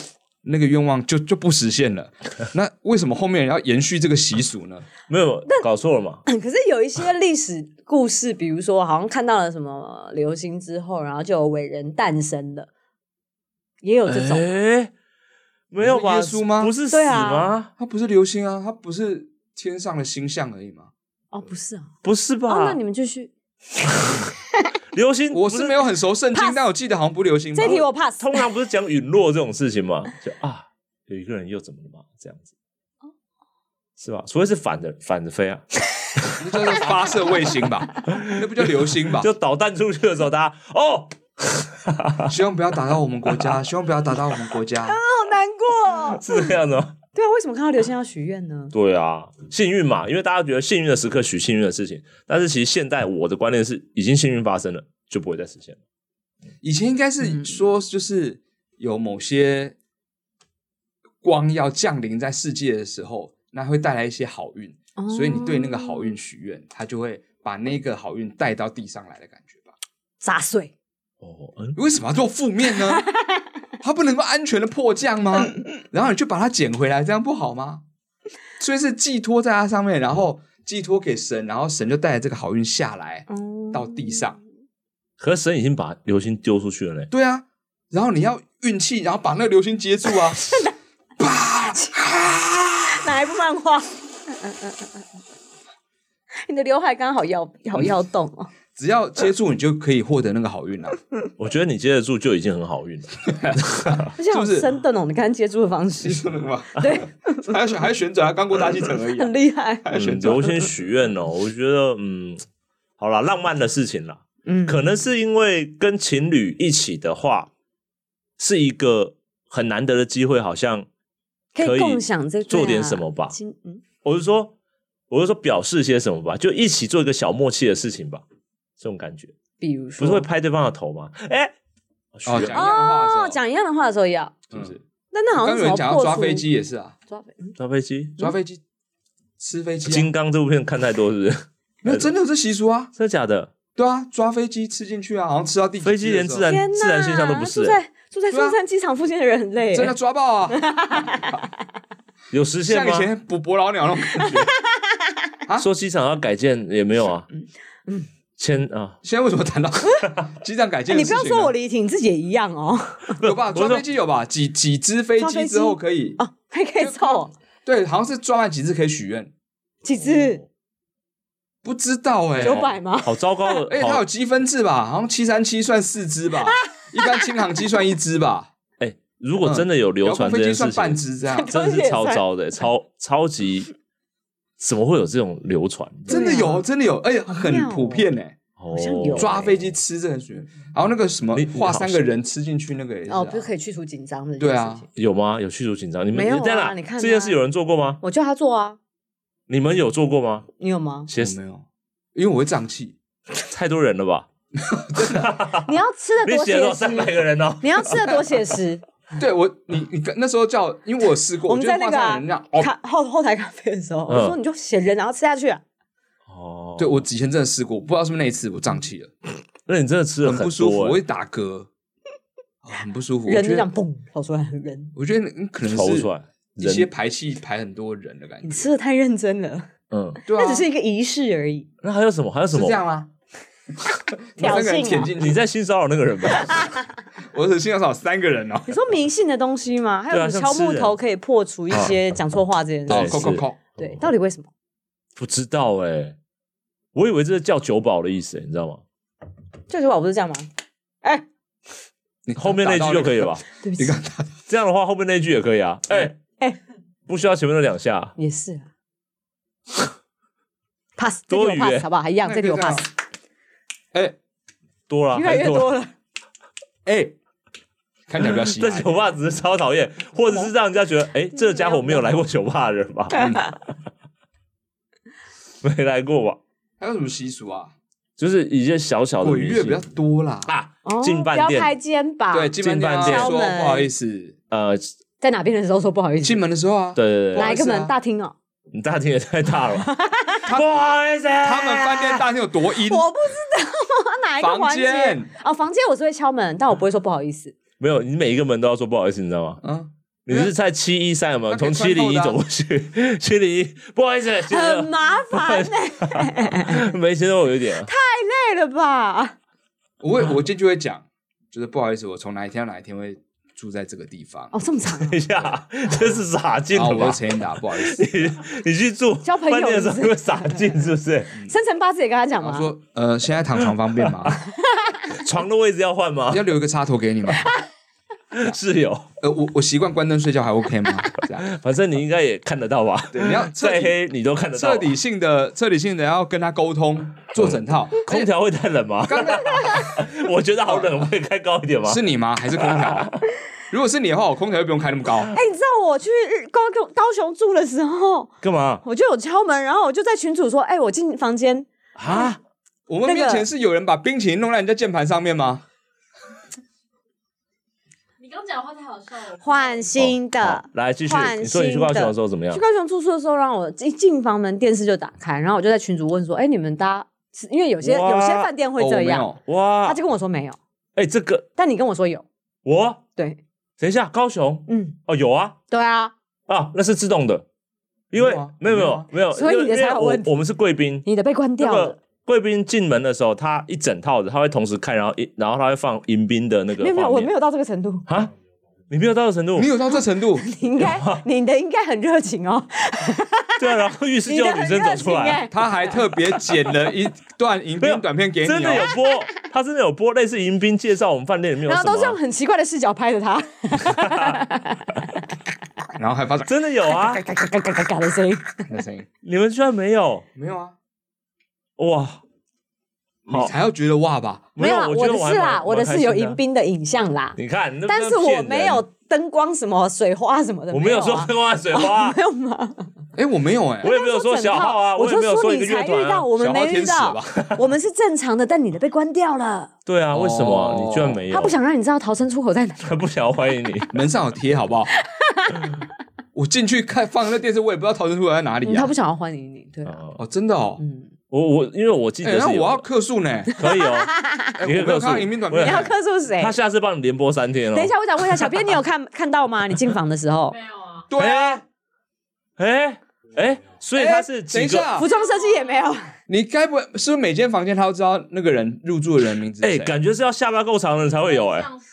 Speaker 1: 那个愿望就就不实现了，那为什么后面要延续这个习俗呢？
Speaker 3: 没有搞错了嘛？
Speaker 2: 嗯可是有一些历史故事，比如说好像看到了什么流星之后，然后就有伟人诞生的，也有这种。
Speaker 3: 哎，没有吧？
Speaker 1: 你说耶稣吗
Speaker 3: 不是死
Speaker 2: 对
Speaker 3: 吗？
Speaker 2: 啊
Speaker 1: 它不是流星啊，它不是天上的星象而已吗？
Speaker 2: 哦，不是啊，
Speaker 3: 不是吧？
Speaker 2: 哦，那你们继续，
Speaker 3: 流星
Speaker 1: 我
Speaker 3: 嗯不
Speaker 1: 是没有很熟圣经，但我记得好像不流星吧。
Speaker 2: 这题 我 pass。
Speaker 3: 通常不是讲陨落这种事情嘛？就啊，有一个人又怎么了嘛？这样子，是吧？除非是反的反着飞啊，
Speaker 1: 那叫做发射卫星吧，那不叫流星吧？
Speaker 3: 就导弹出去的时候，大家哦，
Speaker 1: 希望不要打到我们国家，希望不要打到我们国家。
Speaker 2: 好难过、哦。
Speaker 3: 是这样子吗？
Speaker 2: 对啊，为什么看到流星要许愿呢？
Speaker 3: 对啊，幸运嘛，因为大家觉得幸运的时刻许幸运的事情，但是其实现在我的观念是，已经幸运发生了，就不会再实现了。
Speaker 1: 以前应该是说，就是有某些光要降临在世界的时候，那会带来一些好运，
Speaker 2: 哦
Speaker 1: 所以你对那个好运许愿，它就会把那个好运带到地上来的感觉吧？
Speaker 2: 砸碎，
Speaker 3: 哦，嗯，
Speaker 1: 为什么要做负面呢？ 它不能够安全的迫降吗？然后你就把它捡回来，这样不好吗？所以是寄托在它上面，然后寄托给神，然后神就带着这个好运下来
Speaker 2: 嗯
Speaker 1: 到地上。
Speaker 3: 可是神已经把流星丢出去了呢。
Speaker 1: 对啊，然后你要运气，然后把那个流星接住啊！啪！
Speaker 2: 哪一部漫画？嗯你的刘海刚好要 好要动哦，
Speaker 1: 只要接住，你就可以获得那个好 运了、
Speaker 3: 我觉得你接得住就已经很好运了。
Speaker 2: 而且好
Speaker 1: 是不是
Speaker 2: 生动哦！你看接触的 方
Speaker 1: 你
Speaker 2: 式，
Speaker 1: 说那个吗？
Speaker 2: 对，
Speaker 1: 还旋还旋转啊，刚过大气层而已、啊
Speaker 2: 很，厉害。
Speaker 1: 还
Speaker 3: 嗯
Speaker 1: 旋转
Speaker 3: 流。星许愿哦，我觉得嗯，好啦，浪漫的事情啦，
Speaker 2: 嗯，
Speaker 3: 可能是因为跟情侣一起的话，是一个很难得的机会，好像
Speaker 2: 可以共享这个
Speaker 3: 做点什么吧
Speaker 2: 亲嗯，
Speaker 3: 我是说，我是说表示些什么吧，就一起做一个小默契的事情吧，这种感觉，
Speaker 2: 比如
Speaker 3: 不
Speaker 2: 说
Speaker 3: 是会拍对方的头吗？哎、许
Speaker 1: 哦讲
Speaker 3: 愿
Speaker 1: 一样的话的时候
Speaker 2: 哦，讲一样的话的时候要，
Speaker 3: 是不是？
Speaker 2: 但那好
Speaker 1: 刚
Speaker 2: 像
Speaker 1: 有人
Speaker 2: 是什么
Speaker 1: 讲到
Speaker 2: 破
Speaker 1: 抓
Speaker 2: 除嗯
Speaker 1: 飞机也是啊，
Speaker 2: 抓飞
Speaker 3: 抓飞机，
Speaker 1: 抓飞机、吃飞机、
Speaker 3: 金
Speaker 1: 啊，
Speaker 3: 刚这部片看太多是 不是？
Speaker 1: 没有真的有这习俗啊。
Speaker 3: 真的假的？
Speaker 1: 对啊，抓飞机吃进去啊，好像吃到第几
Speaker 3: 飞机
Speaker 1: 只的时
Speaker 3: 连自
Speaker 1: 候
Speaker 3: 然
Speaker 2: 天哪
Speaker 3: 自然现象都不是、
Speaker 2: 住
Speaker 3: 哎
Speaker 2: 在住在
Speaker 1: 对啊
Speaker 2: 松山机场附近的人很累，
Speaker 1: 真的抓 爆啊，
Speaker 3: 有实现
Speaker 1: 像以
Speaker 3: 吗？
Speaker 1: 前捕伯劳鸟那种 感觉。
Speaker 3: 说机场要改建也没有啊，嗯，签啊，
Speaker 1: 现在为什么谈到机长改
Speaker 2: 哎
Speaker 1: 建
Speaker 2: 你
Speaker 1: 的
Speaker 2: 不
Speaker 1: 事情啊
Speaker 2: 要
Speaker 1: 呢？
Speaker 2: 说我离题，你自己也一样哦。
Speaker 1: 有吧？
Speaker 3: 我
Speaker 1: 抓
Speaker 3: 说
Speaker 1: 飞机有吧？几几只飞
Speaker 2: 抓飞
Speaker 1: 机
Speaker 2: 机
Speaker 1: 之后可以
Speaker 2: 哦，还可以凑
Speaker 1: 对，好像是抓完几只可以许愿，
Speaker 2: 几只？
Speaker 1: 不知道哎、
Speaker 2: 九百吗？，
Speaker 3: 好糟糕的，
Speaker 1: 而且它
Speaker 3: 好
Speaker 1: 有积分制吧？好像七三七算四只吧，一般轻航机算一只吧，
Speaker 3: 哎、如果真的有流
Speaker 1: 嗯遥
Speaker 3: 传
Speaker 1: 控
Speaker 3: 这
Speaker 1: 飞
Speaker 3: 件
Speaker 1: 机
Speaker 3: 事
Speaker 1: 算
Speaker 3: 情，
Speaker 1: 半只这样
Speaker 3: 真的 是超糟的、超超级，怎么会有这种流传？
Speaker 1: 真的有，真的有，而且
Speaker 2: 啊妙
Speaker 1: 很
Speaker 2: 哦
Speaker 1: 普遍哎、
Speaker 3: 好
Speaker 2: 像有欸
Speaker 1: 抓飞机吃这个很许愿，然后那个什么
Speaker 3: 哎你
Speaker 1: 画三个人吃进去那个也是、啊，
Speaker 2: 哦，不是可以去除紧张的这
Speaker 1: 对
Speaker 2: 件
Speaker 1: 啊
Speaker 2: 事情。
Speaker 3: 有吗？有驱逐紧张？你们
Speaker 2: 没有啊
Speaker 3: 你在哪
Speaker 2: 你看啊
Speaker 3: 这件事有人做过吗？
Speaker 2: 我叫他做啊，
Speaker 3: 你们有做过吗？？
Speaker 2: 你有吗
Speaker 3: 其
Speaker 1: 我
Speaker 3: 实
Speaker 1: 没有，因为我会胀气。
Speaker 3: 太多人了 吧？
Speaker 2: 你要吃的
Speaker 3: 啊你
Speaker 2: 多
Speaker 3: 写了
Speaker 2: 写
Speaker 3: 三百
Speaker 2: 实，
Speaker 3: 个 人哦，
Speaker 2: 你要吃的多写实。
Speaker 1: 对我，你你那时候叫我，因为 我试过，
Speaker 2: 我们
Speaker 1: 就
Speaker 2: 在
Speaker 1: 是
Speaker 2: 那
Speaker 1: 画
Speaker 2: 个
Speaker 1: 上
Speaker 2: 啊
Speaker 1: 人家哦，
Speaker 2: 咖后后台咖啡的时候，我说
Speaker 3: 嗯
Speaker 2: 你就写人，然后吃下去啊。
Speaker 3: 哦，
Speaker 1: 对我以前真的试过，我不知道是不是那一次我胀气了，
Speaker 3: 那你真的吃了
Speaker 1: 很
Speaker 3: 很
Speaker 1: 不舒服，
Speaker 3: 多、
Speaker 1: 我
Speaker 3: 欸
Speaker 1: 会，打嗝，啊很不舒服。我
Speaker 2: 人就
Speaker 1: 觉
Speaker 2: 这样
Speaker 1: 得，
Speaker 2: 嘣跑出来，人。
Speaker 1: 我觉得你可能
Speaker 3: 跑不
Speaker 1: 是
Speaker 3: 出来。
Speaker 1: 一些
Speaker 3: 人，
Speaker 1: 排气排很多人的感
Speaker 2: 你
Speaker 1: 觉。
Speaker 2: 吃的太认真了，
Speaker 3: 嗯，
Speaker 1: 对啊，
Speaker 2: 那只是一个仪式而已。
Speaker 3: 那还有什么？还有什
Speaker 1: 是
Speaker 3: 么
Speaker 1: 这？样吗？啊把三个人
Speaker 2: 挑衅啊
Speaker 1: 舔进
Speaker 3: 你
Speaker 1: 去，
Speaker 3: 在性骚扰那个人吧？
Speaker 1: 我只欣赏少三个人哦。
Speaker 2: 你说迷信的东西吗？还
Speaker 3: 对
Speaker 2: 有
Speaker 3: 啊
Speaker 2: 你
Speaker 3: 像
Speaker 2: 敲
Speaker 3: 吃
Speaker 2: 木
Speaker 3: 人啊
Speaker 2: 头可以破除一些讲错话这件
Speaker 1: 好，
Speaker 2: 事情。
Speaker 3: 对
Speaker 1: 扣扣扣，
Speaker 2: 对，到底为什么？
Speaker 3: 不知道哎、我以为这是叫酒保的意思、欸你知道吗？
Speaker 2: 这句话不是这样吗？哎，
Speaker 1: 你
Speaker 3: 后面那句就可以了吧？？
Speaker 2: 对不
Speaker 1: 你
Speaker 2: 起，
Speaker 1: 刚打
Speaker 3: 这样的话，后面那句也可以啊。哎、
Speaker 2: 哎
Speaker 3: 不需要前面那两下，
Speaker 2: 也是啊。pass，这
Speaker 3: 多
Speaker 2: 题我
Speaker 3: 余欸
Speaker 2: pass 好不好？还一样，这题我
Speaker 1: 啊那
Speaker 2: pass，。
Speaker 1: 就
Speaker 3: 啊多了
Speaker 2: 越来越多了。
Speaker 1: 这样哎哎，看起来比较喜
Speaker 3: 在酒
Speaker 1: 欢。
Speaker 3: 吧只是超 讨厌，或者是让人家觉得，哎、这家伙没有来过酒吧的人 吧？没来过吧？
Speaker 1: 还有什么习俗啊？
Speaker 3: 就是一些小小的
Speaker 1: 鬼
Speaker 3: 迷
Speaker 1: 月比较
Speaker 3: 信
Speaker 1: 多啦。
Speaker 3: 啊
Speaker 2: 哦，
Speaker 3: 进
Speaker 2: 不
Speaker 3: 饭
Speaker 2: 要拍
Speaker 3: 店，
Speaker 2: 肩膀。
Speaker 1: 对，进门
Speaker 3: 进饭
Speaker 1: 说
Speaker 2: 店
Speaker 1: 不好意思，
Speaker 3: 呃，
Speaker 2: 在哪边的时候说不好意思
Speaker 1: 进？门的时候啊，
Speaker 3: 对对
Speaker 1: 不
Speaker 3: 对
Speaker 1: 好
Speaker 2: 哪
Speaker 1: 意
Speaker 2: 一个
Speaker 1: 思啊
Speaker 2: 门？大厅哦。
Speaker 3: 你大厅也太大了 吧？不好意思，他
Speaker 1: 他们饭店大厅有多阴？
Speaker 2: 我不知道哪一个环节
Speaker 1: 房间
Speaker 2: 哦，房间我是会敲门，但我不会说不好意思。
Speaker 3: 没有，你每一个门都要说不好意思，你知道吗？
Speaker 1: 嗯，
Speaker 3: 你是在七一三有没有？
Speaker 1: 那可以
Speaker 3: 从
Speaker 1: 穿
Speaker 3: 七零
Speaker 1: 透
Speaker 3: 一
Speaker 1: 的啊
Speaker 3: 走过去，七零一，不好意思，先
Speaker 2: 很
Speaker 3: 生，
Speaker 2: 麻 烦呢、嗯
Speaker 3: 没先生，我有点啊
Speaker 2: 累了吧？
Speaker 1: 我会我进去会讲，就是不好意思，我从哪一天到哪一天会住在这个地方，
Speaker 2: 哦，这么长、啊
Speaker 3: 等，一下，这是傻劲
Speaker 1: 然后啊我
Speaker 3: 了吧
Speaker 1: 会？陈英达，不好意思，
Speaker 3: 你去住
Speaker 2: 交朋友
Speaker 3: 饭店的时候
Speaker 2: 是不
Speaker 3: 你
Speaker 2: 是
Speaker 3: 会傻劲是不是？
Speaker 2: 生辰八字也跟他讲
Speaker 1: 然
Speaker 2: 吗
Speaker 1: 后？说呃，现在躺床方便吗？
Speaker 3: 床的位置要 换吗？
Speaker 1: 要留一个插头给你吗？
Speaker 3: 室友，
Speaker 1: 呃，我我习惯关灯睡觉还 OK 吗？这样，
Speaker 3: 反正你应该也看得到吧？
Speaker 1: 对，你要彻
Speaker 3: 再
Speaker 1: 底
Speaker 3: 黑你都看得到吧。
Speaker 1: 彻底哎性的彻底性的要跟他沟通，做整套。
Speaker 3: 空调会太冷吗？
Speaker 1: 刚刚
Speaker 3: 我觉得好冷，会开高一点吗？
Speaker 1: 是你吗？还是空调？啊 如果是你的话，我空调就不用开那么 高。
Speaker 2: 哎、你知道我去日高雄高雄住的时候，
Speaker 3: 干嘛
Speaker 2: 我就有敲门，然后我就在群主说，哎、我进房间，
Speaker 3: 啊？
Speaker 1: 我们
Speaker 2: 那个
Speaker 1: 面前是有人把冰淇淋弄在人家键盘上面吗？
Speaker 4: 你刚讲的话太好笑了。
Speaker 2: 换新
Speaker 3: 好
Speaker 2: 的。
Speaker 3: 来继续，
Speaker 2: 换
Speaker 3: 你说你去高雄的时候怎么样
Speaker 2: 去？高雄住宿的时候，让我一进房门电视就打开，然后我就在群主问说，哎、你们搭？是因为有些
Speaker 3: 哇
Speaker 2: 有些饭店会
Speaker 1: 哦我
Speaker 2: 这
Speaker 1: 没
Speaker 2: 样，
Speaker 1: 有
Speaker 3: 哇
Speaker 2: 他就，跟我说没有，
Speaker 3: 哎，这个
Speaker 2: 但你跟我说有，
Speaker 3: 我
Speaker 2: 对，
Speaker 3: 等一下，高雄
Speaker 2: 嗯，
Speaker 3: 哦有啊，
Speaker 2: 对啊，
Speaker 3: 啊，那是自动的，因为
Speaker 1: 没有啊
Speaker 3: 没有没
Speaker 1: 没有
Speaker 3: 有
Speaker 1: 啊
Speaker 3: 没有，
Speaker 2: 所以你的
Speaker 3: 因为
Speaker 2: 才有
Speaker 3: 因为我
Speaker 2: 问题
Speaker 3: 我们是贵宾，
Speaker 2: 你的被关
Speaker 3: 那
Speaker 2: 掉了
Speaker 3: 个。贵宾进门的时候，他一整套的，他会同时看，然后一然后他会放迎宾的那个
Speaker 2: 没有没有，
Speaker 3: 画
Speaker 2: 我
Speaker 3: 面
Speaker 2: 没有到这个程 度。
Speaker 3: 啊，你没有到这程度
Speaker 1: 你，有到这程度？
Speaker 2: 你应该，你的应该很热情哦。
Speaker 3: 对啊，然后浴室
Speaker 2: 你
Speaker 3: 就
Speaker 2: 的
Speaker 3: 有女
Speaker 2: 很
Speaker 3: 生
Speaker 2: 热
Speaker 3: 走出
Speaker 2: 情
Speaker 3: 来，啊
Speaker 2: 哎，
Speaker 1: 他还特别剪了一段影
Speaker 3: 没有
Speaker 1: 片短片给
Speaker 3: 真
Speaker 1: 你
Speaker 3: 的有
Speaker 1: 哦。
Speaker 3: 播，他真的有播类似迎宾介绍我们饭店里面有
Speaker 2: 然
Speaker 3: 什
Speaker 2: 后都是用
Speaker 3: 么啊，
Speaker 2: 很奇怪的视角拍着 他，
Speaker 1: 然后还发出
Speaker 3: 真的有啊，
Speaker 2: 嘎嘎嘎嘎嘎嘎的声音。
Speaker 1: 那声音，
Speaker 3: 你们居然没有
Speaker 1: 没有啊？
Speaker 3: 哇，哦
Speaker 1: 你才要觉得哇吧？
Speaker 2: 没有啊，
Speaker 3: 我
Speaker 2: 我
Speaker 3: 觉
Speaker 2: 的
Speaker 3: 得还
Speaker 2: 是啦，
Speaker 3: 蛮
Speaker 2: 我的是有，
Speaker 3: 蛮
Speaker 2: 迎
Speaker 3: 开心
Speaker 2: 宾的影像啦
Speaker 3: 啊，你看，那
Speaker 2: 但是
Speaker 3: 那骗
Speaker 2: 我
Speaker 3: 人
Speaker 2: 没有，灯光什么水花什么的，
Speaker 3: 我没有
Speaker 2: 有
Speaker 3: 说
Speaker 2: 啊，
Speaker 3: 灯光水 花
Speaker 2: 没有吗？
Speaker 1: 哎，我没有哎，
Speaker 3: 我也没有说小号啊，
Speaker 2: 我
Speaker 3: 也没有
Speaker 2: 就
Speaker 3: 说一
Speaker 2: 你
Speaker 3: 个乐
Speaker 2: 才
Speaker 3: 团
Speaker 2: 遇
Speaker 3: 啊
Speaker 2: 到，。我们
Speaker 1: 小号
Speaker 2: 没
Speaker 1: 天
Speaker 2: 遇
Speaker 1: 使
Speaker 2: 到
Speaker 1: 吧，
Speaker 2: 我们是正常的，但你的被关掉了。
Speaker 3: 对啊，为什么
Speaker 1: 哦
Speaker 3: 你居然没有？
Speaker 2: 他不想让你知道逃生出口在哪。
Speaker 3: 他 不想要欢迎你，
Speaker 1: 门上有贴好不 好？我进去看放那电视，我也不知道逃生出口在哪里啊
Speaker 3: 哎
Speaker 2: 嗯他
Speaker 1: 呀
Speaker 2: 不。想要欢迎你，对啊，
Speaker 1: 哦，真的哦。
Speaker 2: 嗯，
Speaker 3: 我我因为我记
Speaker 1: 哎，
Speaker 3: 得
Speaker 1: 那
Speaker 3: 是有
Speaker 1: 我要
Speaker 3: 的，
Speaker 1: 客诉 呢。
Speaker 3: 可 以哦，
Speaker 1: 哎，我
Speaker 3: 你
Speaker 1: 没
Speaker 3: 可以
Speaker 1: 有
Speaker 3: 告诉
Speaker 1: 看
Speaker 3: 我
Speaker 1: 到影片短
Speaker 3: 我也
Speaker 1: 片
Speaker 2: 你要
Speaker 1: 欸。
Speaker 2: 克诉谁
Speaker 3: 他？下次帮你连播三天哦。
Speaker 2: 等一，下，我想问一下，小编，你有 看看到吗？你进房的时候，
Speaker 4: 没有啊，
Speaker 1: 对啊，
Speaker 3: 哎哎，所以他是
Speaker 1: 等
Speaker 3: 几
Speaker 1: 一
Speaker 3: 个？
Speaker 1: 下
Speaker 2: 服，装设计也没 有。
Speaker 1: 你该不会是不是每间房间他都知道那个人入住的人名字？
Speaker 3: 哎，，感觉是要下巴够长的人才会有哎。
Speaker 2: 哦
Speaker 4: 像是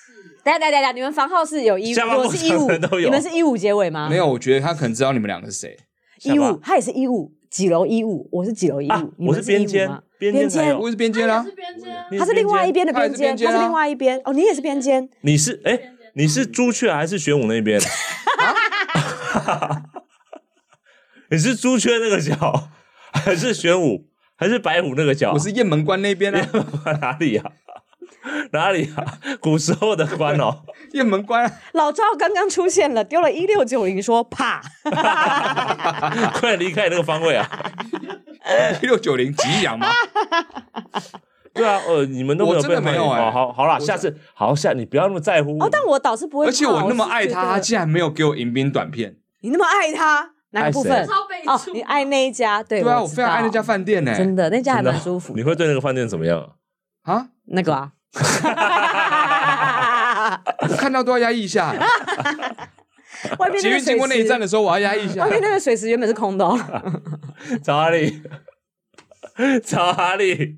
Speaker 2: 等一下等一下等一下，你们房号是有一，
Speaker 3: 下巴
Speaker 2: 我
Speaker 3: 不
Speaker 2: 是一五
Speaker 3: 长的都，有
Speaker 2: 你们是一五结尾吗？
Speaker 1: 没有，我觉得他可能知道你们两个是谁。
Speaker 3: 下
Speaker 2: 一
Speaker 3: 巴
Speaker 2: 五，他也是一五，几楼一五，我是几楼一
Speaker 3: 啊
Speaker 2: 五，你
Speaker 3: 我
Speaker 2: 们
Speaker 3: 是
Speaker 2: 是
Speaker 3: 边
Speaker 2: 15
Speaker 3: 间
Speaker 2: 吗
Speaker 3: 边间
Speaker 2: 边
Speaker 3: 才有
Speaker 2: 间，
Speaker 1: 我也是边间
Speaker 4: 也
Speaker 1: 啊
Speaker 2: 哎
Speaker 4: 是，边间啊，
Speaker 3: 你
Speaker 2: 他是另外一边的
Speaker 1: 他也是
Speaker 2: 边间，
Speaker 1: 边间
Speaker 2: 他
Speaker 1: 啊
Speaker 2: 是另外一边，哦，你也是 边间，
Speaker 3: 你是哎，你是朱雀还是玄武 那边？
Speaker 2: 啊
Speaker 3: 你是朱雀那个角，还是玄武，还是白虎那个角？
Speaker 1: 我是雁门关那边啊，
Speaker 2: 哎
Speaker 3: 哪里呀？哪里呀？古时候的官 哦。
Speaker 1: 雁门关啊。
Speaker 2: 老赵刚刚出现了，丢了一六九零，说啪，
Speaker 1: 嗯
Speaker 3: 快离开那个方位啊！
Speaker 1: 一六九零吉阳吗？
Speaker 3: 对啊，呃，你们都没有
Speaker 1: 我真
Speaker 3: 被
Speaker 1: 的没有
Speaker 3: 欢迎
Speaker 1: 哎
Speaker 3: 哦好好啦，
Speaker 1: 我
Speaker 3: 下次好下，你不要那么在乎。
Speaker 2: 哦，但 我倒是不会怕，
Speaker 1: 而且我那么
Speaker 2: 是
Speaker 1: 爱他，他
Speaker 2: 觉得
Speaker 1: 竟然没有给我迎宾短片。
Speaker 2: 你那么爱他，哪个部
Speaker 3: 爱
Speaker 2: 分
Speaker 3: 谁？
Speaker 4: 超悲
Speaker 2: 哦，
Speaker 4: 催。
Speaker 2: 你爱那一家，对
Speaker 1: 对啊，我
Speaker 2: 知
Speaker 1: 非常爱那
Speaker 2: 道
Speaker 1: 家饭店呢。
Speaker 2: 真的那家还
Speaker 3: 真的
Speaker 2: 蛮舒服的
Speaker 3: 你，会对那个饭店怎么样？
Speaker 1: 啊，
Speaker 2: 那个 啊。
Speaker 1: 我看到都要压抑一 下。
Speaker 2: 外面
Speaker 1: 捷
Speaker 2: 那
Speaker 1: 运
Speaker 2: 个
Speaker 1: 经
Speaker 2: 水
Speaker 1: 过那一站
Speaker 2: 池，
Speaker 1: 的时候，我要压抑一下
Speaker 2: 外。面那个水池原本 是 空的、哦，
Speaker 3: 查理，查理，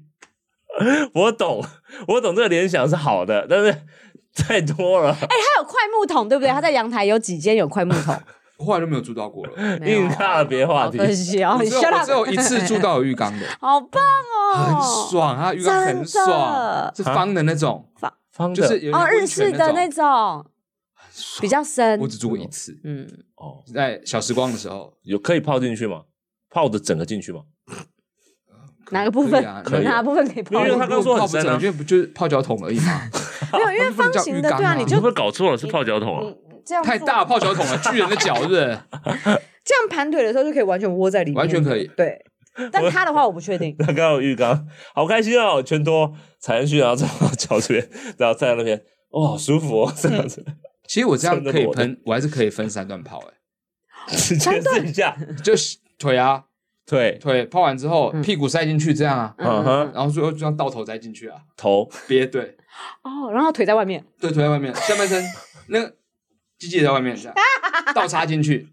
Speaker 3: 我懂，我懂这个联想是好的，但是 太多了，
Speaker 2: 他有快木桶，对不对？他在阳台有几间有快木 桶，
Speaker 1: 后来就没有住到过了。
Speaker 2: 没有啊
Speaker 3: 硬大别话
Speaker 2: 好
Speaker 3: 题。
Speaker 2: 可惜哦，
Speaker 1: 我
Speaker 2: 你
Speaker 1: 只有
Speaker 2: shut
Speaker 1: 我
Speaker 2: up
Speaker 1: 只有一 次住到有浴缸的，
Speaker 2: 好棒
Speaker 1: 很
Speaker 2: 哦，
Speaker 1: 爽，它浴缸很
Speaker 2: 真
Speaker 1: 爽
Speaker 2: 的，
Speaker 1: 是方的那种，
Speaker 3: 啊方
Speaker 1: 就
Speaker 3: 的
Speaker 1: 是有
Speaker 2: 哦，
Speaker 1: 点
Speaker 2: 日
Speaker 1: 温
Speaker 2: 式
Speaker 1: 泉
Speaker 2: 的那
Speaker 1: 那种。
Speaker 2: 种比较深
Speaker 1: 我，只住过一次，
Speaker 2: 嗯，
Speaker 3: 哦，
Speaker 1: 在小时光的时候。
Speaker 3: 有可以泡进去吗？泡的整个进去吗？
Speaker 2: 哪个部分
Speaker 1: 可以啊？
Speaker 3: 可以啊
Speaker 2: 哪个部分可以泡
Speaker 3: 因为
Speaker 2: 进
Speaker 3: 它
Speaker 2: 去？
Speaker 3: 刚说很
Speaker 1: 泡不
Speaker 3: 深啊
Speaker 1: 整，就不就是泡脚桶而已 嘛，
Speaker 2: 没有，因为
Speaker 1: 它
Speaker 2: 方
Speaker 1: 不能叫
Speaker 2: 形
Speaker 1: 浴
Speaker 2: 的，
Speaker 1: 缸
Speaker 2: 对啊，
Speaker 1: 啊
Speaker 2: 你
Speaker 1: 你
Speaker 2: 就
Speaker 3: 会搞错了？是泡脚桶啊？
Speaker 2: 你这样
Speaker 1: 太
Speaker 2: 做
Speaker 1: 大泡脚桶了，巨人的脚是不 是？
Speaker 2: 这样盘腿的时候就可以完全窝在里面，
Speaker 1: 完全可
Speaker 3: 嗯。
Speaker 1: 以
Speaker 2: 对，但他的话我不确定
Speaker 3: 那刚刚有浴缸，好开心哦！全脱踩上去，然后再到脚这边， 然后再到那边，哇，好舒服哦！这样子，
Speaker 2: 嗯
Speaker 1: 其实我这样可
Speaker 3: 真的
Speaker 1: 以
Speaker 3: 裸的
Speaker 1: 喷，我还是可以分三段泡，哎，
Speaker 3: 直接试一下
Speaker 1: 就是腿啊
Speaker 3: 腿，
Speaker 1: 腿泡完之后，
Speaker 2: 嗯
Speaker 1: 屁股塞进去这样啊，
Speaker 3: 嗯哼，
Speaker 1: 然后最后就这样到头塞进去啊，
Speaker 3: 头
Speaker 1: 别对
Speaker 2: 哦，然后腿在外面，
Speaker 1: 对，腿在外面，下半身那个鸡鸡也在外面，这样倒插进去，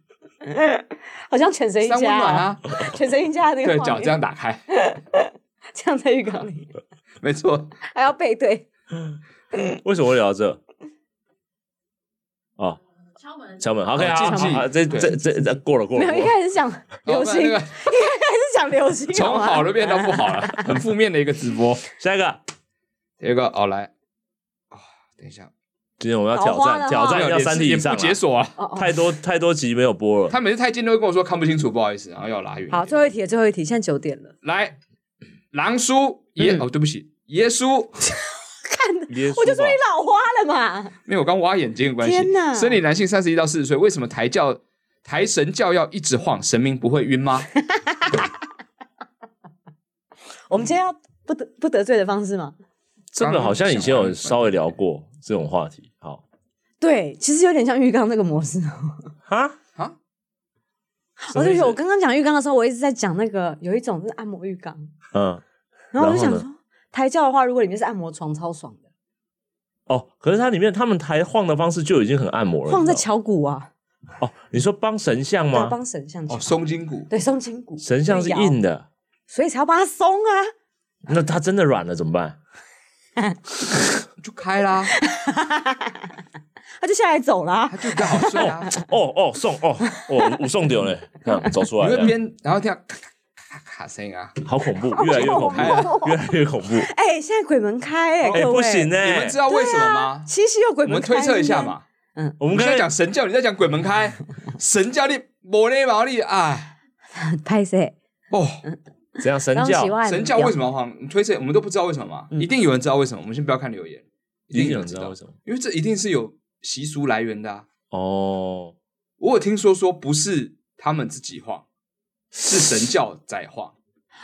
Speaker 2: 好像全身一
Speaker 1: 三温
Speaker 2: 家
Speaker 1: 暖
Speaker 2: 啊，
Speaker 1: 啊，
Speaker 2: 全身一家的那
Speaker 1: 对
Speaker 2: 个
Speaker 1: 脚这
Speaker 2: 样
Speaker 1: 样打开，
Speaker 2: 这样在浴缸里，
Speaker 1: 没错，
Speaker 2: 还要背对，
Speaker 3: 为什么会聊到这？哦，
Speaker 4: 敲门，
Speaker 3: 敲门好，OK，
Speaker 1: 哦
Speaker 3: 好，
Speaker 1: 禁忌
Speaker 3: 好好这
Speaker 1: 对
Speaker 3: 这这这过了过
Speaker 2: 没
Speaker 3: 了，
Speaker 2: 有，
Speaker 3: 过
Speaker 2: 一
Speaker 3: 了
Speaker 2: 开始想 流
Speaker 1: 然后
Speaker 2: 星，
Speaker 1: 那
Speaker 2: 一
Speaker 1: 个
Speaker 2: 开始想流星，
Speaker 1: 从
Speaker 2: 吗
Speaker 1: 好的变到不 好了，很负面的一个直播。
Speaker 3: 下一个，
Speaker 1: 有一个哦来啊，等一下，
Speaker 3: 今天我们要挑
Speaker 2: 老花的
Speaker 3: 战
Speaker 2: 话
Speaker 3: 挑
Speaker 1: 没
Speaker 3: 战
Speaker 1: 有
Speaker 3: 要
Speaker 1: 连
Speaker 3: 三题以上
Speaker 1: 也
Speaker 3: 啊
Speaker 1: 不，解锁啊。
Speaker 2: 哦哦，
Speaker 3: 太多太多集没有播了。
Speaker 1: 他每次太近都会跟我说看不清楚，不好意思，然后要拉远一点。
Speaker 2: 好，最后一题了，最后一题，现在九点了，
Speaker 1: 来，狼叔耶、
Speaker 2: 嗯
Speaker 1: 哦，对不起，耶稣，
Speaker 2: 看的，
Speaker 3: 耶稣吧嗯
Speaker 2: 我就说你老花了嘛，
Speaker 1: 因为我刚挖眼睛的关系。
Speaker 2: 天哪
Speaker 1: 生理男性三十一到四十岁，为什么抬教抬神教要一直晃？神明不会晕 吗？
Speaker 2: 我们今天要不得不得罪的方式吗？
Speaker 3: 这个好像以前有稍微聊过这种话题。好
Speaker 2: 对，其实有点像浴缸那个模式。
Speaker 3: 哈
Speaker 1: 啊，
Speaker 2: 我
Speaker 3: 什么
Speaker 2: 就觉
Speaker 3: 意思
Speaker 2: 得我刚刚讲浴缸的时候，我一直在讲那个有一种是按摩浴缸，
Speaker 3: 嗯
Speaker 2: 然后我就
Speaker 3: 然
Speaker 2: 想
Speaker 3: 后呢
Speaker 2: 说，胎教的话，如果里面是按摩床，超爽的，
Speaker 3: 哦，可是它里面他们抬晃的方式就已经很按摩了，
Speaker 2: 放在
Speaker 3: 你知道
Speaker 2: 敲骨啊，
Speaker 3: 吗哦，你说帮神像
Speaker 2: 对啊，
Speaker 3: 吗？
Speaker 2: 帮神像敲
Speaker 1: 哦，，松筋骨，
Speaker 2: 对，松筋骨，
Speaker 3: 神像是
Speaker 2: 摇
Speaker 3: 硬，的，
Speaker 2: 所以才要帮它松啊。
Speaker 3: 那它真的软了怎 么办？
Speaker 1: 就开啦，
Speaker 2: 他就下来走啦
Speaker 1: 他，就比较好睡 啊。
Speaker 3: 哦哦送哦哦五送丢嘞，看走出来
Speaker 1: 你会
Speaker 3: 了，
Speaker 1: 边然后听到咔咔咔咔咔声音啊，
Speaker 3: 好恐怖，越来越恐怖
Speaker 1: 好恐，
Speaker 3: 越来越恐怖。
Speaker 2: 哎、现在鬼门开哎、
Speaker 3: 哎，
Speaker 2: 各位，
Speaker 3: 不行
Speaker 1: 你
Speaker 3: 哎
Speaker 1: 们知，道为什么吗？
Speaker 2: 七夕又鬼
Speaker 1: 我们
Speaker 2: 门开，
Speaker 1: 推测一下嘛。
Speaker 3: 我
Speaker 1: 我们
Speaker 3: 们
Speaker 1: 现
Speaker 3: 刚才
Speaker 1: 在讲神教，你在讲鬼门开，神教你摩勒毛利哎
Speaker 2: 应该，拍谁？
Speaker 1: 哦，
Speaker 2: 嗯
Speaker 3: 怎样神教
Speaker 2: 喜欢
Speaker 1: 神教为什么要晃？你推测我们都不知道为什么嘛，
Speaker 2: 嗯
Speaker 1: 一定有人知道为什么。我们先不要看留言，
Speaker 3: 一定
Speaker 1: 有
Speaker 3: 有
Speaker 1: 人
Speaker 3: 人知道为什么
Speaker 1: 因为这一定是有习俗来源的、啊。
Speaker 3: 哦。
Speaker 1: 我有听说说不是他们自己晃，是神教在晃，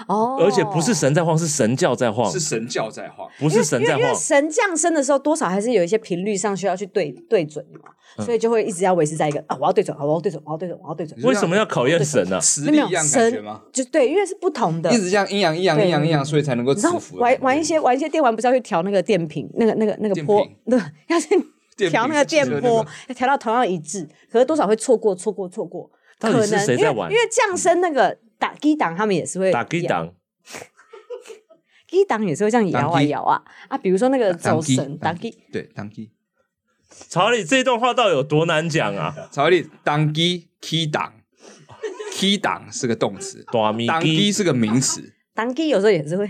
Speaker 2: 哦，
Speaker 3: 而且不是神在晃，是神教在晃，
Speaker 1: 是神教在晃。
Speaker 3: 不是神
Speaker 2: 因为
Speaker 3: 在
Speaker 2: 因为
Speaker 3: 晃。
Speaker 2: 神降生的时候，多少还是有一些频率上需要去对对准的嘛，所以就会一直要维持在一个啊，我要对准，啊，我要对准，我要对准，我要对准。
Speaker 1: 嗯你
Speaker 3: 为什么要考验神呢、啊
Speaker 1: 磁
Speaker 2: 没
Speaker 1: 力
Speaker 2: 有
Speaker 1: 一样感觉
Speaker 2: 神
Speaker 1: 吗？
Speaker 2: 就对，因为是不同的
Speaker 1: 一。直这样阴阳阴阳
Speaker 2: 对
Speaker 1: 阴阳阴阳，所以才能够
Speaker 2: 你知
Speaker 1: 磁
Speaker 2: 道
Speaker 1: 浮的感
Speaker 2: 玩
Speaker 1: 觉。
Speaker 2: 玩一些玩一些电玩，不是要去调那个电瓶，那个那个那个
Speaker 1: 电
Speaker 2: 波
Speaker 1: 瓶，
Speaker 2: 对，要去
Speaker 1: 电
Speaker 2: 调
Speaker 1: 瓶
Speaker 2: 那个
Speaker 1: 是汽
Speaker 2: 电
Speaker 1: 车那
Speaker 2: 波
Speaker 1: 个，
Speaker 2: 要调到同样一致，可是多少会错过，错过，错过。
Speaker 3: 到
Speaker 2: 可
Speaker 3: 底
Speaker 2: 能
Speaker 3: 是谁在玩
Speaker 2: 因为因为降生那个打低档，他们也是会
Speaker 3: 打 G 档，
Speaker 2: 低档也是会这样摇
Speaker 1: 打
Speaker 2: 啊
Speaker 1: 击
Speaker 2: 摇啊啊，比如说那个走
Speaker 1: 当机
Speaker 2: 神打低，
Speaker 1: 对当机，
Speaker 3: 曹理这段话到底有多难讲啊？
Speaker 1: 曹丽当机 key 档，key 档是个动词，
Speaker 3: 短咪
Speaker 1: 当机
Speaker 3: 鸡，
Speaker 1: 是个名词。
Speaker 2: 当机有时候也 是会，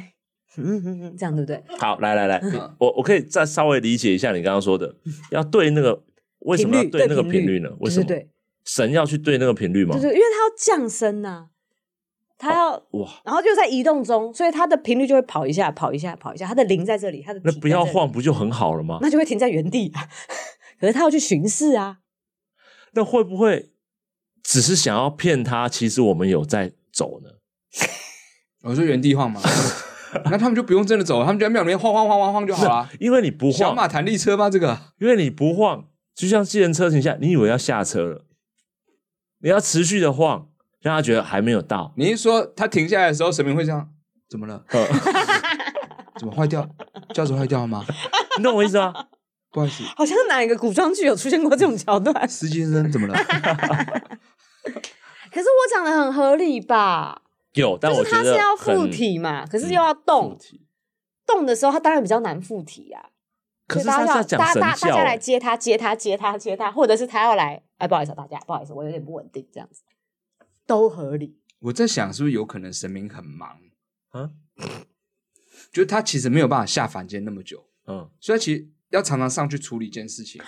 Speaker 2: 嗯嗯嗯，这样对不对？
Speaker 3: 好，来来来，我我可以再稍微理解一下你刚刚说的，要对那个为什么要
Speaker 2: 频率
Speaker 3: 对那个
Speaker 2: 对频
Speaker 3: 频
Speaker 2: 率
Speaker 3: 率呢？为什么嗯
Speaker 2: 对对
Speaker 3: 神要去对那个频率吗
Speaker 2: 对，就？是因为它要降生呐、它
Speaker 3: 哦
Speaker 2: 要，
Speaker 3: 哇，
Speaker 2: 然后就在移动中，所以它的频率就会跑一下，跑一下，跑一下，它的零在这里，它的
Speaker 3: 那
Speaker 2: 体
Speaker 3: 不要
Speaker 2: 在这里，
Speaker 3: 晃不就很好了吗？
Speaker 2: 那就会停在原地、啊。 可是它要去巡视啊，
Speaker 3: 那会不会只是想要骗他？其实我们有在走呢。
Speaker 1: 我说原地晃吗？ 那他们就不用真的走了，他们就在庙里面晃晃晃晃晃就好了。
Speaker 3: 因为你不
Speaker 1: 小马
Speaker 3: 晃，
Speaker 1: 弹力车吗？这个
Speaker 3: 因为你不晃，就像计程车停下，你以为要下车了，你要持续的晃，让他觉得还没有到。
Speaker 1: 你一说他停下来的时候，神明会这样，怎么了？
Speaker 3: 呃
Speaker 1: 怎么坏掉？轿子坏掉了吗？
Speaker 3: 你懂我意思吗？
Speaker 1: 不好意思，
Speaker 2: 好像哪一个古装剧有出现过这种桥 段。
Speaker 1: 司机先生怎么了？
Speaker 2: 可是我讲的很合理吧？
Speaker 3: 有，但
Speaker 2: 就
Speaker 3: 我
Speaker 2: 是
Speaker 3: 觉
Speaker 2: 它
Speaker 3: 得
Speaker 2: 是要
Speaker 3: 很嗯
Speaker 2: 附体嘛，可是又要动，动的时候，他当然比较难附体啊。
Speaker 3: 可是
Speaker 2: 所以大家
Speaker 3: 他在
Speaker 2: 要
Speaker 3: 讲
Speaker 2: 大家
Speaker 3: 神
Speaker 2: 大大
Speaker 3: 教
Speaker 2: 家来
Speaker 3: 欸，
Speaker 2: 接他，接他，接他，接他，或者是他要来，哎，不好意思啊，大家，不好意思，我有点不稳定，这样子都合理。
Speaker 1: 我在想，是不是有可能神明很忙？
Speaker 3: 嗯
Speaker 1: 就是他其实没有办法下凡间那么久，
Speaker 3: 嗯，
Speaker 1: 所以他其实要常常上去处理一件事情，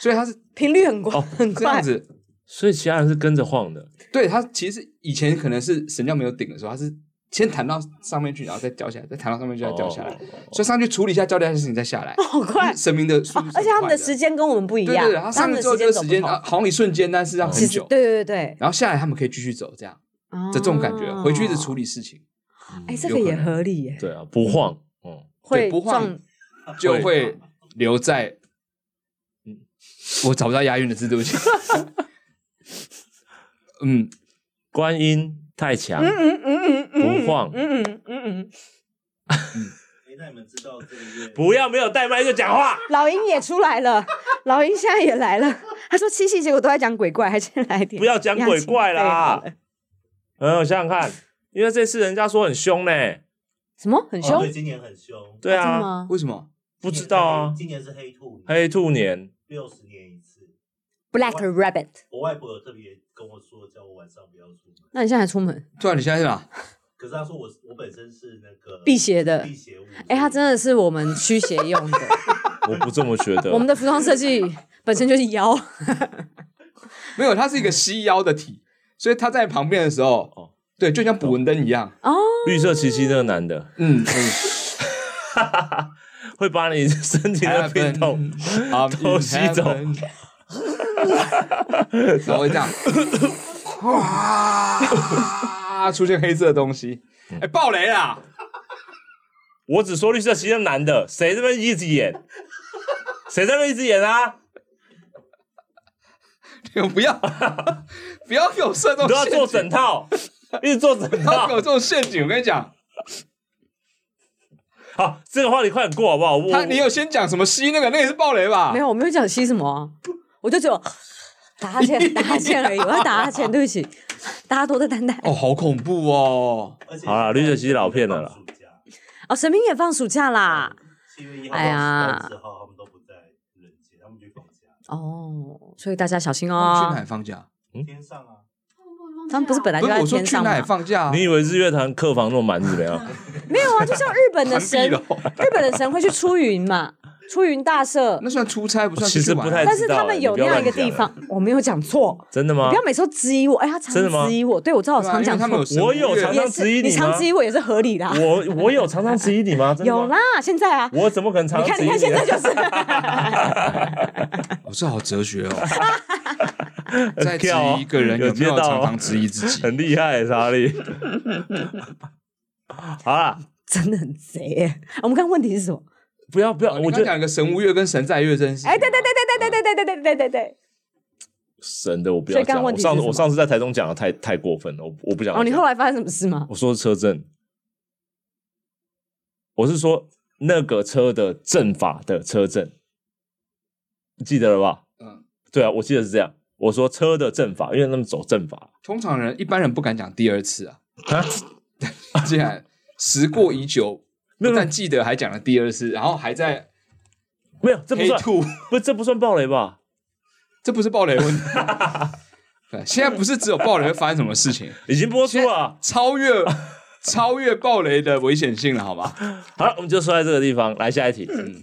Speaker 1: 所以他是
Speaker 2: 频率很广，
Speaker 3: 哦
Speaker 2: 很
Speaker 1: 这样
Speaker 2: 快。
Speaker 1: 子。
Speaker 3: 所以其他人是跟着晃的，
Speaker 1: 对他其实以前可能是神教没有顶的时候，他是先弹到上面去，然后再掉下来，再弹到上面去，再掉下来，
Speaker 3: 哦
Speaker 1: 所以上去处理一下交代一下事情再下来，
Speaker 2: 好快
Speaker 1: 神明的速
Speaker 2: 哦
Speaker 1: 度是很快，
Speaker 2: 而且他们的时间跟我们不一
Speaker 1: 对
Speaker 2: 样，
Speaker 1: 对对，他上去之后
Speaker 2: 他
Speaker 1: 就
Speaker 2: 们的
Speaker 1: 是时
Speaker 2: 间
Speaker 1: 间
Speaker 2: 走不
Speaker 1: 啊
Speaker 2: 同
Speaker 1: 好像一瞬间，但是要
Speaker 2: 其
Speaker 1: 很
Speaker 2: 实
Speaker 1: 久，
Speaker 2: 对对对
Speaker 1: 然后下来他们可以继续走，这样这
Speaker 2: 对，
Speaker 1: 种感觉，
Speaker 2: 哦
Speaker 1: 回去一直处
Speaker 2: 理。
Speaker 1: 理事情
Speaker 2: 哎，这
Speaker 1: 有
Speaker 2: 个
Speaker 1: 可
Speaker 2: 也
Speaker 1: 能
Speaker 2: 合理耶，
Speaker 3: 对啊，不晃，嗯，
Speaker 1: 对
Speaker 2: 会
Speaker 1: 不晃啊就
Speaker 2: 撞
Speaker 1: 会留在。
Speaker 2: 嗯
Speaker 1: 我找不到押韵的字，对不起。 嗯，
Speaker 3: 观音太强，
Speaker 2: 嗯嗯嗯嗯，
Speaker 3: 不晃
Speaker 2: 嗯嗯嗯嗯，
Speaker 5: 哎，那你们知道这个月
Speaker 3: 不要没有带麦就讲 话，
Speaker 2: 老鹰也出来了，老鹰现在也来了。 他说七夕结果都在讲鬼怪，还先来一点，
Speaker 3: 不要讲鬼怪啦
Speaker 2: 压惊对好了
Speaker 3: 嗯，我想想看，因为这次人家说很凶呢，
Speaker 2: 什么很
Speaker 5: 哦
Speaker 2: 凶
Speaker 5: 对，？今年很凶，
Speaker 3: 对
Speaker 2: 真的
Speaker 3: 啊，
Speaker 2: 吗？
Speaker 1: 为什么？
Speaker 3: 不知道
Speaker 1: 嗯
Speaker 3: 啊，
Speaker 5: 今年是黑今年是黑兔年，
Speaker 3: 黑兔年，
Speaker 5: 六十年一次。
Speaker 2: Black Rabbit，
Speaker 5: 我外婆有特别跟我说，叫我晚上不要出门。
Speaker 2: 那你现在还出门？
Speaker 1: 对啊，你现在是哪？
Speaker 5: 可是她说我我本身是那个
Speaker 2: 辟邪的
Speaker 5: 辟邪物。
Speaker 2: 哎、它真的是我们驱邪 用的。
Speaker 3: 我不这么觉
Speaker 1: 啊
Speaker 3: 得，
Speaker 2: 我们的服装设计本身就是妖，
Speaker 1: 没有，它是一个吸腰的体，所以它在旁边的时候，
Speaker 3: 哦
Speaker 1: 对，就像捕蚊灯一样。
Speaker 3: 绿色奇迹那个男的
Speaker 1: 嗯，嗯
Speaker 3: 会把 你身体的病
Speaker 2: 哎
Speaker 3: 痛，
Speaker 1: 啊，
Speaker 3: 偷吸走
Speaker 1: in heaven 然后会这样，哇，出现黑色的东西，
Speaker 3: 嗯
Speaker 1: 哎，爆雷啦！
Speaker 3: 我只说绿色奇迹的男的，谁这边一直 演，谁这边一直演啊？
Speaker 1: 你们不要，不要给我设这
Speaker 3: 你都
Speaker 1: 种
Speaker 3: 要
Speaker 1: 陷
Speaker 3: 做
Speaker 1: 阱，
Speaker 3: 整套，一直做整
Speaker 1: 不要
Speaker 3: 套
Speaker 1: 给我。这种陷阱。我跟你讲，
Speaker 3: 好，这个话你快点过好不好？我
Speaker 1: 他你有先讲什么吸那个，那也是爆雷吧
Speaker 2: 没？有，我没有讲吸什么啊、我就只有 打哈欠， 打哈欠而已。我要打哈欠，对不起，大家多多担待。
Speaker 1: 哦，好恐怖哦！
Speaker 5: 而且
Speaker 3: 好啦绿色奇迹老片了啦
Speaker 5: 放暑假。
Speaker 2: 哦，神明也放暑假啦。
Speaker 5: 七月一号
Speaker 2: 啊哎呀
Speaker 5: 到十号他们都不在人间，他们去放假。
Speaker 2: 哦，所以大家小心
Speaker 1: 去哪
Speaker 2: 哦
Speaker 1: 里。放假？
Speaker 3: 嗯
Speaker 5: 天上啊，
Speaker 2: 他们不是本来
Speaker 1: 不
Speaker 2: 啊就是在
Speaker 1: 我说
Speaker 2: 天
Speaker 1: 去
Speaker 2: 上
Speaker 1: 哪里
Speaker 2: 吗？
Speaker 1: 放假啊？
Speaker 3: 你以为日月潭客房那么满是怎么样？
Speaker 2: 没有啊，就像日本的
Speaker 1: 完
Speaker 2: 神，
Speaker 1: 毕了
Speaker 2: 日。本的神会去出云嘛，出云大社。
Speaker 1: 那算出差，不算
Speaker 3: 其
Speaker 1: 出去
Speaker 3: 实
Speaker 1: 玩
Speaker 3: 不
Speaker 1: 啊
Speaker 3: 太
Speaker 2: 但是他
Speaker 3: 知道欸
Speaker 2: 们有
Speaker 3: 你不
Speaker 2: 那
Speaker 3: 要
Speaker 2: 样一个
Speaker 3: 乱
Speaker 2: 地
Speaker 3: 讲
Speaker 2: 方，我没有讲错，
Speaker 3: 真的
Speaker 2: 你
Speaker 3: 吗
Speaker 2: 不？要每次都质疑我。哎，他常
Speaker 3: 真的吗
Speaker 2: 质疑我，对我知道我
Speaker 1: 对啊
Speaker 2: 哦常
Speaker 1: 因为
Speaker 2: 讲
Speaker 1: 他们有
Speaker 2: 错，
Speaker 1: 神
Speaker 3: 我有
Speaker 1: 乐
Speaker 3: 常
Speaker 2: 也
Speaker 3: 常质疑
Speaker 2: 是你
Speaker 3: 吗
Speaker 2: 常？质疑我也是合理的啊。
Speaker 3: 我我有常常质疑你 吗？真的吗
Speaker 2: 有啦，，现在啊，
Speaker 3: 我怎么可能常
Speaker 2: 你
Speaker 3: 常
Speaker 2: 看，
Speaker 3: 质疑啊
Speaker 2: 你看，现
Speaker 3: 呢
Speaker 2: 在就是。
Speaker 1: 我、这好哲 学哦，在质
Speaker 3: 跳哦
Speaker 1: 疑一个人
Speaker 3: 有
Speaker 1: 有
Speaker 3: 接
Speaker 1: 没有
Speaker 3: 到哦
Speaker 1: 常常质疑自己。哦
Speaker 3: 很厉害，莎 莉。好啦，
Speaker 2: 真的很贼耶、我们刚刚问题是什么？
Speaker 3: 不要不要，
Speaker 1: 哦你
Speaker 3: 我
Speaker 1: 刚
Speaker 3: 觉得
Speaker 1: 讲一个神无月跟神在月真是，
Speaker 2: 哎、对对对对对对对对对对对对
Speaker 3: 神的我不
Speaker 2: 所
Speaker 3: 要
Speaker 2: 以刚
Speaker 3: 讲。
Speaker 2: 刚问
Speaker 3: 我
Speaker 2: 题
Speaker 3: 上
Speaker 2: 是
Speaker 3: 次
Speaker 2: 什
Speaker 3: 我
Speaker 2: 么
Speaker 3: 上次在台中讲的太太过分了，我我不想
Speaker 2: 哦，
Speaker 3: 讲。
Speaker 2: 你后来发生什么事吗？
Speaker 3: 我说车震，我是说那个车的阵法的车震，你记得了吧？
Speaker 1: 嗯，
Speaker 3: 对啊，我记得是这样。我说车的阵法，因为他们走阵法。
Speaker 1: 通常人一般人不敢讲第二次啊， 竟然时过已久，
Speaker 3: 啊 没
Speaker 1: 不
Speaker 3: 有
Speaker 1: 但记得还讲了第二次，然后还在
Speaker 3: 没有，这不
Speaker 1: 黑
Speaker 3: 算，
Speaker 1: 兔，
Speaker 3: 不，这不算暴雷吧？
Speaker 1: 这不是暴雷 问题。对，现在不是只有暴雷会发生什么事情，
Speaker 3: 已经播出了。
Speaker 1: 超越超越暴雷的危险性了，好吧？
Speaker 3: 好了，我们就说在这个地方，来下一题。嗯，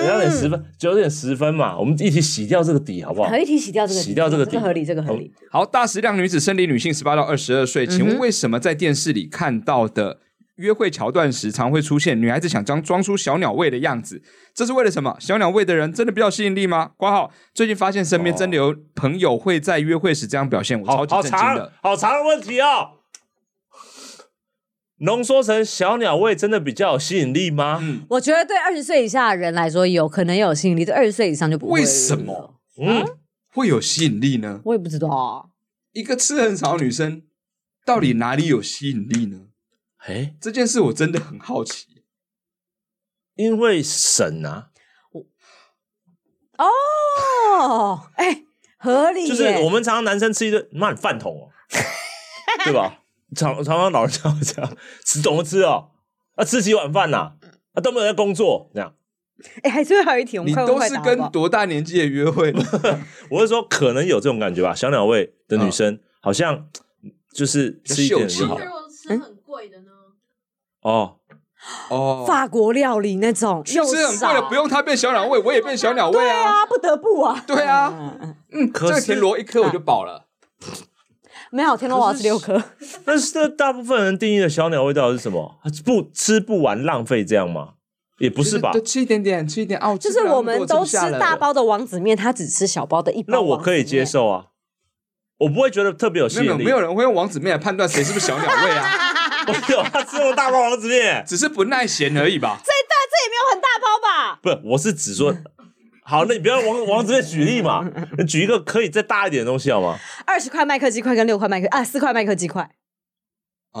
Speaker 3: 九点十分，九点十分嘛，我们一起洗掉这个底，好不好
Speaker 2: 可？以提洗掉这个底，
Speaker 3: 洗掉这个底哦
Speaker 2: 合理，这个合理。
Speaker 1: 好，大食量女子生理女性十八到二十二岁，请
Speaker 3: 嗯
Speaker 1: 问为什么在电视里看到的约会桥段时，常会出现女孩子想装装出小鸟胃的样子？这是为了什么？小鸟胃的人真的比较吸引力吗？挂号，最近发现身边真的有朋友会在约会时这样表现，我
Speaker 3: 好
Speaker 1: 超
Speaker 3: 好
Speaker 1: 级震惊
Speaker 3: 长
Speaker 1: 的。，
Speaker 3: 好长的问题哦。浓缩成小鸟胃真的比较有吸引力吗？
Speaker 1: 嗯
Speaker 2: 我觉得对二十岁以下的人来说有可能有吸引力，对二十岁以上就不会。
Speaker 1: 为什么？
Speaker 3: 嗯，
Speaker 1: 会有吸引力呢？
Speaker 2: 我也不知道啊。
Speaker 1: 一个吃很少的女生，到底哪里有吸引力呢？
Speaker 3: 哎、
Speaker 1: 这件事我真的很好奇。
Speaker 3: 因为神啊，
Speaker 2: 哦，哎、合理耶、
Speaker 3: 就是我们常常男生吃一顿，妈你饭桶 哦，对吧？常常常老人家会这样，吃懂了吃哦，啊吃几碗饭呐、啊，都没有在工作，这样。
Speaker 2: 哎，还是会还有一题，我们
Speaker 1: 你
Speaker 2: 快问
Speaker 1: 都
Speaker 2: 快
Speaker 1: 是
Speaker 2: 答好不
Speaker 1: 跟
Speaker 2: 好
Speaker 1: 多大年纪的约会？
Speaker 3: 我是说，可能有这种感觉吧。小鸟胃的女生、好像就是吃一点就
Speaker 1: 啊秀
Speaker 3: 好
Speaker 1: 气
Speaker 4: 那如果吃很贵的呢？
Speaker 3: 哦。
Speaker 1: 哦，
Speaker 2: 法国料理那种，
Speaker 1: 是
Speaker 2: 又
Speaker 1: 很贵的，
Speaker 2: 少
Speaker 1: 不用他变小鸟胃，我也变小鸟胃
Speaker 2: 对
Speaker 1: 啊。
Speaker 2: 啊，不得不啊，
Speaker 1: 对啊，
Speaker 2: 嗯，嗯嗯
Speaker 1: 嗯，这
Speaker 3: 可
Speaker 1: 个
Speaker 3: 是
Speaker 1: 田螺一颗我就饱了。
Speaker 2: 没有天龙王
Speaker 3: 可是
Speaker 2: 是六颗，
Speaker 3: 但是那大部分人定义的小鸟味道底是什么？啊不吃不完浪费这样吗？也不是吧
Speaker 1: 就？吃一点点，吃一点哦。
Speaker 2: 就是我们都吃大
Speaker 1: 包，
Speaker 2: 包的王子面，他只吃小包的一包。
Speaker 3: 那我可以接，受啊，我不会觉得特别有吸
Speaker 1: 没有
Speaker 3: 引力。
Speaker 1: 没有人会用王子面来判断谁是不是小鸟胃 啊，
Speaker 3: 我有他吃过大包王子面，
Speaker 1: 只是不耐咸而已吧。
Speaker 2: 这也没有很大包吧？
Speaker 3: 不是，我是指说，好，那你不要王王子面举例嘛，你举一个可以再大一点的东西好吗？
Speaker 2: 二十块麦克鸡块跟六块麦克啊，四块麦克鸡块，
Speaker 3: 哎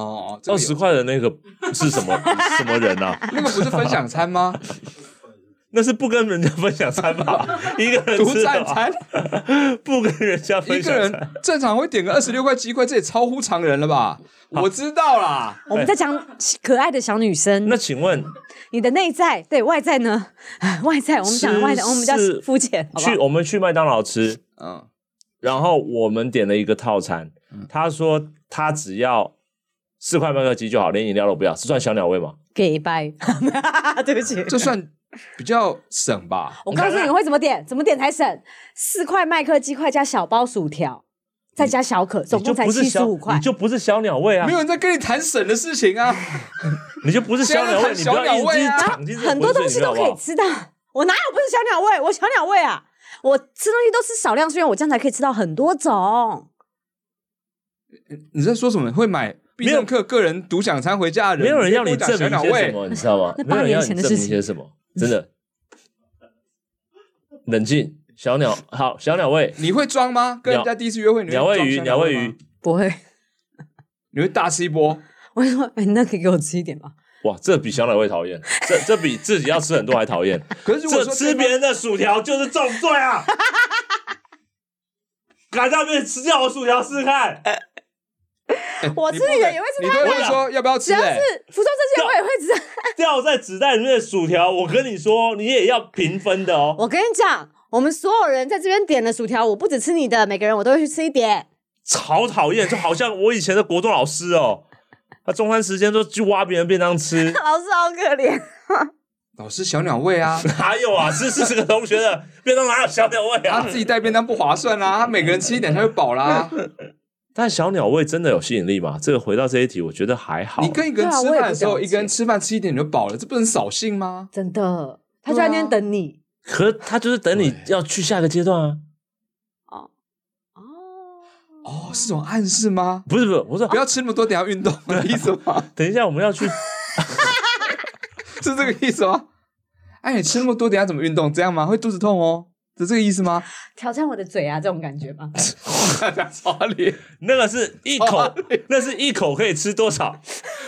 Speaker 1: 哦哦，这
Speaker 3: 二
Speaker 1: 个有
Speaker 3: 十块的那个是什 么什么人啊？
Speaker 1: 那个不是分享餐 吗？
Speaker 3: 那是不跟人家分享餐吧？一个人
Speaker 1: 独
Speaker 3: 吃的
Speaker 1: 占
Speaker 3: 吧，
Speaker 1: 餐，
Speaker 3: 不跟人家
Speaker 1: 一
Speaker 3: 啊分
Speaker 1: 个
Speaker 3: 享餐。
Speaker 1: 人正常会点个二十六块鸡块，这也超乎常人了吧？我知道啦，
Speaker 2: 我们在讲可爱的小女生
Speaker 3: 那。请问
Speaker 2: 你的内在对外在呢？ 外在我们讲外在，
Speaker 3: 吃
Speaker 2: 我们比较
Speaker 3: 是
Speaker 2: 肤浅，好不
Speaker 3: 去
Speaker 2: 好？
Speaker 3: 我们去麦当劳吃，
Speaker 1: 嗯，
Speaker 3: 然后我们点了一个套餐，他说他只要四块麦克鸡就好，连饮料都不要，是算小鸟胃吗？
Speaker 2: 给掰， 对不起。
Speaker 1: 这算比较省吧？
Speaker 2: 我告诉你会怎么点，怎么点才省。四块麦克鸡块加小包薯条，再加小可，总
Speaker 3: 哎你就
Speaker 2: 共才
Speaker 3: 不是
Speaker 2: 七十
Speaker 3: 小，
Speaker 2: 五块
Speaker 3: 你。就不是小鸟胃啊
Speaker 1: 没，有人在跟你谈省的事情啊！
Speaker 3: 你就不是小鸟胃，你
Speaker 1: 现在
Speaker 3: 不
Speaker 1: 很小
Speaker 3: 要
Speaker 1: 鸟
Speaker 3: 一
Speaker 1: 胃
Speaker 3: 直
Speaker 1: 啊
Speaker 3: 躺进这个
Speaker 2: 很多
Speaker 3: 浑
Speaker 2: 东
Speaker 3: 水
Speaker 2: 西
Speaker 3: 里
Speaker 2: 都
Speaker 3: 面好不
Speaker 2: 可以
Speaker 3: 好？
Speaker 2: 吃到。我哪有不是小鸟胃？我小鸟胃啊！我吃东西都吃少量，是因为我这样才可以吃到很多种。
Speaker 1: 你在说什么？会买必胜客个人独享餐回家的人，
Speaker 3: 没有人要你
Speaker 1: 你直接跟
Speaker 3: 证
Speaker 1: 我讲
Speaker 3: 明
Speaker 1: 小
Speaker 3: 些
Speaker 1: 鸟胃。
Speaker 3: 什么，你知道吗？
Speaker 2: 那
Speaker 3: 没有
Speaker 2: 八
Speaker 3: 人要
Speaker 2: 年
Speaker 3: 你
Speaker 2: 前
Speaker 3: 证
Speaker 2: 的
Speaker 3: 明
Speaker 2: 事情
Speaker 3: 些什么，真的。冷静，小鸟好，小鸟胃，
Speaker 1: 你会装吗？跟人家第一次约会，你会
Speaker 3: 鸟胃
Speaker 1: 装
Speaker 3: 鱼，
Speaker 1: 小
Speaker 3: 鸟
Speaker 1: 胃
Speaker 3: 胃
Speaker 1: 吗
Speaker 3: 鱼，，
Speaker 2: 不会，
Speaker 1: 你会大吃一波？
Speaker 2: 我就说，哎，那可以给我吃一点吗？
Speaker 3: 哇，这比小鸟胃讨厌，这这比自己要吃很多还讨厌。
Speaker 1: 可是如果
Speaker 3: 这
Speaker 1: 说
Speaker 3: 吃别人的薯条就是重罪啊！ 敢让别人吃掉我薯条试试看，
Speaker 1: 哎
Speaker 2: 我吃你的也会吃
Speaker 1: 你
Speaker 2: 他
Speaker 1: 都
Speaker 2: 的
Speaker 1: 会说要不要
Speaker 2: 只
Speaker 1: 吃？
Speaker 2: 要
Speaker 1: 哎
Speaker 2: 是服装这些，我也会吃。
Speaker 3: 掉在纸袋里面的薯条，我跟你说，你也要平分的哦。
Speaker 2: 我跟你讲，我们所有人在这边点了薯条，我不只吃你的，每个人我都会去吃一点。，
Speaker 3: 好讨厌，就好像我以前的国中老师哦，他中餐时间都去挖别人便当吃
Speaker 2: 老师好可怜，
Speaker 1: 老师小鸟胃 啊，
Speaker 3: 哪有啊？是四十个同学的便当哪有小鸟胃
Speaker 1: 他
Speaker 3: 啊
Speaker 1: 自？己带便当不划算啦，他每个人吃一点他就饱 啦。
Speaker 3: 但小鸟胃真的有吸引力吗？这个回到这一题，我觉得还好。
Speaker 1: 你跟一个人吃
Speaker 2: 对啊我
Speaker 1: 饭
Speaker 2: 也不了
Speaker 1: 的
Speaker 2: 解
Speaker 1: 时候，一个人吃饭吃一点你就饱了，这不能扫兴吗？
Speaker 2: 真的，他就在那边等你。
Speaker 3: 可他就是等你要去下一个阶段啊，
Speaker 2: 哦，
Speaker 1: 哦，是种暗示吗？
Speaker 3: 不是不是，我说
Speaker 1: 不要吃那么多，等一下运动的意思吗？
Speaker 3: 等一下我们要去
Speaker 1: 是这个意思吗？哎，你吃那么多，等一下怎么运动？这样吗？会肚子痛哦，是这个意思吗？
Speaker 2: 挑战我的嘴啊，这种感觉吧。
Speaker 1: 大家操你！
Speaker 3: 那个是一 口，
Speaker 2: 哎
Speaker 3: 那是一口可以吃多少，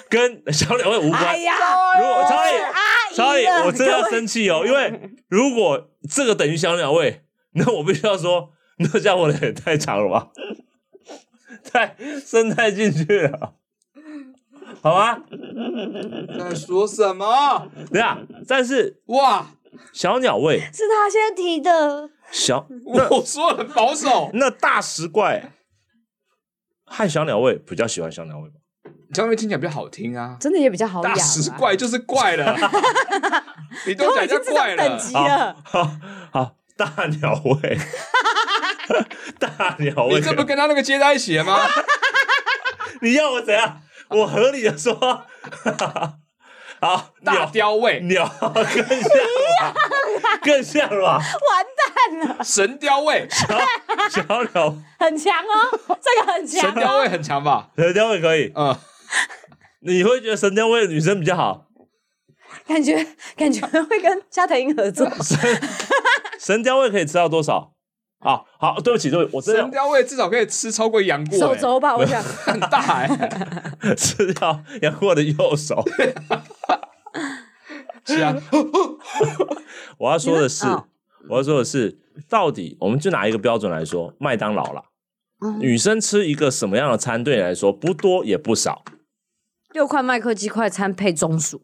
Speaker 3: 跟小鸟胃无关。
Speaker 2: 哎呀，
Speaker 3: 如果超
Speaker 2: 我是
Speaker 3: 越
Speaker 2: 阿姨
Speaker 3: 所以
Speaker 2: 了
Speaker 3: 我真的
Speaker 2: 各
Speaker 3: 要
Speaker 2: 位
Speaker 3: 生气哦，因为如果这个等于小鸟胃，那我必须要说，那家伙的也太长了吧， 太生态进去了，好吗？
Speaker 1: 在说什么？
Speaker 3: 对啊，但是
Speaker 1: 哇！
Speaker 3: 小鸟胃
Speaker 2: 是他先提的。
Speaker 3: 小
Speaker 1: 我说很保 守，
Speaker 3: 那大食怪和小鸟胃比较喜欢小鸟胃吧？
Speaker 1: 小妹听起来比较好听啊。
Speaker 2: 真的也比较好养、
Speaker 1: 大
Speaker 2: 啊。
Speaker 1: 使怪就是怪了， 你都
Speaker 2: 都
Speaker 1: 讲
Speaker 2: 已经
Speaker 1: 叫
Speaker 2: 这
Speaker 1: 怪
Speaker 2: 种等
Speaker 1: 了，
Speaker 2: 级
Speaker 3: 好
Speaker 2: 了，
Speaker 3: 好好，大鸟 胃，大鸟胃，
Speaker 1: 你这不跟他那个接在一起了吗？
Speaker 3: 你要我怎样？我合理的说， 好，
Speaker 1: 大
Speaker 3: 鸟
Speaker 1: 雕 位、
Speaker 3: 鸟更 像吧，更像了吧？
Speaker 2: 完蛋了，
Speaker 1: 神雕位、
Speaker 3: 小鸟
Speaker 2: 很强 哦，这个很强
Speaker 1: 神雕
Speaker 2: 哦。
Speaker 1: 位很强吧？
Speaker 3: 神雕也可以，
Speaker 1: 嗯，
Speaker 3: 你会觉得神雕位的女生比较好。
Speaker 2: 感觉感觉会跟加藤鹰合作，
Speaker 3: 神雕位可以吃到多少？啊，好，对不起，对不起，我真
Speaker 1: 神
Speaker 3: 的
Speaker 1: 雕位至少可以吃超过杨过、
Speaker 2: 手
Speaker 1: 欸，
Speaker 2: 肘吧，我想。
Speaker 1: 很大哎、欸，
Speaker 3: 要 吃掉杨过的右手。
Speaker 1: 是啊，
Speaker 3: 我要说的是
Speaker 2: 你们哦，
Speaker 3: 我要说的是，到底我们就拿一个标准来说，麦当劳啦，
Speaker 2: 嗯
Speaker 3: 女生吃一个什么样的餐对你来说不多也不少？
Speaker 2: 六块麦克鸡块餐配中薯，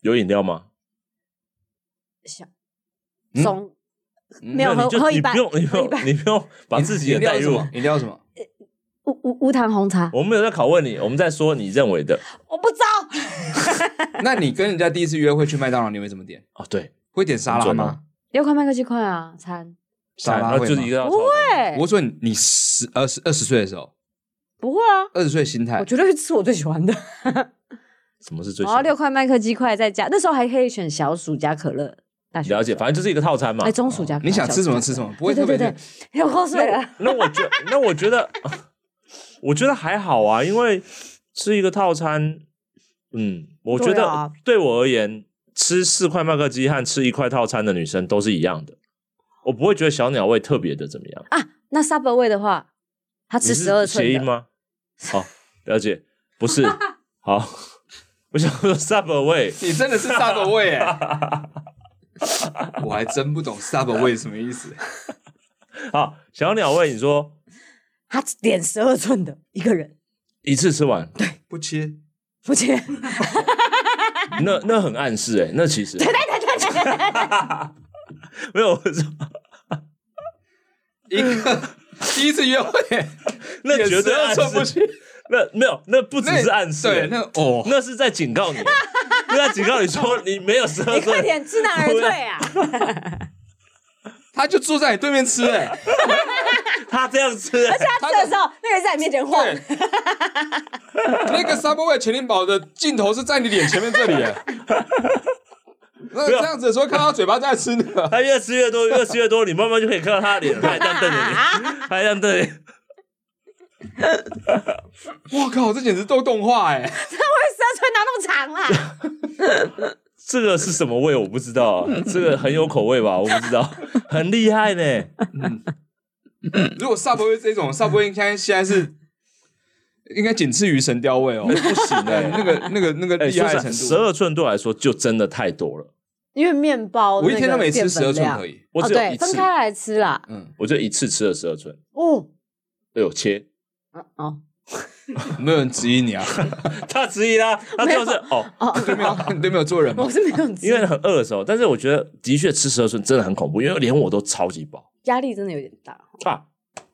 Speaker 3: 有饮料吗？
Speaker 2: 小
Speaker 1: 嗯
Speaker 2: 中
Speaker 1: 嗯
Speaker 2: 没有
Speaker 3: 那
Speaker 2: 喝
Speaker 3: 你就
Speaker 2: 喝
Speaker 3: 你
Speaker 2: 一
Speaker 3: 不
Speaker 2: 半，
Speaker 3: 用你不
Speaker 2: 喝一
Speaker 3: 用
Speaker 2: 半
Speaker 3: 你不用把自己也
Speaker 1: 饮料
Speaker 3: 带
Speaker 1: 是什
Speaker 3: 入
Speaker 1: 么，饮料是什么？
Speaker 2: 无无无糖红茶，
Speaker 3: 我们没有在拷问你，我们在说你认为的
Speaker 2: 我不知道，
Speaker 1: 那你跟人家第一次约会去麦当劳，你会怎么点？
Speaker 3: 哦，对，
Speaker 1: 会点沙拉
Speaker 3: 很准
Speaker 1: 吗
Speaker 3: 哦？
Speaker 2: 六块麦克鸡块啊，餐
Speaker 1: 沙
Speaker 3: 然
Speaker 2: 呃
Speaker 1: 拉
Speaker 3: 后
Speaker 1: 会
Speaker 3: 就是
Speaker 1: 吗
Speaker 3: 一个要
Speaker 2: 不会
Speaker 1: 我说你，你十二十二十岁的时候，
Speaker 2: 不会啊，
Speaker 1: 二十岁心态
Speaker 2: 我，绝对会吃我最喜欢的。
Speaker 3: 什么是最
Speaker 2: 然
Speaker 3: 喜
Speaker 2: 后
Speaker 3: 欢
Speaker 2: 六块麦克鸡块再加，那时候还可以选小薯加可乐。大学
Speaker 3: 了解，反正就是一个套餐嘛哦
Speaker 2: 哎，。中薯加可乐
Speaker 1: 你想吃什么吃什么不会特别
Speaker 2: 对对对对，流口水了。
Speaker 3: 那我觉那我觉得， 我觉得还好啊，因为吃一个套餐，嗯，我觉
Speaker 2: 对
Speaker 3: 得
Speaker 2: 啊
Speaker 3: 对我而言，吃四块麦克鸡和吃一块套餐的女生都是一样的，我不会觉得小鸟胃特别的怎么样。
Speaker 2: 啊，那 Subway 的话，他
Speaker 3: 你
Speaker 2: 吃
Speaker 3: 是
Speaker 2: 十二
Speaker 3: 谐
Speaker 2: 寸
Speaker 3: 音
Speaker 2: 的，
Speaker 3: 吗？好，了解，不是好。我想说 Subway，
Speaker 1: 你真的是 Subway 哎、 我还真不懂 Subway 什么意思。
Speaker 3: 好，小鸟胃，你说
Speaker 2: 他只点十二寸的一个人，
Speaker 3: 一次吃完，
Speaker 1: 不切，
Speaker 2: 不切，
Speaker 3: 那那很暗示哎、那其实 没有，我说
Speaker 1: 一个第一次约会，
Speaker 3: 那
Speaker 1: 也
Speaker 3: 绝对
Speaker 1: 12
Speaker 3: 暗
Speaker 1: 寸不
Speaker 3: 示，那没有，那不只
Speaker 1: 那
Speaker 3: 是暗示、欸
Speaker 1: 对，那哦，
Speaker 3: 那是在警 告你，那在警告你说你没有十二
Speaker 2: 你快
Speaker 3: 岁，
Speaker 2: 点知难而退啊！
Speaker 1: 他就坐在你对面吃哎、
Speaker 3: 他这样吃、欸，
Speaker 2: 他吃的时候，那个人在你面前晃，
Speaker 1: 对， 那个 Subway 全林堡的镜头是在你脸前面这 里哎、那
Speaker 3: 没有
Speaker 1: 这样子的时候，看到嘴巴在吃那个，
Speaker 3: 他越吃越多，越吃越多，你慢慢就可以看到他的脸，他还这样瞪着
Speaker 2: 啊
Speaker 1: 嗯
Speaker 3: 你，他还这样瞪着你。
Speaker 1: 我靠，这简直都动画哎、
Speaker 2: 十二寸哪那么长啊啦？
Speaker 3: 这个是什么味？我不知道、 啊，这个很有口味吧？我不知道，很厉 害呢。
Speaker 1: 如果 Subway 这种 Subway 应该现在是应该仅次于神雕位哦，不 行的、那个那个那个
Speaker 3: 欸哎、
Speaker 1: 厉
Speaker 3: 说
Speaker 1: 害
Speaker 3: 实
Speaker 1: 的程
Speaker 3: 在，
Speaker 1: 度。
Speaker 3: 十二寸对我来说就真的太多了，
Speaker 2: 因为面包，
Speaker 1: 我一天都没吃十二寸可
Speaker 2: 以。
Speaker 1: 以，
Speaker 3: 我
Speaker 2: 哦，
Speaker 3: 只有
Speaker 2: 对，
Speaker 3: 一
Speaker 2: 分
Speaker 3: 次，
Speaker 2: 开来吃啦。
Speaker 1: 嗯，
Speaker 3: 我就一次吃了十二寸，
Speaker 2: 哦，
Speaker 3: 对，我切。
Speaker 2: 嗯哦，
Speaker 1: 没有人质疑你啊，
Speaker 3: 他质疑啦，他
Speaker 2: 没
Speaker 3: 就
Speaker 2: 有
Speaker 3: 是哦，
Speaker 1: 对面有对面 有做人吗
Speaker 2: 我？是 没有吃，
Speaker 3: 因为很饿的时候，但是我觉得的确吃十二寸真的很恐怖，因为连我都超级饱
Speaker 2: 压力真的有点大。
Speaker 3: 啊。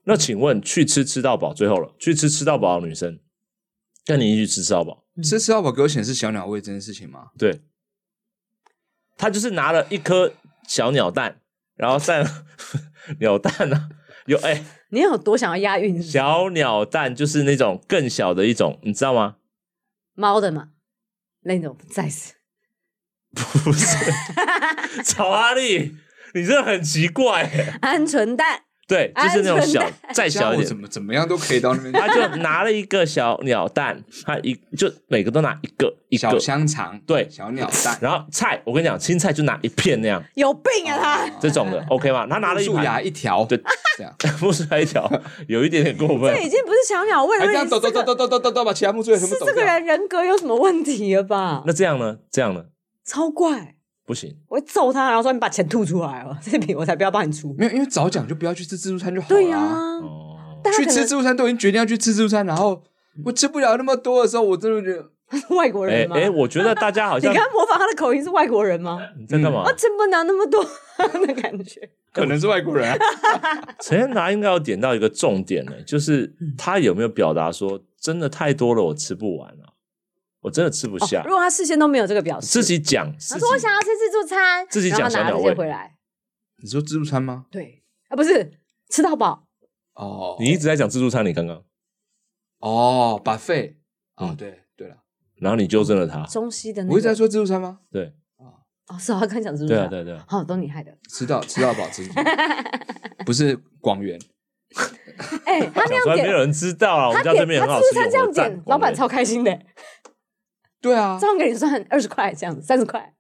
Speaker 3: 那请问去吃吃到饱，最后了，去吃吃到饱的女生，跟你一起去吃吃到饱，
Speaker 1: 吃吃到饱给我显示小鸟胃这件事情吗？
Speaker 3: 对，他就是拿了一颗小鸟蛋，然后蛋 鸟蛋啊，有哎、
Speaker 2: 你有多想要押韵是不是？
Speaker 3: 小鸟蛋就是那种更小的一种，你知道吗？
Speaker 2: 猫的嘛，那种不在是。
Speaker 3: 不是，草阿力，你这很奇怪、
Speaker 2: 鹌鹑蛋，
Speaker 3: 对，就是那种小
Speaker 2: 鹌鹑
Speaker 3: 再
Speaker 1: 这样
Speaker 3: 小
Speaker 1: 我
Speaker 3: 一点
Speaker 1: 怎，么怎么样都可以到那边去。
Speaker 3: 他就拿了一个小鸟蛋，他一就每个都拿一个 一
Speaker 1: 小
Speaker 3: 个，
Speaker 1: 香肠，
Speaker 3: 对
Speaker 1: 小鸟蛋，
Speaker 3: 然后菜我跟你讲，青菜就拿一片那样
Speaker 2: 有病啊
Speaker 1: 哦
Speaker 2: 他！
Speaker 3: 这种的，OK 吗？他拿了一
Speaker 1: 树芽
Speaker 3: 盘，
Speaker 1: 一条，
Speaker 3: 对，
Speaker 1: 这样，
Speaker 3: 木薯来一条，有一点点过分
Speaker 2: 这。已经不是小鸟胃
Speaker 1: 还
Speaker 2: 了，
Speaker 1: 哎这样
Speaker 2: 是
Speaker 1: 抖抖
Speaker 2: 这
Speaker 1: 抖
Speaker 2: 个
Speaker 1: 抖抖抖抖抖，把其他木柱全部
Speaker 2: 是
Speaker 1: 抖
Speaker 2: 这个
Speaker 1: 掉。
Speaker 2: 人人格有什么问题了吧？
Speaker 3: 那这样呢？这样呢？
Speaker 2: 超怪，
Speaker 3: 不行，
Speaker 2: 我会揍他，然后说你把钱吐出来哦， 这笔我才不要帮你出。
Speaker 1: 没有，因为早讲就不要去吃自助餐就好了。啊
Speaker 2: 对呀、
Speaker 3: 哦，
Speaker 2: 大家
Speaker 1: 去
Speaker 2: 可
Speaker 1: 吃
Speaker 2: 能
Speaker 1: 自助餐都已经决定要去吃自助餐，然后我吃不了那么多的时候，我真的觉得
Speaker 2: 是外国
Speaker 3: 哎
Speaker 2: 人吗？
Speaker 3: 哎，我觉得大家好
Speaker 2: 你
Speaker 3: 像嗯
Speaker 2: 刚刚模仿他的口音是外国人吗？
Speaker 3: 你在干嘛
Speaker 2: 我？吃不了那么多 的感觉，
Speaker 1: 可能是外国人啊、
Speaker 3: 陈建达应该要点到一个重点呢，就是
Speaker 2: 嗯
Speaker 3: 他有没有表达说真的太多了，我吃不完啊，我真的吃不下
Speaker 2: 哦如。果他事先都没有这个表示，
Speaker 3: 自己讲，自
Speaker 2: 他
Speaker 3: 己
Speaker 2: 说我想要吃自助餐，
Speaker 3: 自己
Speaker 2: 然后
Speaker 3: 讲
Speaker 2: 他拿了
Speaker 3: 小鸟
Speaker 2: 这些
Speaker 3: 胃
Speaker 2: 回来，
Speaker 1: 你说自助餐吗？
Speaker 2: 对啊，不是吃到饱，
Speaker 1: 哦，
Speaker 3: 你一直在讲自助餐，你刚刚，
Speaker 1: 哦，把费哦，
Speaker 3: 嗯
Speaker 1: 对对了，
Speaker 3: 然后你纠正了他，
Speaker 2: 中西的那
Speaker 1: 我一直在
Speaker 2: 个
Speaker 1: 说自助餐吗？
Speaker 3: 对
Speaker 2: 哦，是啊，刚讲自助
Speaker 3: 对啊
Speaker 2: 餐，
Speaker 3: 对啊对啊，
Speaker 2: 好都你害的。
Speaker 1: 吃到吃到饱，吃到 饱不是广元，
Speaker 2: 哎，他那
Speaker 3: 讲出
Speaker 2: 样
Speaker 3: 来没有
Speaker 2: 点，
Speaker 3: 人知道啊，我
Speaker 2: 他
Speaker 3: 们家这边
Speaker 2: 点
Speaker 3: 很
Speaker 2: 他
Speaker 3: 好
Speaker 2: 自
Speaker 3: 吃，
Speaker 2: 助餐这样
Speaker 3: 我赞
Speaker 2: 点，老板超开心的，
Speaker 1: 对啊
Speaker 2: 这，样给你算二十块这样子，三十块。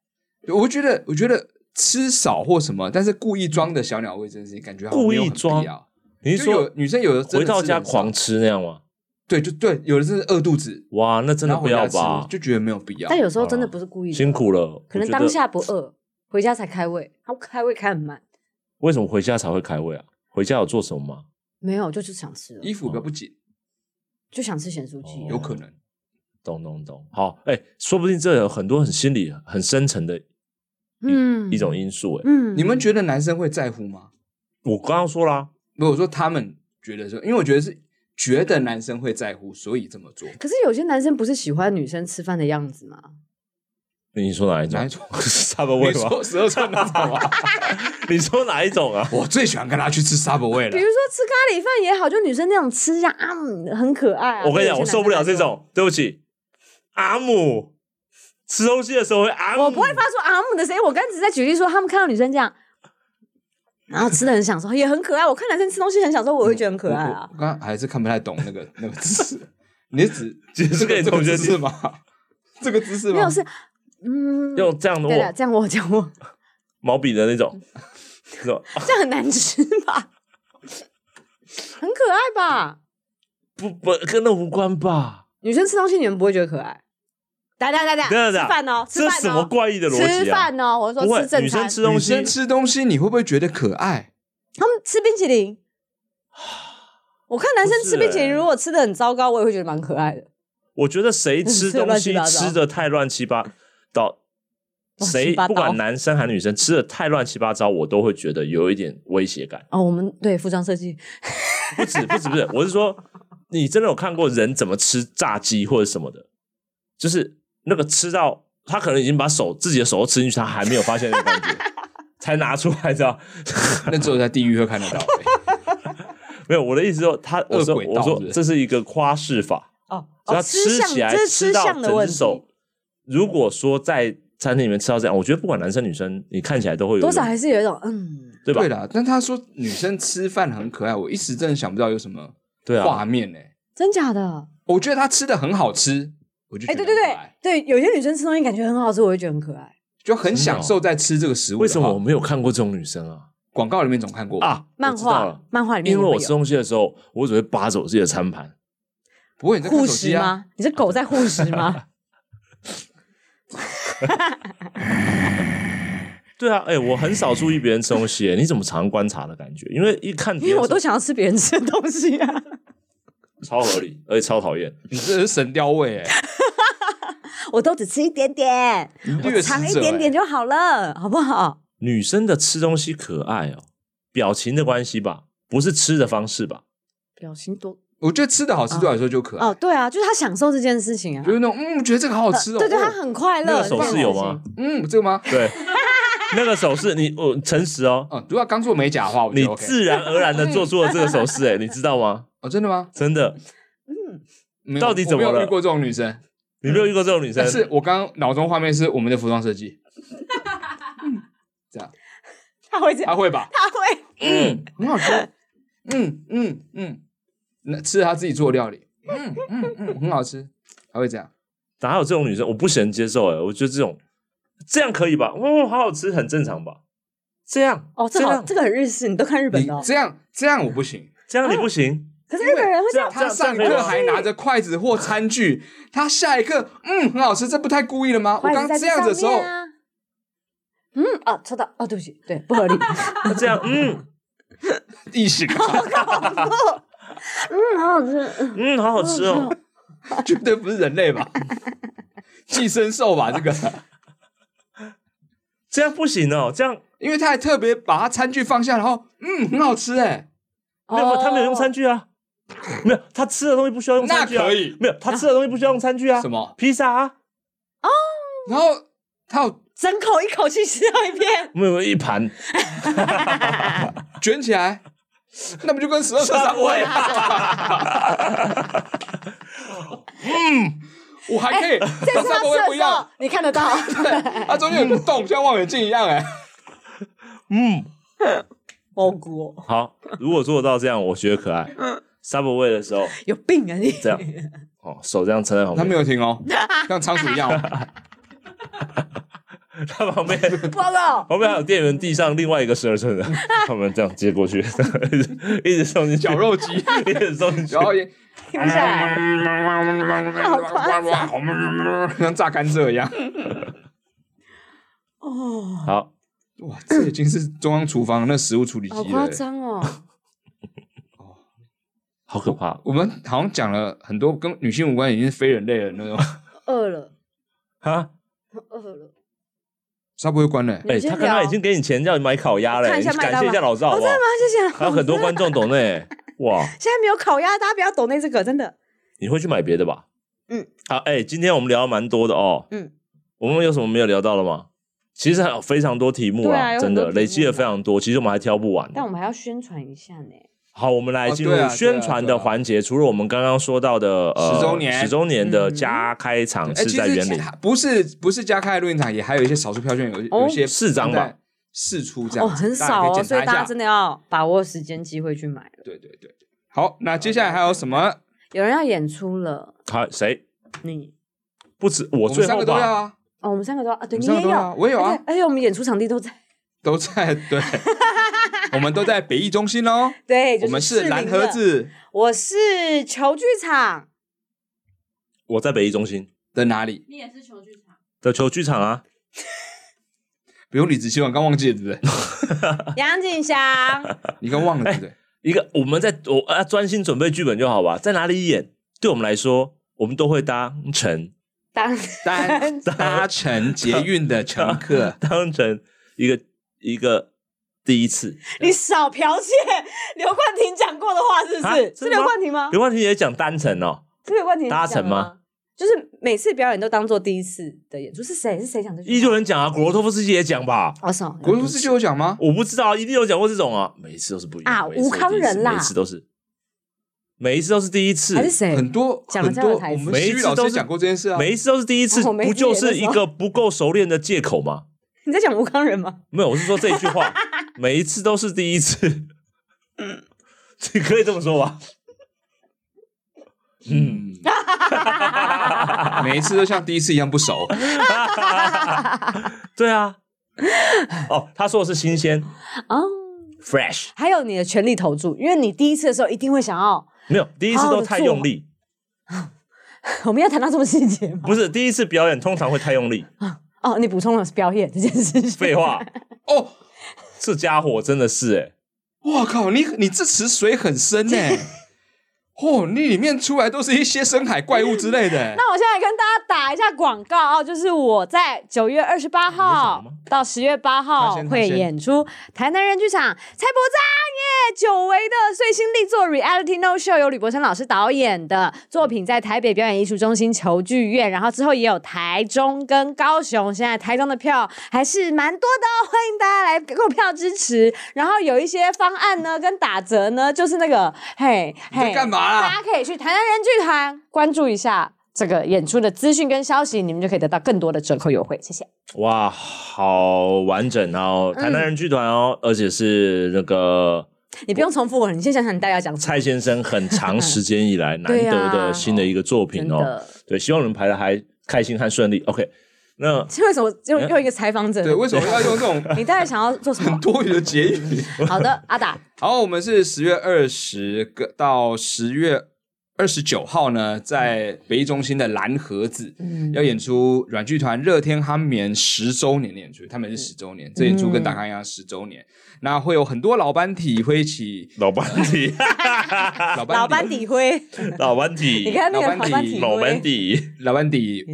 Speaker 1: 我觉得我觉得吃少或什么，但是故意装的小鸟胃这件事情，感觉好像
Speaker 3: 故意
Speaker 1: 没有很必
Speaker 3: 装
Speaker 1: 要
Speaker 3: 你是
Speaker 1: 就有
Speaker 3: 说
Speaker 1: 女生有的真的
Speaker 3: 回到
Speaker 1: 吃
Speaker 3: 家
Speaker 1: 很少
Speaker 3: 狂吃那样吗？
Speaker 1: 对，就对，有的真是饿肚子，
Speaker 3: 哇，那真的
Speaker 1: 然后
Speaker 3: 不
Speaker 1: 回家
Speaker 3: 要
Speaker 1: 吃
Speaker 3: 吧，
Speaker 1: 就觉得没有必要
Speaker 2: 但。有时候
Speaker 3: 好
Speaker 2: 真的
Speaker 3: 啦
Speaker 2: 不是故意的，
Speaker 3: 辛苦了。
Speaker 2: 可
Speaker 3: 我
Speaker 2: 能
Speaker 3: 觉
Speaker 2: 当
Speaker 3: 得
Speaker 2: 下不饿，回家才开胃，他开胃开很慢，
Speaker 3: 为什么回家才会开胃啊？回家有做什么吗？
Speaker 2: 没有就是想吃了，
Speaker 1: 衣服比较不紧，
Speaker 2: 就想吃咸酥鸡
Speaker 3: 哦
Speaker 1: 有可能
Speaker 3: 懂懂懂。好，哎，说不定这有很多很心理很深层的
Speaker 2: 嗯
Speaker 3: 一种因素、欸。
Speaker 2: 嗯
Speaker 1: 你们觉得男生会在乎吗？
Speaker 3: 我刚刚说啦，
Speaker 1: 不，我说他们觉得说，因为我觉得是觉得男生会在乎，所以这么做。
Speaker 2: 嗯可是有些男生不是喜欢女生吃饭的样子吗？
Speaker 3: 你说哪一
Speaker 1: 哪
Speaker 3: 种
Speaker 1: 一？ 种？
Speaker 3: 他 们
Speaker 1: 你
Speaker 3: 为什么？
Speaker 1: 说十二寸的啊好吧？
Speaker 3: 你说哪一种啊？
Speaker 1: 我最喜欢跟他去吃 Subway
Speaker 2: 比如
Speaker 1: 了。
Speaker 2: 说吃咖喱饭也好，就女生那种吃呀啊，嗯很可爱、啊。
Speaker 3: 我跟你讲，
Speaker 2: 对有些
Speaker 3: 我受不了这
Speaker 2: 男生
Speaker 3: 种。对不起，阿姆吃东西的时候会阿
Speaker 2: 来
Speaker 3: 姆，
Speaker 2: 说。我不会发出阿姆的声音，我刚才只是在举例说，他们看到女生这样，然后吃的很享受，也很可爱。我看男生吃东西很享受，我会觉得很 可爱
Speaker 1: 我
Speaker 2: 啊。
Speaker 1: 我刚刚还是看不太懂那个 那个姿势，你是 指
Speaker 3: 解释给
Speaker 1: 这
Speaker 3: 同
Speaker 1: 个
Speaker 3: 学
Speaker 1: 姿势
Speaker 3: 听。
Speaker 1: 吗？ 这个姿势
Speaker 3: 啊
Speaker 1: 吗？
Speaker 2: 没有是，嗯，
Speaker 3: 用这样的
Speaker 2: 对了，
Speaker 3: 握
Speaker 2: 这样我讲我，
Speaker 3: 毛笔的那种，
Speaker 1: 嗯
Speaker 3: 啊是吧？
Speaker 2: 这样很难吃 吧？很可爱吧？
Speaker 3: 不不，跟那无关吧？
Speaker 2: 女生吃东西你们不会觉得可爱？哒哒哒哒，
Speaker 3: 等等
Speaker 2: 吃
Speaker 3: 等
Speaker 2: 饭哦，吃
Speaker 3: 这
Speaker 2: 饭
Speaker 3: 是什么
Speaker 2: 哦，
Speaker 3: 怪异的逻
Speaker 2: 吃
Speaker 3: 辑啊？
Speaker 2: 饭哦，我
Speaker 3: 不
Speaker 2: 说
Speaker 3: 会
Speaker 2: 吃，正
Speaker 3: 女
Speaker 2: 餐
Speaker 3: 生，吃东
Speaker 1: 女
Speaker 3: 西
Speaker 1: 生，吃东西，你会不会觉得可 爱？
Speaker 2: 他们吃冰淇 淋。我看男生吃冰淇淋，
Speaker 3: 不是欸
Speaker 2: 如果吃的很糟糕，我也会觉得蛮可爱的。
Speaker 3: 我觉得谁吃东
Speaker 2: 吃 得乱七
Speaker 3: 西
Speaker 2: 八糟
Speaker 3: 吃的太乱七八糟，
Speaker 2: 乱
Speaker 3: 谁
Speaker 2: 七八糟
Speaker 3: 不管男生还女生吃的太乱七八糟，我都会觉得有一点威胁感。
Speaker 2: 哦，我们对服装设计，
Speaker 3: 不止 不止不止，我是说，你真的有看过人怎么吃炸鸡或者什么的？就是那个吃到他可能已经把手自己的手都吃进去，他还没有发现那个感觉， 才拿出来，知道？
Speaker 1: 那只有在地狱会看得到、
Speaker 3: 没有，我的意思说，他我
Speaker 1: 恶
Speaker 3: 说
Speaker 1: 鬼道
Speaker 3: 我说
Speaker 1: 是不是
Speaker 3: 这是一个夸饰法，
Speaker 2: 哦，
Speaker 3: 只要
Speaker 2: 哦，
Speaker 3: 吃
Speaker 2: 相
Speaker 3: 起来
Speaker 2: 这是
Speaker 3: 吃
Speaker 2: 吃
Speaker 3: 到
Speaker 2: 相的
Speaker 3: 整
Speaker 2: 问
Speaker 3: 只
Speaker 2: 题，
Speaker 3: 手，如果说在餐厅里面吃到这样，我觉得不管男生女生，你看起来都会有
Speaker 2: 多少
Speaker 3: 一种
Speaker 2: 还是有一种嗯，
Speaker 3: 对吧
Speaker 1: 对？啦，但他说女生吃饭很可爱，我一时真的想不到有什么
Speaker 3: 对啊
Speaker 1: 画，面呢、
Speaker 2: 真假的？
Speaker 1: 我觉得他吃的很好吃，我就觉
Speaker 2: 哎，
Speaker 1: 得很
Speaker 2: 对对
Speaker 1: 可
Speaker 2: 对
Speaker 1: 爱
Speaker 2: 对，有些女生吃东西感觉很好吃，我会觉得很可爱。
Speaker 1: 就很享受在吃这个食物的话。
Speaker 3: 为什么我没有看过这种女生啊？
Speaker 1: 广告里面总看过？
Speaker 3: 啊，我
Speaker 2: 漫
Speaker 3: 知道
Speaker 2: 画
Speaker 3: 了，
Speaker 2: 漫画里面
Speaker 3: 因为我
Speaker 2: 也
Speaker 3: 吃
Speaker 2: 会有
Speaker 3: 东西的时候，我只会扒着我自己的餐盘。
Speaker 1: 不会你在看
Speaker 2: 护
Speaker 1: 手
Speaker 2: 食
Speaker 1: 机啊？
Speaker 2: 吗？你是狗在护食吗？
Speaker 3: 对啊，哎、我很少注意别人吃东西，你怎么常观察的感觉？因为一看
Speaker 2: 因
Speaker 3: 别
Speaker 2: 为
Speaker 3: 人，
Speaker 2: 我都想要吃别人吃的东西啊。
Speaker 3: 超合理，而且超讨厌。
Speaker 1: 你这是神雕味、欸，
Speaker 2: 我都只吃一点点，
Speaker 1: 你
Speaker 2: 我
Speaker 1: 掠食
Speaker 2: 尝一
Speaker 1: 者、
Speaker 2: 点点
Speaker 1: 欸。
Speaker 2: 就好了，好不好？
Speaker 3: 女生的吃东西可爱哦，表情的关系吧，不是吃的方式吧？
Speaker 2: 表情多
Speaker 1: 我觉得吃的好吃对我来说就可爱，
Speaker 2: 哦，对啊，就是他享受这件事情啊，
Speaker 1: 就是那种嗯，觉得这个好好吃哦。
Speaker 2: 对对，
Speaker 1: 哦
Speaker 2: 他很快
Speaker 3: 那
Speaker 2: 乐。
Speaker 3: 个手势有吗？
Speaker 1: 嗯，这个吗？
Speaker 3: 对， 那个手势，你我诚实哦，
Speaker 1: 嗯，如果刚做美甲的话，我觉
Speaker 3: 你
Speaker 1: 得 OK。
Speaker 3: 自然而然的做出了这个手势， 哎，你知道吗？
Speaker 1: 哦，真的吗？
Speaker 3: 真的，
Speaker 1: 没有
Speaker 3: 到底怎么了
Speaker 1: 我没有遇过这种女生，
Speaker 3: 你没有遇过这种女生
Speaker 1: 但，是我刚刚脑中画面是我们的服装设 计，嗯这样
Speaker 2: 这样他会这样，
Speaker 1: 他会吧？
Speaker 2: 他会
Speaker 1: 嗯，很好吃。嗯嗯嗯，那吃他自己做的料理，嗯嗯嗯，很好吃。他会这样，
Speaker 3: 哪有这种女生？我不能接受，哎，我觉得这种这样可以吧？哦，好好吃，很正常吧？这样
Speaker 2: 哦，这
Speaker 3: 这
Speaker 2: 好，
Speaker 3: 样
Speaker 2: 这个很日式，你都看日本
Speaker 1: 你
Speaker 2: 的哦。
Speaker 1: 这样这样我不行。
Speaker 3: 这样你不行，
Speaker 2: 可是日本人啊会这样，
Speaker 3: 这样啊
Speaker 1: 他上
Speaker 3: 这样可以
Speaker 1: 课
Speaker 3: 吗
Speaker 1: 还拿着筷子或餐具，他下一刻嗯很好吃，这不太故意了吗？我刚这样子的时候
Speaker 2: 筷子在这，上面啊嗯啊，抽到哦，对不起，对，不合理。 嗯，
Speaker 3: 那这样嗯。
Speaker 1: 异形啊，
Speaker 2: 好好吃。嗯
Speaker 3: 嗯，好好吃哦。
Speaker 1: 绝对不是人类吧？寄生兽吧，这个，
Speaker 3: 这样不行哦，这样
Speaker 1: 因为他还特别把他餐具放下，然后嗯很好吃哎，
Speaker 3: 没
Speaker 2: 哦
Speaker 3: 有、没有，他没有用餐
Speaker 2: 具，
Speaker 3: 具啊，没有，他吃的东西不需要用餐具啊，
Speaker 1: 那可以
Speaker 3: 没有，他吃的东西不需要用餐具啊，
Speaker 1: 什么？
Speaker 3: 披萨啊，
Speaker 1: 然后他有
Speaker 2: 整口一口气吃掉一片，
Speaker 3: 没有一盘，
Speaker 1: 卷起来，那不就跟十二寸三味？嗯，我还可以，
Speaker 2: 这
Speaker 1: 跟
Speaker 2: 是他
Speaker 1: 三
Speaker 2: 吃
Speaker 1: 味
Speaker 2: 的
Speaker 1: 不一
Speaker 2: 时候
Speaker 1: 样，，
Speaker 2: 你看得到。
Speaker 1: 它中间有个洞，像望远镜一样哎。
Speaker 3: 嗯，
Speaker 2: 蘑菇哦
Speaker 3: 好，如果做到这样，我觉得可爱。Subway 的时候
Speaker 2: 有病啊你！
Speaker 3: 这样，哦，手这样撑在旁
Speaker 1: 他没
Speaker 3: 边，
Speaker 1: 有停哦，像仓鼠一样哦。
Speaker 3: 他 旁边
Speaker 2: 报告，
Speaker 3: 旁边还有店员递上另外一个十二寸的，他们这样接过去， 一直一直送进去，
Speaker 1: 绞肉机，
Speaker 3: 一直送进去，
Speaker 1: 然后也
Speaker 2: 停 下来。啊好夸
Speaker 1: 像榨甘蔗一样。
Speaker 2: 哦，
Speaker 3: 好，
Speaker 1: 哇，这已经是中央厨房那食物处理
Speaker 2: 好
Speaker 1: 机了
Speaker 2: 夸
Speaker 1: 欸。
Speaker 2: 张哦！
Speaker 3: 好可怕，
Speaker 1: 我们好像讲了很多跟女性无 关，已经是非人类了那种。
Speaker 2: 饿了，
Speaker 3: 啊，
Speaker 2: 饿了，
Speaker 1: 沙不会关嘞、
Speaker 2: 你
Speaker 3: 哎，
Speaker 2: 们先
Speaker 3: 他刚刚
Speaker 2: 聊
Speaker 3: 已经给你钱叫你买烤鸭了，
Speaker 2: 看一下
Speaker 3: 你
Speaker 2: 麦
Speaker 3: 感
Speaker 2: 当
Speaker 3: 谢一
Speaker 2: 劳
Speaker 3: 下老赵好
Speaker 2: 哦，真
Speaker 3: 不
Speaker 2: 的
Speaker 3: 好
Speaker 2: 吗？？谢谢。
Speaker 3: 还有很多观众懂呢，哇，
Speaker 2: 现在没有烤鸭，大家不要抖那这个，真的。
Speaker 3: 你会去买别的吧？
Speaker 2: 嗯，
Speaker 3: 好，哎，今天我们聊得蛮多的哦，
Speaker 2: 嗯，
Speaker 3: 我们有什么没有聊到的吗？其实还有非常多题目
Speaker 2: 对
Speaker 3: 啦，
Speaker 2: 啊有
Speaker 3: 真
Speaker 2: 很多
Speaker 3: 的
Speaker 2: 题目
Speaker 3: 累积了非常多，其实我们还挑不完。
Speaker 2: 但我们还要宣传一下呢。
Speaker 3: 好，我们来
Speaker 1: 哦
Speaker 3: 进入
Speaker 1: 对啊对啊
Speaker 3: 宣传的环节。除了我们刚刚说到的呃
Speaker 1: 10周年
Speaker 3: 十周年的加开场
Speaker 1: 哎、
Speaker 3: 是
Speaker 1: 其
Speaker 3: 在
Speaker 1: 实
Speaker 3: 园
Speaker 1: 其
Speaker 3: 林
Speaker 1: 实，不是不是加开录音场，也还有一些少数票券，有有一些
Speaker 3: 四张吧，
Speaker 1: 四出这样
Speaker 2: 哦，
Speaker 1: 子
Speaker 2: 很少哦，所以大家真
Speaker 1: 的
Speaker 2: 的要把握时间机会去买了。
Speaker 1: 对对对对。好，那接下来还有什么？
Speaker 2: 有人要演出了，
Speaker 3: 好谁
Speaker 2: 你
Speaker 3: 不止我
Speaker 1: 我们
Speaker 3: 最
Speaker 1: 三
Speaker 3: 后
Speaker 1: 个都要
Speaker 3: 吧？
Speaker 1: 啊，
Speaker 2: 哦，我们三个都要啊，对
Speaker 1: 我们
Speaker 2: 你
Speaker 1: 三个
Speaker 2: 也
Speaker 1: 都要
Speaker 2: 有哎
Speaker 1: 啊，我也有啊
Speaker 2: 而且而且我们演出场地都在，
Speaker 1: 都在 对，我们都在北艺中心喽。
Speaker 2: 对，就
Speaker 1: 我们
Speaker 2: 士
Speaker 1: 是
Speaker 2: 林
Speaker 1: 蓝盒
Speaker 2: 了，
Speaker 1: 子
Speaker 2: 我是球剧场，
Speaker 3: 我在北艺中心
Speaker 1: 的哪里？
Speaker 4: 你也是球剧场，
Speaker 3: 的球剧场啊，
Speaker 1: 不用理直气壮，刚忘记了对不对？
Speaker 2: 杨景祥，
Speaker 1: 你刚忘了对不对？
Speaker 3: 一个我们在我啊专心准备剧本就好吧，在哪里演，对我们来说，我们都会当成，
Speaker 2: 当
Speaker 1: 搭搭乘捷运的乘客
Speaker 3: 当成一个一个第一次。
Speaker 2: 你少剽窃刘冠廷讲过的话，是不
Speaker 3: 啊
Speaker 2: 是？
Speaker 3: 真
Speaker 2: 是
Speaker 3: 的
Speaker 2: 刘
Speaker 3: 吗
Speaker 2: 冠廷吗？
Speaker 3: 刘冠廷也讲单程哦，
Speaker 2: 是刘冠廷
Speaker 3: 搭乘
Speaker 2: 讲的
Speaker 3: 吗
Speaker 2: 吗？就是每次表演都当做第一次的演出，是谁？是谁讲的？
Speaker 3: 一九人讲啊，古罗托夫斯基也讲吧。
Speaker 2: 哦，少
Speaker 1: 国术师就有讲吗？
Speaker 3: 我不知道，一定有讲过这种啊，每一次都是不一样
Speaker 2: 啊
Speaker 3: 每一次都是
Speaker 2: 吴康仁啦
Speaker 3: 每一次都是，每一次都是第一次
Speaker 2: 还，是谁？
Speaker 1: 很多
Speaker 2: 哎讲了
Speaker 1: 很
Speaker 2: 这样的
Speaker 1: 多，
Speaker 2: 台
Speaker 1: 我
Speaker 2: 词
Speaker 1: 们西语老师讲过这件事啊。
Speaker 3: 每一次都是第一次，
Speaker 2: 哦每一
Speaker 3: 不
Speaker 2: 次也
Speaker 3: 就是是一个不够熟练的借口吗？
Speaker 2: 你在讲吴康仁吗？
Speaker 3: 没有，我是说这一句话，每一次都是第一次，
Speaker 2: 嗯
Speaker 3: 你可以这么说吧？
Speaker 1: 嗯， 每一次都像第一次一样不熟。
Speaker 3: 对啊，哦，他说的是新鲜
Speaker 2: 啊、
Speaker 3: fresh，
Speaker 2: 还有你的全力投注，因为你第一次的时候一定会想要，
Speaker 3: 没有第一次都太用力，
Speaker 2: 我们要谈到这么细节吗？
Speaker 3: 不是第一次表演通常会太用力，
Speaker 2: 哦，你补充了表演这件事情。
Speaker 3: 废话，
Speaker 1: 哦，
Speaker 3: 这家伙真的是哎、
Speaker 1: 哇靠，你你这池水很深 呢。哦，你里面出来都是一些深海怪物之类的。
Speaker 2: 那我现在跟大家打一下广告哦，就是我在九月二十八号到十月
Speaker 1: 他
Speaker 2: 八号
Speaker 1: 先他
Speaker 2: 会
Speaker 1: 先
Speaker 2: 演出台南人剧场蔡伯章耶久违的最新力作《Reality No Show》，由吕伯生老师导演的作品，在台北表演艺术中心球剧院，然后之后也有台中跟高雄，现在台中的票还是蛮多的哦，欢迎大家来购票支持。然后有一些方案呢跟打折呢，就是那个嘿
Speaker 1: 你在
Speaker 2: 嘿
Speaker 1: 干嘛啊
Speaker 2: 大家可以去台南人剧团关注一下这个演出的资讯跟消息，你们就可以得到更多的折扣优惠。谢谢。
Speaker 3: 哇，好完整哦！台南人剧团哦，而且是那个
Speaker 2: 你不用重复我了，你先想想你大家要讲什么。
Speaker 3: 蔡先生很长时间以来难
Speaker 2: 对啊
Speaker 3: 得的新的一个 作
Speaker 2: 真
Speaker 3: 品哦。
Speaker 2: 的，
Speaker 3: 对，希望你们排的还开心和顺利。OK，那
Speaker 2: 这为什么又又一个采访者？
Speaker 1: 对，为什么要用这种
Speaker 2: 你到底想要做什 么
Speaker 1: 很？多余的结语？
Speaker 2: 好的，阿达，
Speaker 1: 好，我们是十月二十个到十月二十九号呢，在北艺中心的蓝盒子、
Speaker 2: 嗯
Speaker 1: 要演出软剧团热天酣眠十周年的演出，他们是十周年，这演出跟大咖一样十周年。那会有很多老班体会一起，
Speaker 3: 老班底，
Speaker 1: 老班
Speaker 2: 嗯老班底灰，
Speaker 3: 老班底，
Speaker 2: 你看那个
Speaker 1: 老班底
Speaker 2: 老班底
Speaker 3: 老班
Speaker 2: 灰，
Speaker 3: 底，
Speaker 1: 老班底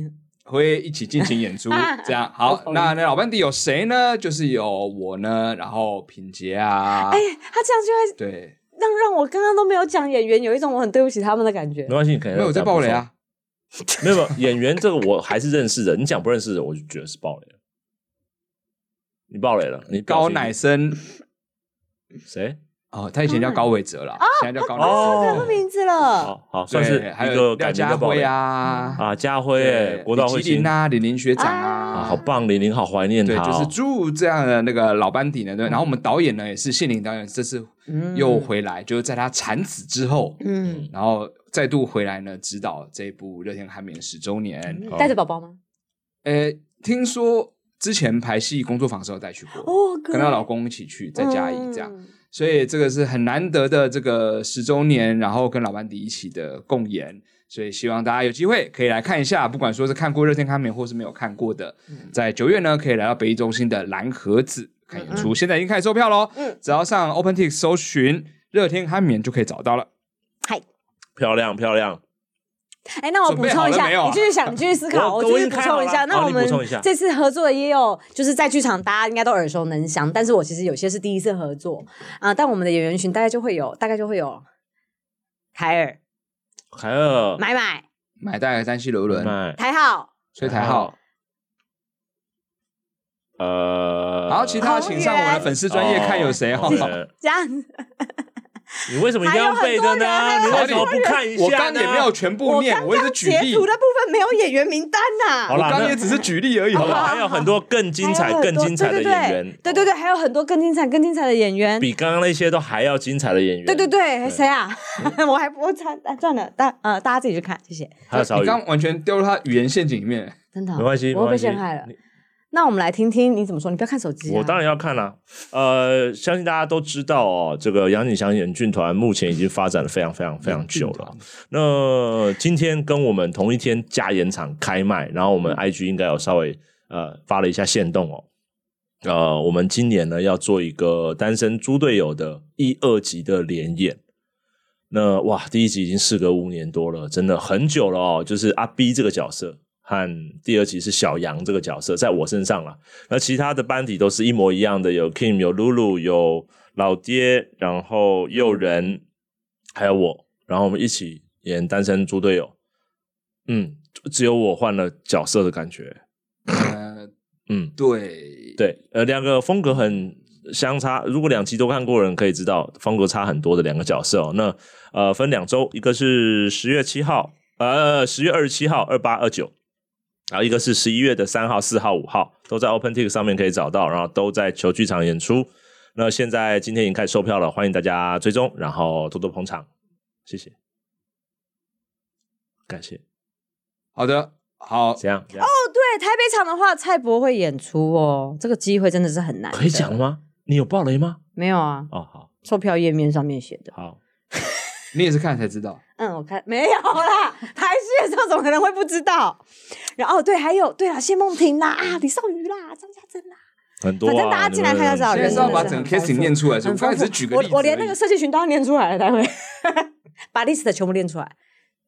Speaker 1: 会一起进行演 出
Speaker 2: 啊，
Speaker 1: 这样好
Speaker 2: 嗯好。
Speaker 1: 那那老班底有谁呢？就是有我呢，然后品杰啊，
Speaker 2: 哎，他这样就会
Speaker 1: 对，
Speaker 2: 让让我刚刚都没有讲演员，有一种我很对不起他们的感觉
Speaker 3: 没。关系，你可能
Speaker 1: 没有我在爆
Speaker 2: 呃
Speaker 1: 雷啊，
Speaker 3: 没有，没有演员这个我还是认识的，你讲不认识的，我就觉得是爆雷了。你爆雷了，你表
Speaker 1: 高
Speaker 3: 情
Speaker 1: 乃生。
Speaker 3: 谁？
Speaker 1: 哦，他以前叫高伟哲啦，现在叫高乃生。
Speaker 2: 哦，
Speaker 3: 哦
Speaker 2: 讲错名字了，
Speaker 3: 好好，
Speaker 1: 呃对
Speaker 3: 算是
Speaker 1: 还
Speaker 3: 一
Speaker 1: 有廖
Speaker 3: 个改名
Speaker 1: 家
Speaker 3: 的爆
Speaker 1: 辉
Speaker 3: 雷
Speaker 1: 啊，
Speaker 3: 啊，家辉
Speaker 1: 对
Speaker 3: 哎，国道
Speaker 1: 李
Speaker 3: 会
Speaker 1: 麒麟
Speaker 3: 星
Speaker 1: 啊，林林学长啊，
Speaker 3: 啊，好棒，玲玲好怀念
Speaker 1: 对，
Speaker 3: 他、
Speaker 1: 就是
Speaker 3: 哦。
Speaker 1: 住这样的那个老班底呢，对。然后我们导演呢也是谢林导演，这次
Speaker 2: 嗯
Speaker 1: 又回来，就是在他产子之后，
Speaker 2: 嗯，
Speaker 1: 然后再度回来呢指导这一部《热天寒眠》十周年。
Speaker 3: 好
Speaker 2: 带着宝宝吗？
Speaker 1: 呃，听说之前排戏工作坊的时候带去过，
Speaker 2: 哦，
Speaker 1: 跟她老公一起去，在嘉义这样。
Speaker 2: 嗯
Speaker 1: 所以这个是很难得的这个十周年，然后跟老班底一起的共演，所以希望大家有机会可以来看一下，不管说是看过《热天康眠》或是没有看过的，
Speaker 2: 嗯
Speaker 1: 在九月呢可以来到北艺中心的蓝盒子看演出，现在已经开始售票喽，
Speaker 2: 嗯
Speaker 1: 只要上 OpenTix 搜寻《热天酣眠》就可以找到了。
Speaker 3: 漂亮漂亮。
Speaker 2: 哎，那我
Speaker 1: 准
Speaker 2: 补
Speaker 1: 备
Speaker 2: 充
Speaker 1: 好
Speaker 2: 一
Speaker 1: 了
Speaker 2: 下，
Speaker 1: 没有
Speaker 2: 你继续想，你继续思考，
Speaker 3: 啊
Speaker 2: 我
Speaker 3: 我我
Speaker 2: 继
Speaker 3: 已
Speaker 2: 续
Speaker 3: 经
Speaker 2: 补
Speaker 3: 开好
Speaker 2: 充一
Speaker 3: 了
Speaker 2: 下。那
Speaker 3: 好
Speaker 2: 我
Speaker 3: 你
Speaker 2: 们
Speaker 3: 补充一下
Speaker 2: 这次合作的也有，就是在剧场大家应该都耳熟能详，但是我其实有些是第一次合作啊、但我们的演员群大概就会有，大概就会有凯尔、
Speaker 3: 凯尔、
Speaker 2: 买买、
Speaker 1: 买带来单西轮轮，
Speaker 3: 麦
Speaker 2: 台浩、
Speaker 1: 崔台浩，，
Speaker 3: 呃，
Speaker 1: 然后其他的请上我的粉丝专业看有谁哈
Speaker 3: 哦。对
Speaker 2: 这样。
Speaker 3: 你为什么一定要背的呢？
Speaker 2: 还
Speaker 3: 你
Speaker 2: 有
Speaker 3: 为
Speaker 1: 很多人
Speaker 3: 什么不看一下呢？
Speaker 1: 我刚也没有全部念，我也是举例
Speaker 2: 截，图的部分没有演员名单呐、
Speaker 3: 好
Speaker 1: 我
Speaker 3: 啦
Speaker 1: 刚
Speaker 3: 那
Speaker 1: 也只是举例而已，好
Speaker 3: 好
Speaker 1: 不
Speaker 3: 吧，
Speaker 1: 好？
Speaker 3: 还有很多更精彩、更精彩的演员，
Speaker 2: 对对对，还有很多更精彩、更精彩的演员。
Speaker 3: 比刚刚那些都还要精彩的演员。
Speaker 2: 对对，对，
Speaker 3: 对
Speaker 2: 谁啊？ 我还我惨啊赚了，大呃大家自己去看，谢谢。
Speaker 3: 还有少
Speaker 1: 你
Speaker 3: 宇，
Speaker 1: 刚完全掉入他语言陷阱里面，
Speaker 2: 真的哦、
Speaker 3: 没关系，
Speaker 2: 我
Speaker 3: 没
Speaker 2: 又被
Speaker 3: 关系
Speaker 2: 陷害了。
Speaker 3: 你
Speaker 2: 那我们来听听你怎么说，你不要看手机、啊。
Speaker 3: 我当然要看啦、呃，相信大家都知道哦，这个杨景祥演剧团目前已经发展了非常非常非常久 了。那今天跟我们同一天加演场开卖，然后我们 IG 应该有稍微呃发了一下线动哦。呃，我们今年呢要做一个单身猪队友的一二集的联演。那哇，第一集已经事隔五年多了，真的很久了哦。就是阿 B 这个角色和第二集是小杨这个角色在我身上了，那其他的班底都是一模一样的，有 Kim，有露露，有老爹，然后诱人，还有我，然后我们一起演单身猪队友。嗯，只有我换了角色的感觉。
Speaker 1: 呃，
Speaker 3: 嗯，
Speaker 1: 对，
Speaker 3: 对，呃，两个风格很相差。如果两集都看过的人可以知道，风格差很多的两个角色哦。那呃，分两周，一个是十月七号，呃，十月二十七号、二八、二九，然后一个是十一月的三号、四号、五号，都在 OpenTix 上面可以找到，然后都在球剧场演出。那现在今天已经开始售票了，欢迎大家追踪，然后多多捧场，谢谢，感谢。
Speaker 1: 好的，好，
Speaker 3: 怎样？怎样
Speaker 2: 哦，对，台北场的话，蔡博会演出哦，这个机会真的是很难。
Speaker 3: 可以讲了？吗？你有爆雷吗？
Speaker 2: 没有啊，
Speaker 3: 哦，好
Speaker 2: 售票页面上面写的。
Speaker 3: 好，
Speaker 1: 你也是看才知道，
Speaker 2: 嗯，我看没有 啦，台视的时候怎么可能会不知道？然后哦对，还有对啦，谢梦婷啦，啊，李少宇啦，张家珍啦，
Speaker 3: 很多、啊。
Speaker 2: 反正大家进来看就知道
Speaker 3: 你
Speaker 1: 现
Speaker 3: 们
Speaker 1: 在是要把
Speaker 2: 人真的是
Speaker 1: 整
Speaker 2: 很
Speaker 1: 个 casting 念出来，所以我刚才只是举个例子而已，
Speaker 2: 我我连那个设计群都要念出来了，待会 把 list 全部念出来。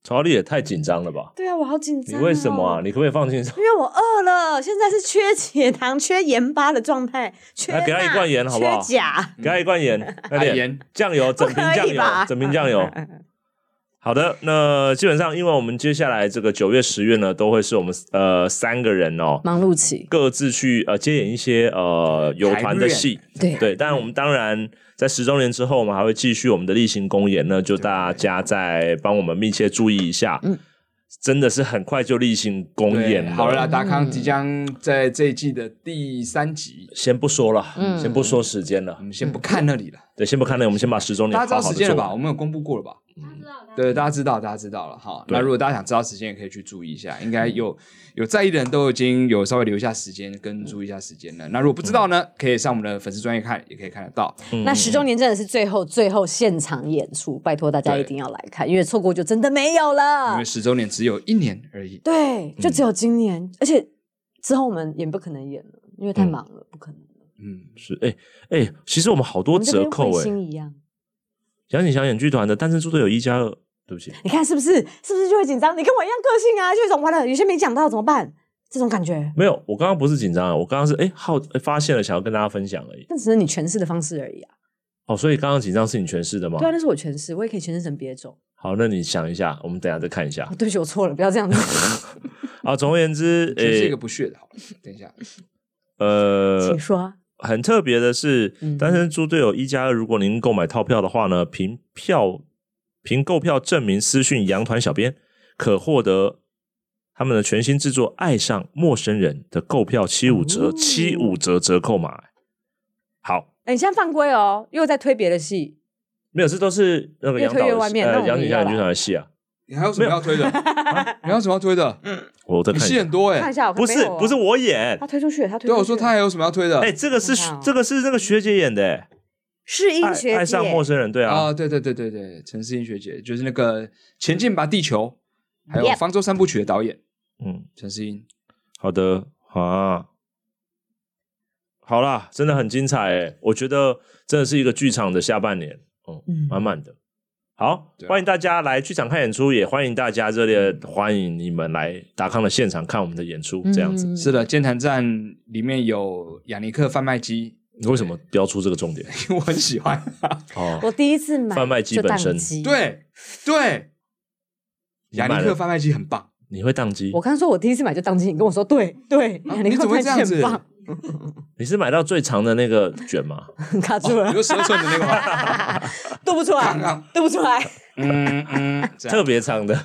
Speaker 3: 曹丽也太紧张了吧？
Speaker 2: 对啊，我好紧
Speaker 3: 你
Speaker 2: 张、
Speaker 3: 为什么啊？？你可不可以放轻松？
Speaker 2: 因为我饿了，现在是缺血糖、缺盐巴的状态，缺钠
Speaker 3: 来给他一罐盐好不好
Speaker 2: 缺钾，
Speaker 3: 给他一罐盐，快
Speaker 1: 嗯海
Speaker 3: 点
Speaker 1: 盐
Speaker 3: 酱油，整瓶酱
Speaker 2: 不可以吧
Speaker 3: 油，整瓶 酱油。好的，那基本上，因为我们接下来这个九月、十月呢，都会是我们呃三个人哦，
Speaker 2: 忙碌期。
Speaker 3: 各自去呃接演一些呃有团的戏，
Speaker 1: 嗯
Speaker 2: 对
Speaker 3: 对。但我们当然在十周年之后，我们还会继续我们的例行公演，
Speaker 1: 嗯
Speaker 3: 那就大家再帮我们密切注意一下。
Speaker 2: 嗯
Speaker 3: 真的是很快就例行公
Speaker 1: 对
Speaker 3: 演了，
Speaker 1: 好了
Speaker 2: 嗯
Speaker 1: 啦，达康即将在这一季的第三集，
Speaker 3: 先不说了，
Speaker 2: 嗯
Speaker 3: 先不说时间了
Speaker 1: 我，们先不看那里了，
Speaker 3: 对，先不看那个，我们先把十周年
Speaker 1: 大家知
Speaker 3: 嗯好
Speaker 1: 道
Speaker 3: 好
Speaker 1: 时
Speaker 3: 的
Speaker 1: 间了
Speaker 3: 做
Speaker 1: 吧？
Speaker 3: 完
Speaker 1: 我。们有公布过了吧？
Speaker 4: 他知道，他
Speaker 1: 对，大家知道，大家知道了。好，
Speaker 3: 对
Speaker 1: 那如果大家想知道时间，也可以去注意一下。应该有有在意的人都已经有稍微留一下时间跟注意一下时间了。那如果不知道
Speaker 3: 嗯
Speaker 1: 呢，可以上我们的粉丝专业看，也可以看得到。
Speaker 2: 那十周年真的是最后最后现场演出，拜托大家
Speaker 1: 对
Speaker 2: 一定要来看，因为错过就真的没有
Speaker 1: 因
Speaker 2: 了
Speaker 1: 为。十周年只有一年而已。
Speaker 2: 对，
Speaker 3: 嗯
Speaker 2: 就只有今年，而且之后我们也不可能演了，因为太
Speaker 3: 嗯
Speaker 2: 忙了，不可能。
Speaker 1: 嗯，
Speaker 3: 是哎哎、其实我们好多
Speaker 2: 我们就
Speaker 3: 折
Speaker 2: 跟
Speaker 3: 扣
Speaker 2: 彗
Speaker 3: 哎、
Speaker 2: 星一样，
Speaker 3: 小景小演剧团的单身猪队友一加二，对不起，
Speaker 2: 你看是不是？是不是就会紧张？你跟我一样个性啊，就有一种完了，有些没讲到怎么办？这种感觉，
Speaker 3: 没有，我刚刚不是紧张啊，我刚刚是哎、好哎发现了，想要跟大家分享而已。
Speaker 2: 那只是你诠释的方式而已啊。
Speaker 3: 哦，所以刚刚紧张是你诠释的吗
Speaker 2: 对？啊，那是我诠释，我也可以诠释成别种。
Speaker 3: 好，那你想一下，我们等一下再看一下
Speaker 2: 哦，。对不起，我错了，不要这样 子。
Speaker 3: 啊，总而言之，
Speaker 1: 这是一个
Speaker 3: 诶
Speaker 1: 不屑的。好了，等一下，
Speaker 3: 呃
Speaker 2: 请，说。
Speaker 3: 很特别的是
Speaker 2: 嗯，
Speaker 3: 单身猪队友一加二，如果您购买套票的话呢，凭票凭购票证明私讯杨团小编，可获得他们的全新制作《爱上陌生人》的购票七五折，
Speaker 2: 哦
Speaker 3: 七五折折扣码。好，
Speaker 2: 哎，你现在犯规哦，又在推别的戏。
Speaker 3: 没有，这都是那个
Speaker 2: 越
Speaker 3: 杨导
Speaker 2: 推越
Speaker 3: 的
Speaker 2: 外
Speaker 3: 戏
Speaker 2: 面那我
Speaker 3: 呃
Speaker 2: 们
Speaker 3: 杨景
Speaker 2: 也要
Speaker 3: 祥
Speaker 2: 来
Speaker 3: 剧团的戏啊，
Speaker 1: 你还有什么要推 的？啊你还有什么要推的？
Speaker 3: 我再
Speaker 1: 你
Speaker 3: 看一
Speaker 1: 戏
Speaker 3: 下
Speaker 1: 很，多
Speaker 2: 看
Speaker 1: 哎
Speaker 2: 一。下，我看
Speaker 3: 不
Speaker 2: 没
Speaker 3: 是
Speaker 2: 有哦
Speaker 3: 不是我演
Speaker 2: 他，推出去了，他推
Speaker 1: 对，啊
Speaker 2: 出去了。
Speaker 1: 我说他还有什么要推的？
Speaker 3: 哎，这个是
Speaker 2: 看一下哦
Speaker 3: 这个是那个学姐演的，哎
Speaker 2: 是音学
Speaker 3: 爱
Speaker 2: 姐
Speaker 3: 爱上陌生人，对啊
Speaker 1: 啊，，对对对对对，陈思英学姐就是那个《前进吧，地球》，还有
Speaker 2: Yep
Speaker 1: 《方舟三部曲》的导演
Speaker 3: 嗯。
Speaker 1: 陈思英。
Speaker 3: 好的啊，好啦，欸真的很精彩诶，我觉得真的是一个剧场的下半年，嗯，
Speaker 2: 嗯
Speaker 3: 满满的。好
Speaker 1: 对，啊
Speaker 3: 欢迎大家来剧场看演出，也欢迎大家热烈地欢迎你们来达康的现场看我们的演
Speaker 1: 嗯
Speaker 3: 出。这样子，
Speaker 2: 嗯
Speaker 1: 是的，剑潭站里面有雅尼克贩卖机，
Speaker 3: 你为什么标出这个重点？
Speaker 1: 我很喜欢。
Speaker 3: 哦，
Speaker 2: 我第一次买
Speaker 3: 贩卖机
Speaker 2: 就
Speaker 3: 本
Speaker 2: 宕
Speaker 3: 身
Speaker 2: 机，
Speaker 1: 对对，
Speaker 3: 你
Speaker 1: 雅
Speaker 3: 买
Speaker 1: 尼克
Speaker 3: 了
Speaker 1: 贩卖机很棒。
Speaker 3: 你会宕机
Speaker 2: 我？刚说我第一次买就当机，你跟我说对对，
Speaker 1: 啊
Speaker 2: 你
Speaker 1: 你怎么会这样子
Speaker 2: 很棒，
Speaker 3: 你是买到最长的那个卷吗？
Speaker 2: 卡住了
Speaker 1: 你，说十二寸的那个吗？
Speaker 2: 对不出
Speaker 1: 哦刚
Speaker 2: 来，
Speaker 1: 刚，
Speaker 2: 对不出来，
Speaker 1: 嗯嗯，这样
Speaker 3: 特别长的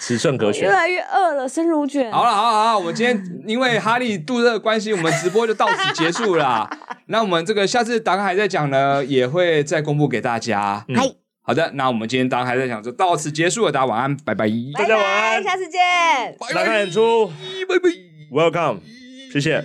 Speaker 3: 尺寸可
Speaker 2: 越
Speaker 3: 选。
Speaker 2: 来越饿了，生乳 卷。
Speaker 1: 好了，好了，好了，我们今天因为哈利杜热的关系，我们直播就到此结束 啦。那我们这个下次达康还在讲呢，也会再公布给大家。
Speaker 3: 嗯
Speaker 2: 嗨，
Speaker 1: 好的，那我们今天达康还在讲就到此结束了，大家晚安，拜拜，
Speaker 2: 拜
Speaker 3: 大家晚
Speaker 2: 拜，
Speaker 3: 安
Speaker 2: 下次见。
Speaker 1: 拜
Speaker 3: 达康演出
Speaker 1: 拜拜，
Speaker 3: ，Welcome，谢谢。